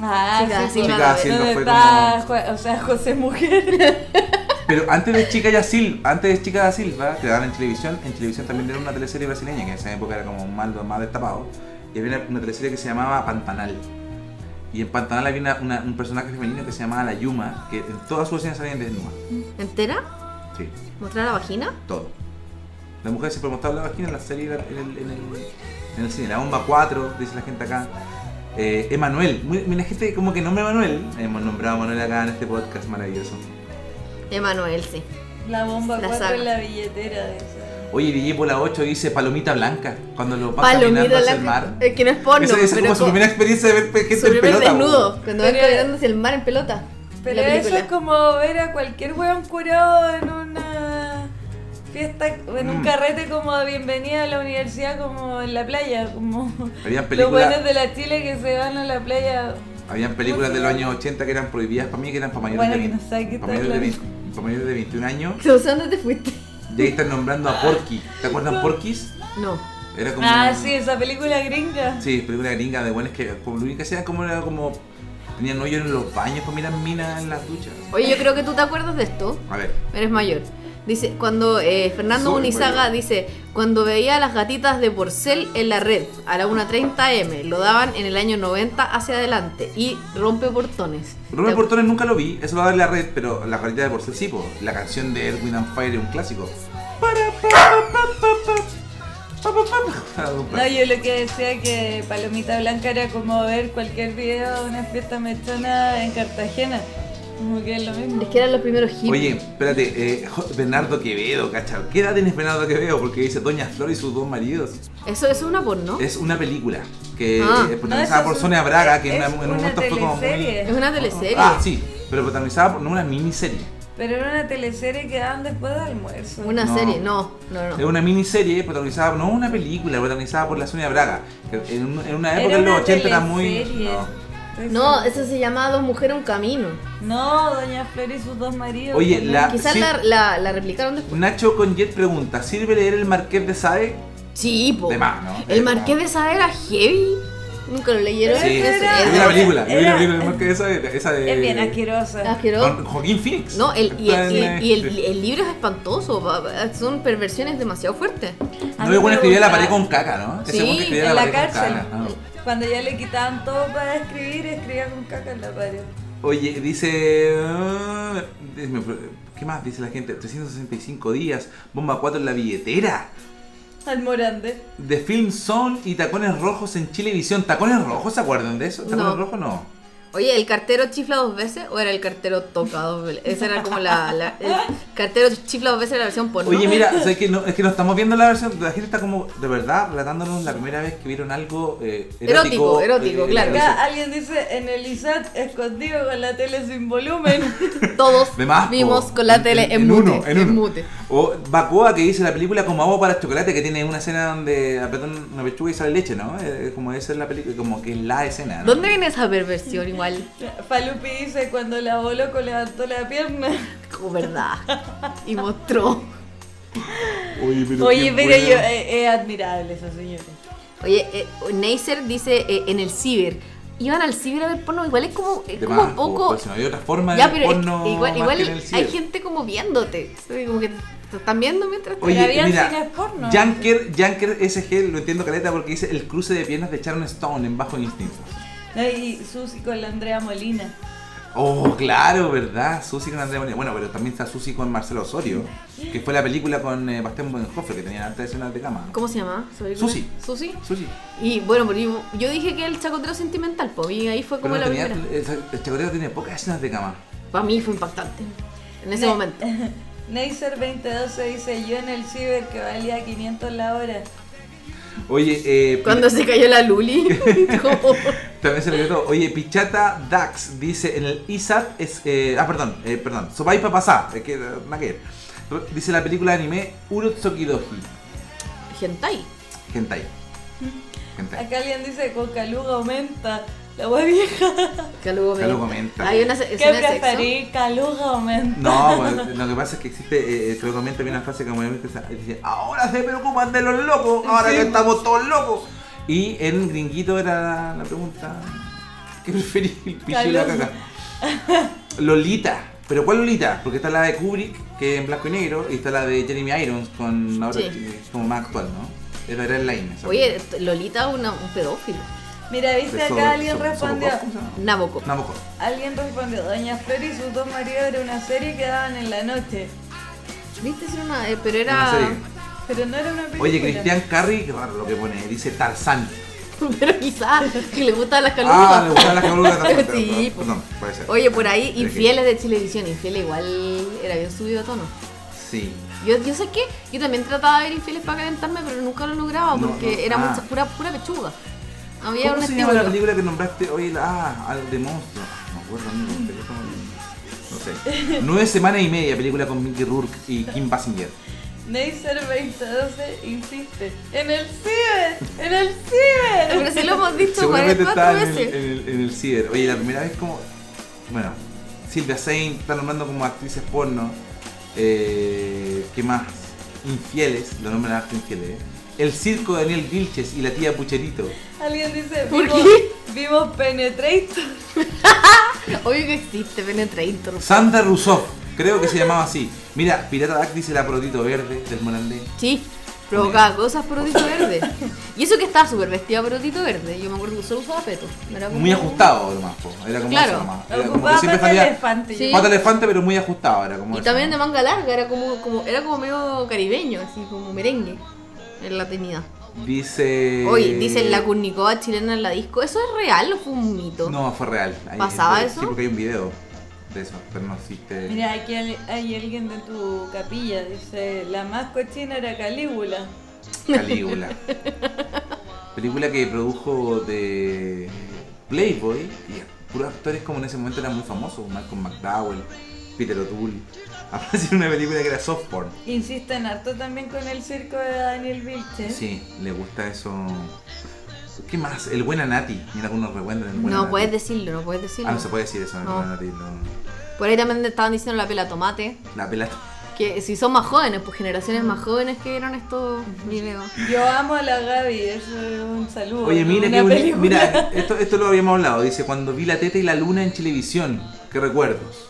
C: Ah,
D: Chica,
C: sí,
D: sí,
C: sí,
D: Chica
C: claro.
B: Silva
C: ¿Dónde
B: fue
C: está
B: como-
C: Jo- o sea, José Mujer?
B: Pero antes de Chica da Silva, antes de Chica da Silva, que daban en televisión, en televisión también era una teleserie brasileña, que en esa época era como más, más destapado, y había una, una teleserie que se llamaba Pantanal. Y en Pantanal había una- una- un personaje femenino que se llamaba La Yuma, que en todas sus escenas salían desnuda.
D: ¿Entera?
B: Sí,
D: ¿Mostrar la vagina?
B: todo. La mujer siempre mostraba la vagina en la serie, en el, en el- en el cine. La Bomba 4, dice la gente acá. Eh, Emanuel, muy- mira, gente como que nombra a Emanuel. Hemos nombrado a Manuel acá en este podcast maravilloso.
D: Emanuel, sí.
C: La bomba
D: La
C: 4
D: saga.
C: en la billetera de esa.
B: Oye, DJ Pola 8 dice palomita blanca cuando lo pasa caminando
D: Palomita
B: hacia
D: la
B: el mar.
D: Es que no es porno,
B: Esa es
D: pero
B: como su
D: co-
B: primera experiencia de ver pe- gente
D: su
B: en
D: primer
B: pelota.
D: desnudo.
B: po.
D: Cuando van
C: Pero-
D: caminando hacia el mar en pelota.
C: Pero
D: la
C: eso
D: película.
C: es como ver a cualquier weón curado en una fiesta, en un
B: Mm.
C: carrete como de bienvenida a la universidad, como en la playa, como
B: Habían
C: los buenos
B: películas,
C: de la Chile que se van a la playa.
B: habían películas de los años 80 que eran prohibidas para mí que eran para mayores
C: Bueno,
B: de
C: que no
B: 20
C: sé qué
B: para mayores de
C: está
B: 20 para mayores de 21 años.
D: No sé dónde te fuiste.
B: Y ahí están nombrando a Porky. ¿Te acuerdan Porky's?
D: No.
B: Era como
C: Ah, sí, esa película gringa.
B: Sí, película gringa de buenas que como lo único que hacían como era como tenían hoyos en los baños, pues miran minas en las duchas.
D: Oye, yo creo que tú te acuerdas de esto.
B: A ver.
D: Eres mayor. Dice, cuando eh, Fernando
B: Soy
D: Unizaga
B: mayor.
D: dice, cuando veía a las gatitas de Porcel en la red a la 1.30 M, lo daban en el año 90 hacia adelante y rompe portones.
B: Rubén
D: Te-
B: Portones nunca lo vi, eso lo va a dar la red, pero la carita de Porcel sí, po. la canción de Edwin and Fire es un clásico. Para, pa, pa, pa, pa, pa, pa, pa,
C: No,
B: pa.
C: yo lo que decía que Palomita Blanca era como ver cualquier video de una fiesta mechona en Cartagena. Como que es lo mismo.
D: Es que eran los primeros hippies.
B: Oye, espérate, eh, jo- Bernardo Quevedo, ¿cachai? ¿Qué edad tienes Bernardo Quevedo? Porque dice Doña Flor y sus dos maridos.
D: Eso, eso es una porno. Es,
B: Es una película que
D: Ah.
B: es
C: No, eso
B: protagonizada
C: es
B: por
C: un-
B: Sonia Braga, que en,
C: es
B: una- en un
C: una
B: momento fue como. muy-
C: teleserie.
D: una teleserie.
B: Ah, sí, pero protagonizada por no, una miniserie.
C: Pero era una teleserie que daban después del almuerzo.
D: Una
B: No.
D: serie, no, no, no.
B: Es una miniserie protagonizada, por- no una película, protagonizada por la Sonia Braga. Que en, un- en una época,
C: Era
B: en los
C: una
B: 80 era muy.
C: teleserie.
B: no.
C: Estoy
D: No,
C: segura.
D: eso se llama Dos Mujeres, un camino.
C: No, Doña Flor y sus dos maridos.
B: Oye,
C: ¿no?
B: la- Ah,
D: Quizás
B: sí.
D: la, la, la replicaron después.
B: Nacho Conjet pregunta: ¿Sirve leer el Marqués de Sade?
D: Sí, po.
B: De más, ¿no?
D: El Marqués de Sade era heavy. Nunca lo leyeron.
B: Sí,
C: Pero
B: es
C: era-
B: una película. Yo vi la
C: era-
B: película del Marqués de Sade. Esa de,
C: Es bien asquerosa.
B: Ah,
D: Asqueroso.
B: Con Joaquín Phoenix.
D: No, el, y, el, y,
B: Está en,
D: el- y el-
B: eh,
D: el libro es espantoso. va- va- Son perversiones demasiado fuertes.
C: A
B: No,
C: mí
B: el bueno
C: me
B: escribía la
C: gusta-
B: pared con caca, ¿no? Ese
D: Sí,
B: bueno escribía
C: en la
B: pared con ah.
C: cárcel.
B: caca, ¿no?
C: Cuando ya le quitaban todo para escribir, escribía con caca en la pared.
B: Oye, dice. ah, me fue- ¿Qué más dice la gente? 365 días, bomba 4 en la billetera.
C: Al Morande.
B: The Film Zone y Tacones Rojos en Chilevisión. ¿Tacones Rojos se acuerdan de eso? ¿Tacones
D: No.
B: Rojos no?
D: Oye, ¿el cartero chifla dos veces o era el cartero toca dos veces? Esa era como la. la- el cartero chifla dos veces era la versión porno.
B: Oye, mira, o sea, es que no, es que no estamos viendo la versión. La gente está como, de verdad, relatándonos la primera vez que vieron algo eh, erótico. eh,
D: Erótico, erótico, claro.
C: Acá alguien dice en el ISAT escondido con la tele sin volumen.
D: Todos
B: De más, po.
D: vimos con la tele en, mute.
B: uno, en uno.
D: mute.
B: O Bacoa que dice la película como agua para chocolate, que tiene una escena donde apretan una pechuga y sale leche, ¿no? Eh, como esa es la película, como que es la escena. Ah, ¿no?
D: ¿Dónde viene esa perversión igual?
C: Falupi dice cuando la boloco levantó la pierna.
D: Como verdad. Y mostró.
B: Oye, pero,
C: Oye,
B: qué
C: pero
B: bueno.
C: yo, eh, es admirable esa señora.
D: Oye, eh, Neisser dice eh, en el ciber. Iban al ciber a ver porno, igual es como, es
B: De
D: como
B: más,
D: un
B: po,
D: poco.
B: pues, si no había otra forma
D: Ya,
B: de
D: pero es-
B: porno
D: igual,
B: más
D: igual
B: que en el
D: hay
B: ciber.
D: gente como viéndote. ¿sabes? Como que te están viendo mientras te-
B: Oye,
C: Pero habían
B: mira,
C: cines porno.
B: Janker, Janker SG, lo entiendo caleta porque dice el cruce de piernas de Sharon Stone en Bajo Instinto.
C: No, y Susi con la Andrea Molina.
B: Oh, claro, ¿verdad? Susi con Andrea Molina. Bueno, pero también está Susi con Marcelo Osorio, que fue la película con eh, Bastián Buenhofer, que tenía hartas escenas de cama.
D: ¿Cómo se llama? ¿Sobre-
B: Susi.
D: Susi.
B: Susi.
D: Y bueno, porque yo, yo dije que el chacotero sentimental, pues y ahí fue como
B: Pero no
D: la
B: tenía,
D: primera.
B: el, el chacotero tiene pocas escenas de cama.
D: Para mí fue impactante. En ese
C: Ne-
D: momento.
C: Neisser2012 dice yo en el ciber que valía 500 la hora.
B: Oye, eh,
D: Cuando se cayó la Luli. como-
B: También se le quedó. Oye, Pichata Dax dice en el ISAT es. eh, ah, perdón, eh, perdón. Sopaipa pasá. Es que eh, nada que ver. Dice la película de anime Urotsukidoji.
D: Hentai.
B: Hentai. Hentai.
C: Acá alguien dice con caluga aumenta. La wea vieja.
D: Que luego
B: Ya lo comenta.
D: Hay una
C: ¿Qué
D: se- escena de sexo.
C: preferí? Caluga aumenta.
B: No, bueno, lo que pasa es que existe, eh, te lo comento, había una frase que me dice, ahora se preocupan de los locos, ahora que estamos todos locos. Y en gringuito era la, la pregunta, ¿qué preferís, el picho y la
C: Calor.
B: caca? Lolita, pero ¿cuál Lolita? Porque está la de Kubrick, que es en blanco y negro, y está la de Jeremy Irons, con ahora
D: Sí.
B: que es como más actual, ¿no? Es la Line. esa.
D: Oye, t- Lolita una, un pedófilo.
C: Mira,
B: De
C: viste acá
B: So-
C: alguien
B: So-
C: respondió.
B: Sobokov, ¿cómo se llama?
D: Naboco.
B: Nabokov.
C: Alguien respondió, Doña Flor y sus dos maridos era una serie que daban en la noche.
D: Viste, Eso era una. eh, pero
B: Una
D: era.
B: serie.
C: Pero no era una película.
B: Oye, Cristian Carri, qué raro lo que pone, dice Tarzán.
D: Pero quizás que le gustan las
B: Ah, le
D: calugas.
B: gustan las calugas también.
D: Sí,
B: perdón,
D: pues.
B: perdón, puede ser.
D: Oye, por ahí,
B: Es que-
D: infieles de televisión. Infiel igual era bien subido a tono.
B: Sí.
D: Yo, yo sé que yo también trataba de ver infieles para calentarme, pero nunca lo lograba
B: No,
D: porque
B: no,
D: era
B: ah.
D: mucha, pura, pura pechuga. Había
B: ¿Cómo
D: un
B: se llama la
D: estímulo.
B: película que nombraste hoy? La- Ah, al de monstruo. No me acuerdo, amigo, pero es como- No sé. Nueve semanas y media, película con Mickey Rourke y Kim Basinger.
C: Neisser 2012 insiste. ¡En el ciber! ¡En el
D: Pero
C: ciber!
D: se lo hemos dicho
B: Seguramente
D: 44
B: estaba en el, en,
D: veces.
B: el, en el ciber. Oye, la primera vez como... Bueno, Silvia Sein está nombrando como actrices porno. Eh, ¿Qué más? Infieles, lo nombran harto infieles. eh. El circo de Daniel Vilches y la tía Pucherito.
C: Alguien dice,
D: ¿Por
C: vimos,
D: qué?
C: vimos Penetrator.
D: Obvio que existe, Penetrator.
B: Sandra Rousseff, creo que se llamaba así. Mira, Pirata Dac dice la protito verde del Morandé.
D: Sí, provocaba cosas por Odito Verde. Y eso que estaba súper vestida por Odito Verde. Yo me acuerdo que solo usaba peto. No era como-
B: Muy ajustado nomás, po. era como
D: Claro.
B: eso nomás. Era como que
C: Ocupaba
B: siempre
C: pata de
B: salía
C: elefante.
D: Sí.
B: pata elefante, pero muy ajustado, era como
D: Y
B: eso,
D: también de
B: ¿no?
D: manga larga, era como, como, era como medio caribeño, así como merengue. En la tenida.
B: Dice.
D: Oye, dicen la Kurnikova chilena en la disco. ¿Eso es real o fue un mito?
B: No, fue real. Ahí-
D: ¿Pasaba
B: sí,
D: eso?
B: Sí, porque hay un video. de eso, pero no existe.
C: Mira, aquí hay, hay alguien de tu capilla, dice, la más cochina era Calígula.
B: Calígula. Película que produjo de Playboy y puros actores como en ese momento eran muy famosos, Malcolm McDowell, Peter O'Toole. Apareció en una película que era soft porn.
C: Insisten harto también con el circo de Daniel Vilche.
B: Sí, le gusta eso. ¿Qué más? El buen Anati. Mira algunos recuerdan el buen
D: No
B: Anati.
D: puedes decirlo, no puedes decirlo.
B: Ah, no se puede decir eso, el
D: No.
B: buen Anati. no.
D: Por ahí también estaban diciendo la pela tomate.
B: La pelata.
D: Que si son más jóvenes, pues generaciones más jóvenes que vieron estos videos.
C: Yo amo a la Gaby, eso es un saludo.
B: Oye,
C: ¿no?
B: mira,
C: Una
B: qué boni-
C: película.
B: mira esto, esto lo habíamos hablado. Dice, cuando vi la teta y la luna en televisión, qué recuerdos.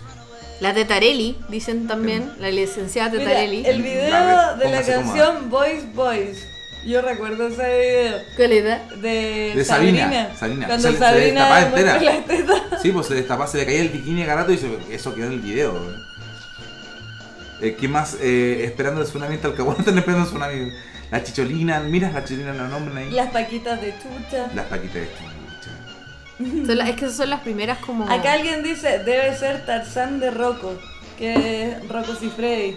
D: La Tetarelli, dicen también, la licenciada
C: Mira,
D: Tetarelli.
C: el
B: A
C: video
B: ver,
C: de la
B: póngase
C: canción Boys Boys. Yo recuerdo ese video
D: ¿Cuál era?
C: de,
B: De Sabrina,
C: Sabrina.
B: Sabrina.
C: Cuando
B: Se le- se le
C: Sabrina
B: destapaba entera.
C: demuestra las tetas.
B: Sí, pues se destapaba, se le caía el bikini a rato y se- eso quedó en el video. ¿eh? Eh, ¿Qué más? Eh, esperando el tsunami en Talcahuano, están esperando el tsunami. La chicholina, mira la chicholina, la nombran ahí.
C: Las paquitas de chucha.
B: Las paquitas de este chicholina.
D: Son la- es que esas son las primeras como...
C: Acá alguien dice, debe ser Tarzán de Rocco, que es Rocco Siffredi,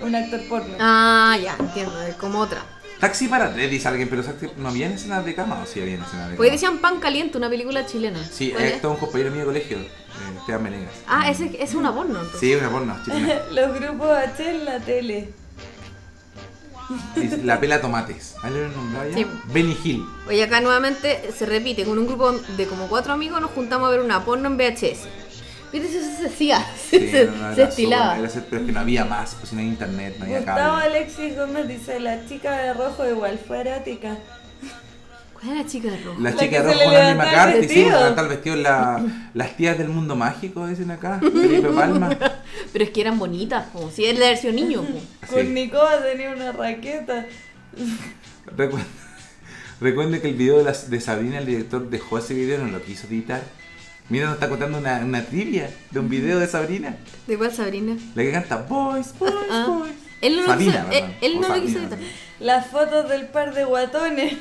C: un actor porno.
D: Ah, ya, entiendo, es como otra.
B: Taxi para tres, dice alguien, pero ¿sabes qué? no había escenas de cama o sí había escenas de
D: Pues
B: cama.
D: decían Pan Caliente, una película chilena.
B: Sí,
D: ¿Cuál
B: ahí
D: es?
B: está un compañero mío de colegio, eh, Esteban Menegas.
D: Ah, ese ese es una porno, entonces.
B: Sí, una porno, chilena.
C: Los grupos H en la tele.
B: Dice, La pela tomates. ¿Ah, lo he nombrado ya?
D: Sí.
B: Benny Hill.
D: Oye, acá nuevamente se repite, con un grupo de como cuatro amigos nos juntamos a ver una porno en VHS. Viste, eso se hacía,
B: Sí,
D: se,
B: no, era
D: se
B: solo-
D: estilaba.
B: era ser- pero es que no había más, pues no había internet, no había
C: Gustavo
B: cable.
C: Alexis Gómez dice, la chica de rojo igual fue erótica.
D: Ah, ¿Cuál era la chica de rojo?
B: La
C: La
B: chica de
C: que se
B: rojo,
C: le
B: Nanny
C: levantaba el
B: McCarthy, sí,
C: vestido.
B: levantar el vestido en la, las tías del mundo mágico, dicen acá, Felipe Palma.
D: Pero es que eran bonitas, como si él era sido niño. po.
C: Con
B: Sí.
C: Nicoba tenía una raqueta.
B: Recuer- Recuerden que el video de, las- de Sabrina, el director dejó ese video, no lo quiso editar. Mira, nos está contando una, una trivia de un video de Sabrina,
D: ¿De cuál Sabrina?
B: la que canta Boys, Boys,
D: Ah,
B: Boys.
D: él no lo
B: Sabina,
D: quiso,
B: perdón,
D: él, él
B: o
D: no lo
B: Sabina,
D: quiso
B: ¿no?
D: editar.
C: Las fotos del par de guatones.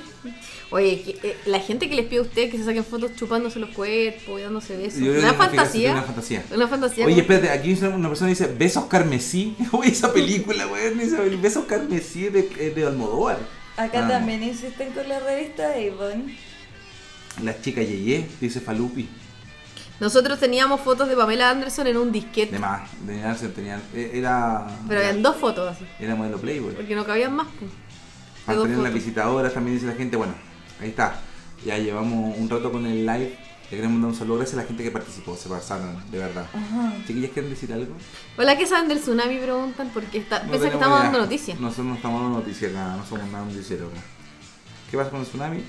D: Oye, que, eh, la gente que les pide a ustedes que se saquen fotos chupándose los cuerpos y dándose besos.
B: Yo creo que
D: Una
B: es una
D: fantasía.
B: una fantasía.
D: Una fantasía.
B: Oye,
D: como-
B: espérate, aquí dice una persona dice Besos Carmesí. Oye, esa película, weón. esa- el Besos Carmesí es de, es de Almodóvar.
C: Acá
B: Ah,
C: también insisten con la revista Avon.
B: La chica Yeye, dice Falupi.
D: Nosotros teníamos fotos de Pamela Anderson en un disquete.
B: De más, de Arce tenían. e- Era.
D: Pero
B: era,
D: habían dos fotos así.
B: era modelo Playboy.
D: Porque no cabían más. pues.
B: Para
D: dos
B: tener las
D: fotos.
B: visitadoras también dice la gente. Bueno, ahí está. Ya llevamos un rato con el live. Le queremos mandar un saludo. Gracias a la gente que participó. Se pasaron, de verdad.
C: Ajá.
B: Chiquillas, ¿quieren decir algo?
D: Hola, ¿qué saben del tsunami? Preguntan porque está,
B: No tenemos
D: piensan Ah, que estamos
B: idea.
D: dando noticias. No.
B: Nosotros no estamos dando noticias, nada. No somos nada noticiero. acá. ¿Qué pasa con el tsunami?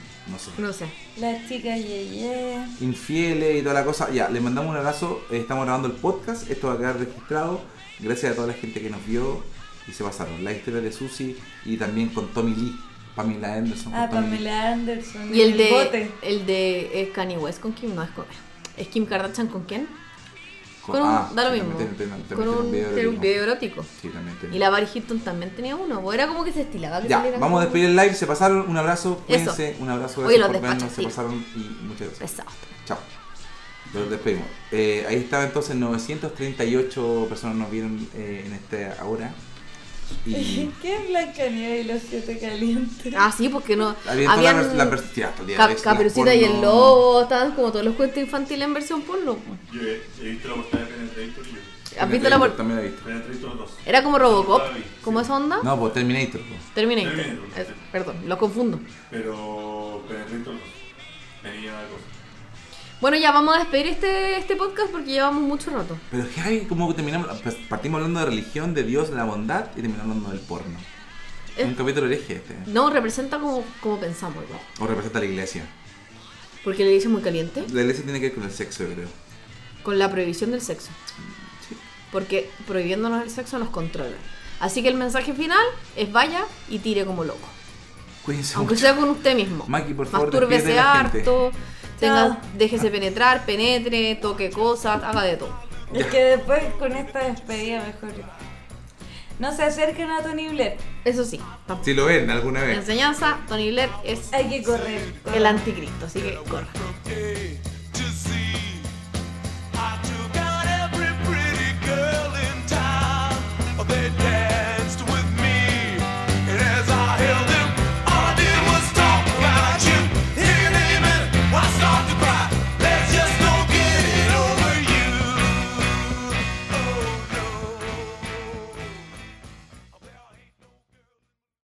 B: No sé.
D: sé.
C: Las chicas Yeye.
B: infieles y toda la cosa. Ya, les mandamos un abrazo. Eh, Estamos grabando el podcast. Esto va a quedar registrado. Gracias a toda la gente que nos vio y se pasaron. La historia de Susi y también con Tommy Lee. Pamela Anderson. con
C: Ah,
B: Tommy Lee.
C: Pamela Anderson.
D: Y el
C: bote.
D: de, el de eh, Kanye West con Kim, no es con. ¿Es Kim Kardashian con quién? Con un.
B: ah,
D: da lo
B: también
D: mismo.
B: te- te- te-
D: con
B: te-
D: un,
B: te- te-
D: era un video erótico.
B: Sí, también te-
D: Y la Paris Hilton también tenía uno. pues, Era como que se estilaba. que
B: Ya,
D: saliera
B: vamos a
D: como-
B: despedir el live. Se pasaron. Un abrazo.
D: Eso.
B: Cuídense. Un abrazo.
D: Oye,
B: Gracias
D: los
B: por vernos.
D: despachos,
B: Se
D: sí.
B: pasaron y muchas gracias.
D: Pesado.
B: Chao. Los despedimos. Eh, ahí estaba entonces 938 personas nos vieron eh, en esta hora. Y
C: ¿Qué es Blanca Nieve y los siete calientes?
D: Ah, sí, porque no.
B: Había toda la,
D: Habían
B: vers- la vers- ya, todo el día
D: Cap-
B: de vers-
D: Caperucita
B: las
D: y
B: porno.
D: el Lobo. Estaban como todos los cuentos infantiles en versión porno.
E: Yo he, he visto la portada de Penetrator y yo.
D: ¿Has visto la por-
B: También la he visto.
E: Penetrator 2.
D: Era como Robocop.
E: Sí.
D: ¿Cómo esa onda?
B: No, pues Terminator. pues.
D: Terminator.
E: Terminator.
D: Eh, perdón, los confundo.
E: Pero Penetrator 2. Tenía cosas.
D: Bueno, ya vamos a despedir este, este podcast porque llevamos mucho rato.
B: Pero es que hay como que terminamos. pues, Partimos hablando de religión, de Dios, de la bondad y terminamos hablando del porno.
D: Eh.
B: Un capítulo hereje este.
D: No, representa como, como pensamos, igual.
B: O representa a la iglesia.
D: Porque le dice muy caliente.
B: La iglesia tiene que ver con el sexo, yo creo.
D: Con la prohibición del sexo. Porque prohibiéndonos el sexo nos controlan. Así que el mensaje final es vaya y tire como loco.
B: Cuídense
D: Aunque
B: mucho.
D: sea con usted mismo.
B: Maki, por favor,
D: Mastúrbese
B: despídete de la gente.
D: harto. Tenga,
C: Chao.
D: déjese penetrar, penetre, toque cosas, haga de todo.
C: Es que después con esta despedida mejor. No se acerquen a Tony Blair.
D: Eso sí, tampoco.
B: Si lo ven alguna vez.
D: enseñanza, Tony Blair es
C: Hay que correr.
D: el anticristo, así que corra.
F: Hey,